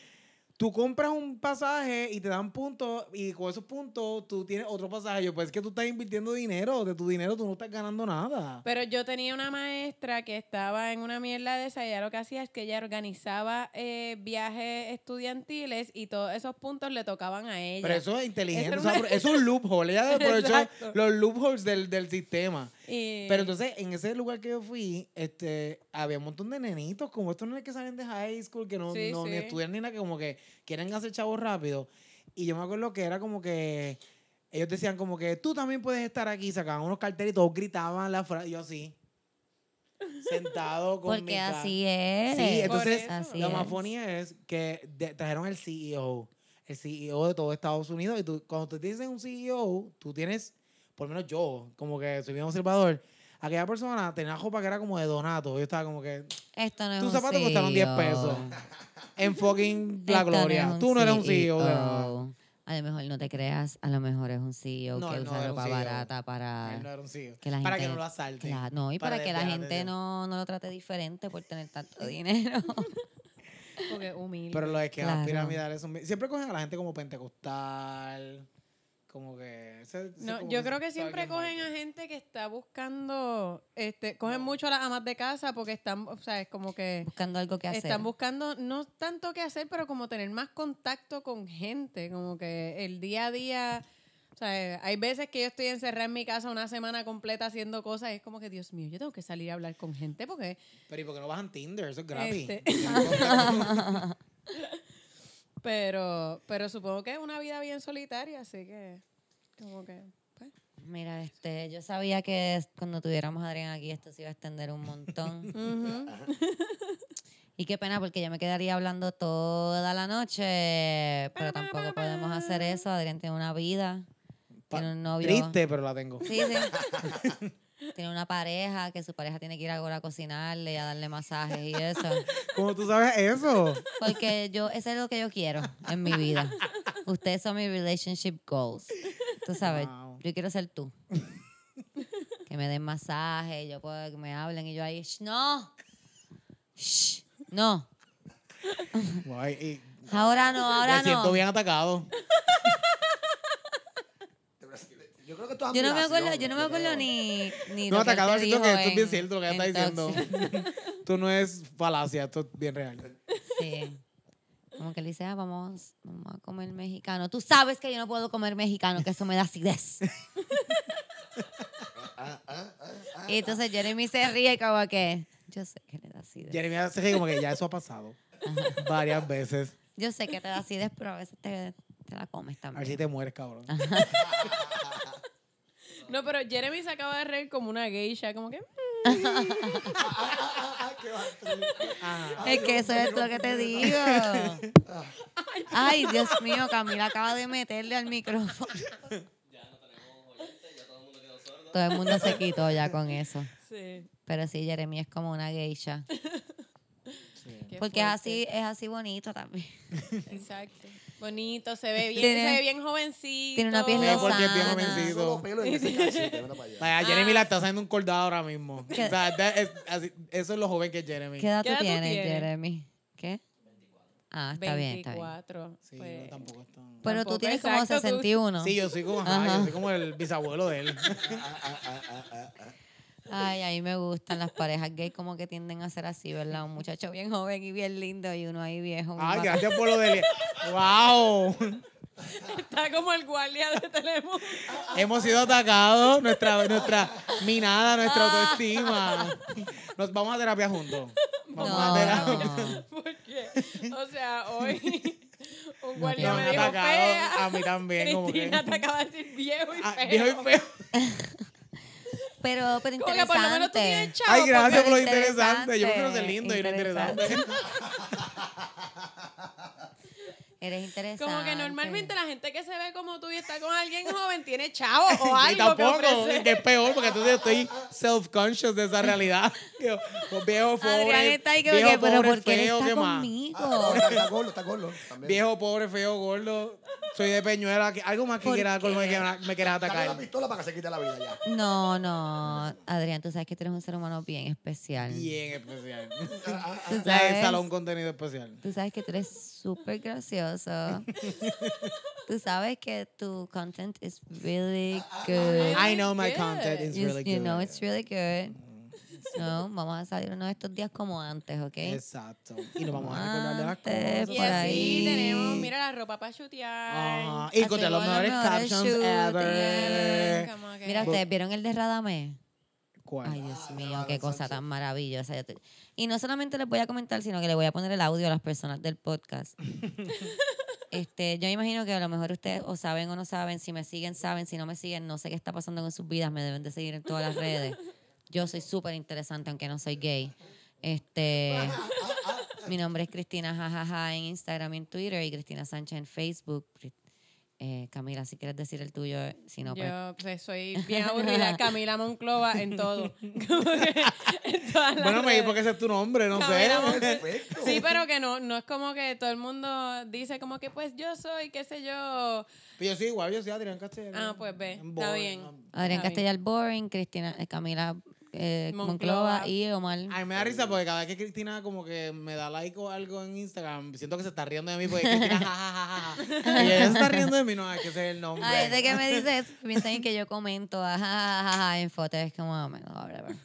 [SPEAKER 2] tú compras un pasaje y te dan puntos y con esos puntos tú tienes otro pasaje. Yo, pues es que tú estás invirtiendo dinero, de tu dinero tú no estás ganando nada.
[SPEAKER 3] Pero yo tenía una maestra que estaba en una mierda de esa y ella lo que hacía es que ella organizaba eh, viajes estudiantiles y todos esos puntos le tocaban a ella.
[SPEAKER 2] Pero eso es inteligente,
[SPEAKER 3] Eso
[SPEAKER 2] o sea,
[SPEAKER 3] no-
[SPEAKER 2] es un loophole, ella aprovechó
[SPEAKER 3] Exacto.
[SPEAKER 2] los loopholes del, del sistema.
[SPEAKER 3] Y-
[SPEAKER 2] Pero entonces, en ese lugar que yo fui, este, había un montón de nenitos, como estos nenes que salen de high school, que no,
[SPEAKER 3] Sí,
[SPEAKER 2] no ni
[SPEAKER 3] sí.
[SPEAKER 2] estudian ni nada, que como que quieren hacer chavos rápido. Y yo me acuerdo que era como que ellos decían como que tú también puedes estar aquí, sacaban unos carteles y todos gritaban la frase, yo así, sentado con mi
[SPEAKER 1] Porque
[SPEAKER 2] ca-
[SPEAKER 1] así es.
[SPEAKER 2] Sí, entonces,
[SPEAKER 3] Por eso.
[SPEAKER 1] Así
[SPEAKER 2] la
[SPEAKER 1] es.
[SPEAKER 2] más funny es que de- trajeron el CEO, el CEO de todo Estados Unidos. Y tú, cuando te dicen un CEO, tú tienes, por lo menos yo, como que soy bien observador, aquella persona tenía ropa que era como de donato. Yo estaba como que,
[SPEAKER 1] Esto no es
[SPEAKER 2] tus
[SPEAKER 1] un
[SPEAKER 2] zapatos costaron 10
[SPEAKER 1] CEO.
[SPEAKER 2] pesos. En fucking La
[SPEAKER 1] Esto
[SPEAKER 2] Gloria.
[SPEAKER 1] es E
[SPEAKER 2] tú no eres un E CEO de nada.
[SPEAKER 1] A lo mejor no te creas, a lo mejor es un CEO
[SPEAKER 2] No,
[SPEAKER 1] que
[SPEAKER 2] él no
[SPEAKER 1] usa
[SPEAKER 2] era un
[SPEAKER 1] ropa
[SPEAKER 2] CEO.
[SPEAKER 1] barata para
[SPEAKER 2] Él no era un CEO.
[SPEAKER 1] que la gente
[SPEAKER 2] para que no lo asalten.
[SPEAKER 1] Claro, no, y para, que la
[SPEAKER 2] desviar
[SPEAKER 1] gente
[SPEAKER 2] atención.
[SPEAKER 1] no, no lo trate diferente por tener tanto dinero.
[SPEAKER 3] Porque humilde.
[SPEAKER 2] Pero los esquemas
[SPEAKER 1] Claro.
[SPEAKER 2] piramidales son... bien- Siempre cogen a la gente como pentecostal, como que... ese- ese
[SPEAKER 3] No,
[SPEAKER 2] como
[SPEAKER 3] yo
[SPEAKER 2] ese
[SPEAKER 3] creo que
[SPEAKER 2] target
[SPEAKER 3] siempre cogen
[SPEAKER 2] market.
[SPEAKER 3] a gente que está buscando, este, cogen mucho a las amas de casa porque están, o sea, es como que
[SPEAKER 1] buscando algo que hacer.
[SPEAKER 3] están buscando no tanto que hacer, pero como tener más contacto con gente, como que el día a día, o sea, hay veces que yo estoy encerrada en mi casa una semana completa haciendo cosas y es como que, Dios mío, yo tengo que salir a hablar con gente porque
[SPEAKER 2] Pero ¿y por qué no bajan Tinder? Eso es gratis.
[SPEAKER 3] Este.
[SPEAKER 2] Eso
[SPEAKER 3] pero pero supongo que es una vida bien solitaria, así que como que pues,
[SPEAKER 1] Mira, este, yo sabía que es- cuando tuviéramos a Adrián aquí esto se iba a extender un montón. Y qué pena, porque yo me quedaría hablando toda la noche, pero tampoco podemos hacer eso. Adrián tiene una vida,
[SPEAKER 2] Pa-
[SPEAKER 1] tiene un novio.
[SPEAKER 2] Triste, pero la tengo.
[SPEAKER 1] Sí, sí. tiene una pareja, que su pareja tiene que ir ahora a cocinarle y a darle masajes y eso.
[SPEAKER 2] ¿Cómo tú sabes eso?
[SPEAKER 1] Porque yo, eso es lo que yo quiero en mi vida. Ustedes son mis relationship goals. Tú sabes,
[SPEAKER 2] Wow.
[SPEAKER 1] yo quiero ser tú. Que me den masaje, yo puedo que me hablen y yo ahí, "Shh, no, Shh, no,
[SPEAKER 2] Guay, y
[SPEAKER 1] ahora no, ahora
[SPEAKER 2] me siento
[SPEAKER 1] no.
[SPEAKER 2] bien atacado.
[SPEAKER 4] Yo creo que esto es
[SPEAKER 1] Yo no me acuerdo,
[SPEAKER 4] admiración,
[SPEAKER 1] yo no me acuerdo
[SPEAKER 4] creo.
[SPEAKER 1] ni, ni
[SPEAKER 2] No,
[SPEAKER 1] lo que él
[SPEAKER 2] atacado,
[SPEAKER 1] te
[SPEAKER 2] siento que
[SPEAKER 1] dijo
[SPEAKER 2] esto es bien
[SPEAKER 1] en-
[SPEAKER 2] cierto lo que ella
[SPEAKER 1] en
[SPEAKER 2] está
[SPEAKER 1] Toxic.
[SPEAKER 2] diciendo. Esto no es falacia, esto es bien real.
[SPEAKER 1] Sí. Como que le dice, ah, vamos, vamos a comer mexicano. Tú sabes que yo no puedo comer mexicano, que eso me da acidez.
[SPEAKER 2] Ah,
[SPEAKER 1] y entonces Jeremy se ríe como que, yo sé que le da acidez.
[SPEAKER 2] Jeremy hace así como que ya eso ha pasado varias veces.
[SPEAKER 1] Yo sé que te da acidez, pero a veces te, te la comes
[SPEAKER 2] A ver si
[SPEAKER 1] también.
[SPEAKER 2] te mueres, cabrón.
[SPEAKER 3] No, pero Jeremy se acaba de reír como una geisha, como que... "Mm".
[SPEAKER 1] Es que eso es lo que te digo. Ay, Dios mío, Camila acaba de meterle al micrófono. Todo el mundo se quitó ya con eso.
[SPEAKER 3] Sí.
[SPEAKER 1] Pero sí, Jeremy es como una geisha. Porque es así, es así bonito también.
[SPEAKER 3] Exacto. Bonito, se ve bien,
[SPEAKER 1] Tiene-
[SPEAKER 3] se ve bien jovencito.
[SPEAKER 1] Tiene una pierna
[SPEAKER 2] Es porque es bien
[SPEAKER 1] sana.
[SPEAKER 2] jovencito.
[SPEAKER 4] Solo pelo en ese cachete, mira para allá.
[SPEAKER 2] Vaya, Jeremy la está haciendo un cordado ahora mismo.
[SPEAKER 1] Ah. ¿Qué?
[SPEAKER 2] O sea, da- es- así- eso es lo joven que es Jeremy.
[SPEAKER 1] ¿Qué edad
[SPEAKER 3] ¿Qué
[SPEAKER 1] tú
[SPEAKER 3] edad tú
[SPEAKER 1] tienes,
[SPEAKER 3] tienes?
[SPEAKER 1] Jeremy? ¿Qué? Ah, está bien, está bien.
[SPEAKER 3] 24.
[SPEAKER 2] Sí,
[SPEAKER 3] pues.
[SPEAKER 2] no, tampoco está.
[SPEAKER 1] Pero tú
[SPEAKER 3] Tampoco,
[SPEAKER 1] tienes como
[SPEAKER 3] exacto, tú-
[SPEAKER 1] 61.
[SPEAKER 2] Sí, yo soy como, ajá, yo soy como el bisabuelo de él.
[SPEAKER 1] Ay, a mí me gustan las parejas gay como que tienden a ser así, ¿verdad? Un muchacho bien joven y bien lindo y uno ahí viejo. bien
[SPEAKER 2] Ay,
[SPEAKER 1] vago.
[SPEAKER 2] gracias por lo de ¡Wow!
[SPEAKER 3] Está como el guardia de Telemundo.
[SPEAKER 2] Hemos sido atacados, nuestra, nuestra minada, nuestra
[SPEAKER 1] Ah.
[SPEAKER 2] autoestima. Nos vamos a terapia juntos. Vamos a terapia.
[SPEAKER 1] No.
[SPEAKER 3] Porque, o sea, hoy un
[SPEAKER 2] Me
[SPEAKER 3] guardia
[SPEAKER 2] han
[SPEAKER 3] me dijo
[SPEAKER 2] atacado
[SPEAKER 3] fea.
[SPEAKER 2] a mí también, como que-
[SPEAKER 3] Cristina te acaba de decir viejo y
[SPEAKER 2] Ah,
[SPEAKER 3] feo.
[SPEAKER 2] viejo y feo.
[SPEAKER 1] Pero, pero
[SPEAKER 3] Como que por lo menos tú
[SPEAKER 1] interesante.
[SPEAKER 3] tienes chavo.
[SPEAKER 2] Ay, gracias por lo
[SPEAKER 1] porque-
[SPEAKER 2] interesante. Yo prefiero ser lindo
[SPEAKER 1] Interesante,
[SPEAKER 2] y lo interesante.
[SPEAKER 1] Eres interesante.
[SPEAKER 3] Como que normalmente la gente que se ve como tú y está con alguien joven tiene chavo o algo
[SPEAKER 2] Y tampoco,
[SPEAKER 3] que
[SPEAKER 2] que es
[SPEAKER 3] ofrecer.
[SPEAKER 2] peor, porque entonces estoy self-conscious de esa realidad. Yo, pues, viejo pobre,
[SPEAKER 1] Adrián está ahí como
[SPEAKER 2] viejo
[SPEAKER 1] que, pero
[SPEAKER 2] pobre,
[SPEAKER 1] ¿por qué él
[SPEAKER 2] feo,
[SPEAKER 1] está
[SPEAKER 2] ¿qué más?
[SPEAKER 1] conmigo?
[SPEAKER 4] Está- Ah, Está gordo, está gordo. también.
[SPEAKER 2] Viejo pobre, feo, gordo. Soy de Peñuela. que- Algo más que
[SPEAKER 1] ¿Por
[SPEAKER 2] quieras
[SPEAKER 1] qué?
[SPEAKER 2] me quieras me quieras
[SPEAKER 4] Dale la
[SPEAKER 2] atacar.
[SPEAKER 4] pistola para que se quite la vida ya.
[SPEAKER 1] No, no, Adrián, tú sabes que tú eres un ser humano bien especial.
[SPEAKER 2] Bien especial.
[SPEAKER 1] Tú
[SPEAKER 2] La
[SPEAKER 1] sabes-
[SPEAKER 2] del salón contenido especial.
[SPEAKER 1] Tú sabes que tú eres súper gracioso. tú sabes que tu content is really good.
[SPEAKER 2] I know my
[SPEAKER 3] good.
[SPEAKER 2] content is
[SPEAKER 1] you,
[SPEAKER 2] really
[SPEAKER 1] you
[SPEAKER 2] good.
[SPEAKER 1] know it's really good. No, vamos a salir uno de estos días como antes, ¿ok?
[SPEAKER 2] Exacto. Y nos vamos a recordar de las
[SPEAKER 1] Antes,
[SPEAKER 2] cosas.
[SPEAKER 3] Y
[SPEAKER 1] por ahí.
[SPEAKER 3] así tenemos, mira la ropa para chutear.
[SPEAKER 2] Ajá. Y con
[SPEAKER 1] Hacemos
[SPEAKER 2] los
[SPEAKER 1] los
[SPEAKER 2] mejores
[SPEAKER 1] mejores
[SPEAKER 2] captions
[SPEAKER 1] shootings.
[SPEAKER 2] ever.
[SPEAKER 3] Como que-
[SPEAKER 1] Mira, ¿ustedes vieron el de Radamés?
[SPEAKER 2] ¿Cuál?
[SPEAKER 1] Ay, Dios mío, qué cosa tan maravillosa. Yo te- Y no solamente les voy a comentar, sino que le voy a poner el audio a las personas del podcast. este, yo imagino que a lo mejor ustedes o saben o no saben, si me siguen, saben, si no me siguen, no sé qué está pasando con sus vidas, me deben de seguir en todas las redes. Yo soy súper interesante, aunque no soy gay. Este, mi nombre es Cristina Jajaja en Instagram y en Twitter y Cristina Sánchez en Facebook. Eh, Camila, si quieres decir el tuyo, si no, pues
[SPEAKER 3] Yo pues, soy bien aburrida. Camila Monclova en todo. Como que en todas las
[SPEAKER 2] Bueno, me di
[SPEAKER 3] redes.
[SPEAKER 2] porque ese es tu nombre, no pues,
[SPEAKER 3] Camila
[SPEAKER 2] sé.
[SPEAKER 3] Monclova.
[SPEAKER 4] Perfecto.
[SPEAKER 3] Sí, pero que no, no es como que todo el mundo dice como que pues yo soy, qué sé yo.
[SPEAKER 2] pues, Yo soy igual, yo soy Adrián Castellano.
[SPEAKER 3] Ah, pues ve,
[SPEAKER 2] I'm
[SPEAKER 3] está
[SPEAKER 2] boring,
[SPEAKER 3] bien.
[SPEAKER 2] I'm-
[SPEAKER 1] Adrián
[SPEAKER 3] Está bien.
[SPEAKER 1] Castellar Boring, Cristina, eh, Camila eh, Monclova.
[SPEAKER 3] Monclova.
[SPEAKER 1] y Omar.
[SPEAKER 2] A mí me da risa porque cada vez que Cristina como que me da like o algo en Instagram, siento que se está riendo de mí porque Cristina ja, ja, ja, ja, ja. Y ella se está riendo de mí, no, es que ese es el nombre.
[SPEAKER 1] Ay, de que me dices, piensan en que yo comento ah, ajá, ajá, ajá, en fotos, es como, ah, bueno, whatever.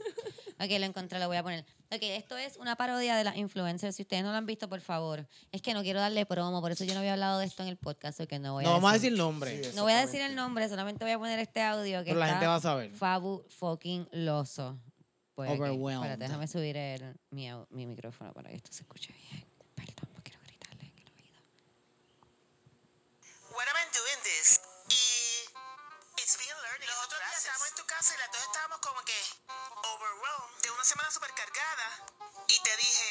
[SPEAKER 1] Ok, lo encontré, lo voy a poner. Ok, esto es una parodia de las influencers. Si ustedes no lo han visto, por favor. Es que no quiero darle promo, por eso yo no había hablado de esto en el podcast, que no voy a
[SPEAKER 2] no vamos a
[SPEAKER 1] decir.
[SPEAKER 2] decir nombre.
[SPEAKER 1] No voy a decir el nombre, solamente voy a poner este audio que
[SPEAKER 2] Pero la
[SPEAKER 1] está
[SPEAKER 2] gente va a saber.
[SPEAKER 1] Fabu fucking loso. Pues aquí.
[SPEAKER 2] Overwhelmed.
[SPEAKER 1] Espérate, déjame subir el, mi, au- mi micrófono para que esto se escuche bien. Perdón, no quiero gritarle en el oído.
[SPEAKER 8] What am I doing this? Y it's been learning. Los otros días estábamos en tu casa y las dos estábamos como que overwhelmed de una semana supercargada y te dije,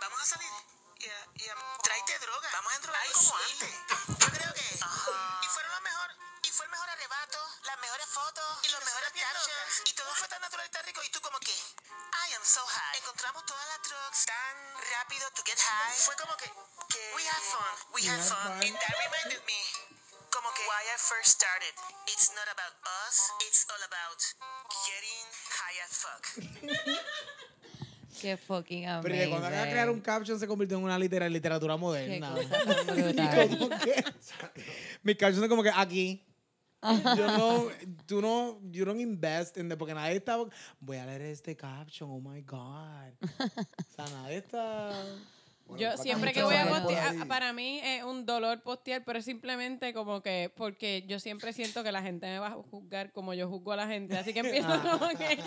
[SPEAKER 8] vamos a salir. Y a, y a- tráete droga. Vamos a endrogarnos como antes. Yo creo que. Y fueron lo mejor. Y fue el mejor arrebato, las mejores fotos y los mejores captions. Y todo fue tan natural y tan rico. Y tú como que, I am so high. Encontramos todas las drugs tan rápido to get high. Fue como que, que we had fun, we had fun. And that reminded me, como que, why I first started, it's not about us, it's all about getting high as fuck.
[SPEAKER 1] Qué fucking
[SPEAKER 2] Pero que
[SPEAKER 1] amazing.
[SPEAKER 2] cuando acaba de crear un caption se convirtió en una litera- literatura
[SPEAKER 1] Qué
[SPEAKER 2] moderna.
[SPEAKER 1] cosa tan brutal.
[SPEAKER 2] Como que- mis captions son como que aquí. Yo no, tú no, you don't invest in the, porque nadie está, voy a leer este caption, oh my God. O sea, nadie está...
[SPEAKER 4] Bueno,
[SPEAKER 3] Yo
[SPEAKER 4] para
[SPEAKER 3] siempre que
[SPEAKER 4] muchos
[SPEAKER 3] voy a
[SPEAKER 4] años por
[SPEAKER 3] postear,
[SPEAKER 4] ahí.
[SPEAKER 3] para mí es un dolor postear, pero es simplemente como que, porque yo siempre siento que la gente me va a juzgar como yo juzgo a la gente, así que empiezo como que,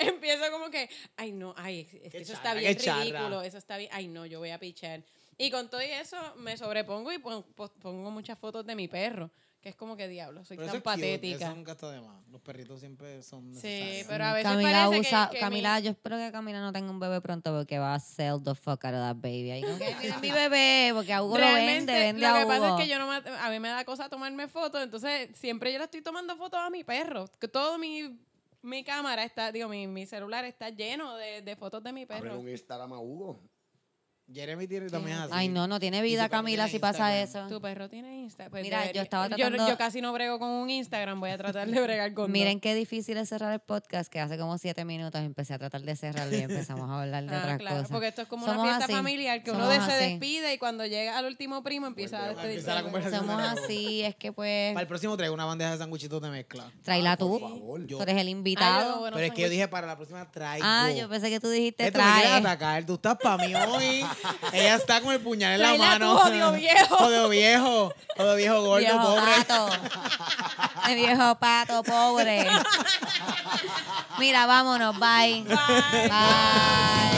[SPEAKER 3] empiezo como que, ay no, ay, es- es que
[SPEAKER 2] Qué
[SPEAKER 3] eso está
[SPEAKER 2] charra,
[SPEAKER 3] bien
[SPEAKER 2] qué charra.
[SPEAKER 3] ridículo, eso está bien, ay no, yo voy a pichar. Y con todo y eso me sobrepongo y pon- pos- pongo muchas fotos de mi perro, que es como que diablo, soy
[SPEAKER 2] Pero eso
[SPEAKER 3] tan
[SPEAKER 2] es cute, eso
[SPEAKER 3] patética.
[SPEAKER 2] nunca está de más. Los perritos siempre son
[SPEAKER 3] Sí,
[SPEAKER 2] necesarios.
[SPEAKER 3] pero a veces
[SPEAKER 1] Camila
[SPEAKER 3] parece que-
[SPEAKER 1] usa,
[SPEAKER 3] que, mi-
[SPEAKER 1] Camila, yo espero que Camila no tenga un bebé pronto porque va a sell the fuck out of that baby. Ahí como que miren mi bebé, porque a Hugo
[SPEAKER 3] Realmente,
[SPEAKER 1] lo vende, vende
[SPEAKER 3] lo
[SPEAKER 1] a
[SPEAKER 3] que
[SPEAKER 1] Hugo.
[SPEAKER 3] pasa es que yo no me- a mí me da cosa tomarme fotos, entonces siempre yo le estoy tomando fotos a mi perro. Que todo mi, mi cámara está, digo, mi, mi celular está lleno de, de fotos de mi
[SPEAKER 4] Abrir
[SPEAKER 3] perro.
[SPEAKER 4] un Instagram a Hugo.
[SPEAKER 2] Jeremy tiene también es así.
[SPEAKER 1] Ay, no, no tiene vida
[SPEAKER 2] Y su perro
[SPEAKER 1] Camila
[SPEAKER 2] tiene
[SPEAKER 1] si pasa
[SPEAKER 2] Instagram.
[SPEAKER 1] eso.
[SPEAKER 3] Tu perro tiene Instagram.
[SPEAKER 1] Mira, yo estaba
[SPEAKER 3] Yo,
[SPEAKER 1] tratando-
[SPEAKER 3] casi no brego con un Instagram, voy a tratar de bregar con dos.
[SPEAKER 1] Miren qué difícil es cerrar el podcast, que hace como siete minutos empecé a tratar de cerrarlo y empezamos a hablar de
[SPEAKER 3] Ah,
[SPEAKER 1] otras
[SPEAKER 3] claro,
[SPEAKER 1] cosas.
[SPEAKER 3] porque esto es como
[SPEAKER 1] Somos
[SPEAKER 3] una fiesta
[SPEAKER 1] así,
[SPEAKER 3] familiar que uno
[SPEAKER 1] somos
[SPEAKER 3] de- se
[SPEAKER 1] así.
[SPEAKER 3] despide y cuando llega al último primo empieza a
[SPEAKER 4] Vuelve a
[SPEAKER 3] despedirse.
[SPEAKER 2] empezar la conversación.
[SPEAKER 1] Somos así, es que pues,
[SPEAKER 2] Para el próximo traigo una bandeja de sanguichitos de mezcla.
[SPEAKER 1] tráela tú,
[SPEAKER 4] Por favor.
[SPEAKER 1] tú eres el
[SPEAKER 3] Ah, yo-
[SPEAKER 1] invitado.
[SPEAKER 3] bueno,
[SPEAKER 2] pero es
[SPEAKER 3] son
[SPEAKER 2] que yo
[SPEAKER 3] muy-
[SPEAKER 2] dije para la próxima traigo.
[SPEAKER 1] Ah, yo pensé que tú dijiste
[SPEAKER 2] Esto me quieres
[SPEAKER 1] trae.
[SPEAKER 2] atacar, tú estás pa' mí hoy. Ella está con el puñal en la
[SPEAKER 3] Tráela
[SPEAKER 2] mano.
[SPEAKER 3] tú, jodido viejo.
[SPEAKER 2] Jodido viejo. Jodido viejo gordo,
[SPEAKER 1] viejo
[SPEAKER 2] pobre.
[SPEAKER 1] pato. El viejo pato, pobre. Mira, vámonos. Bye. Bye.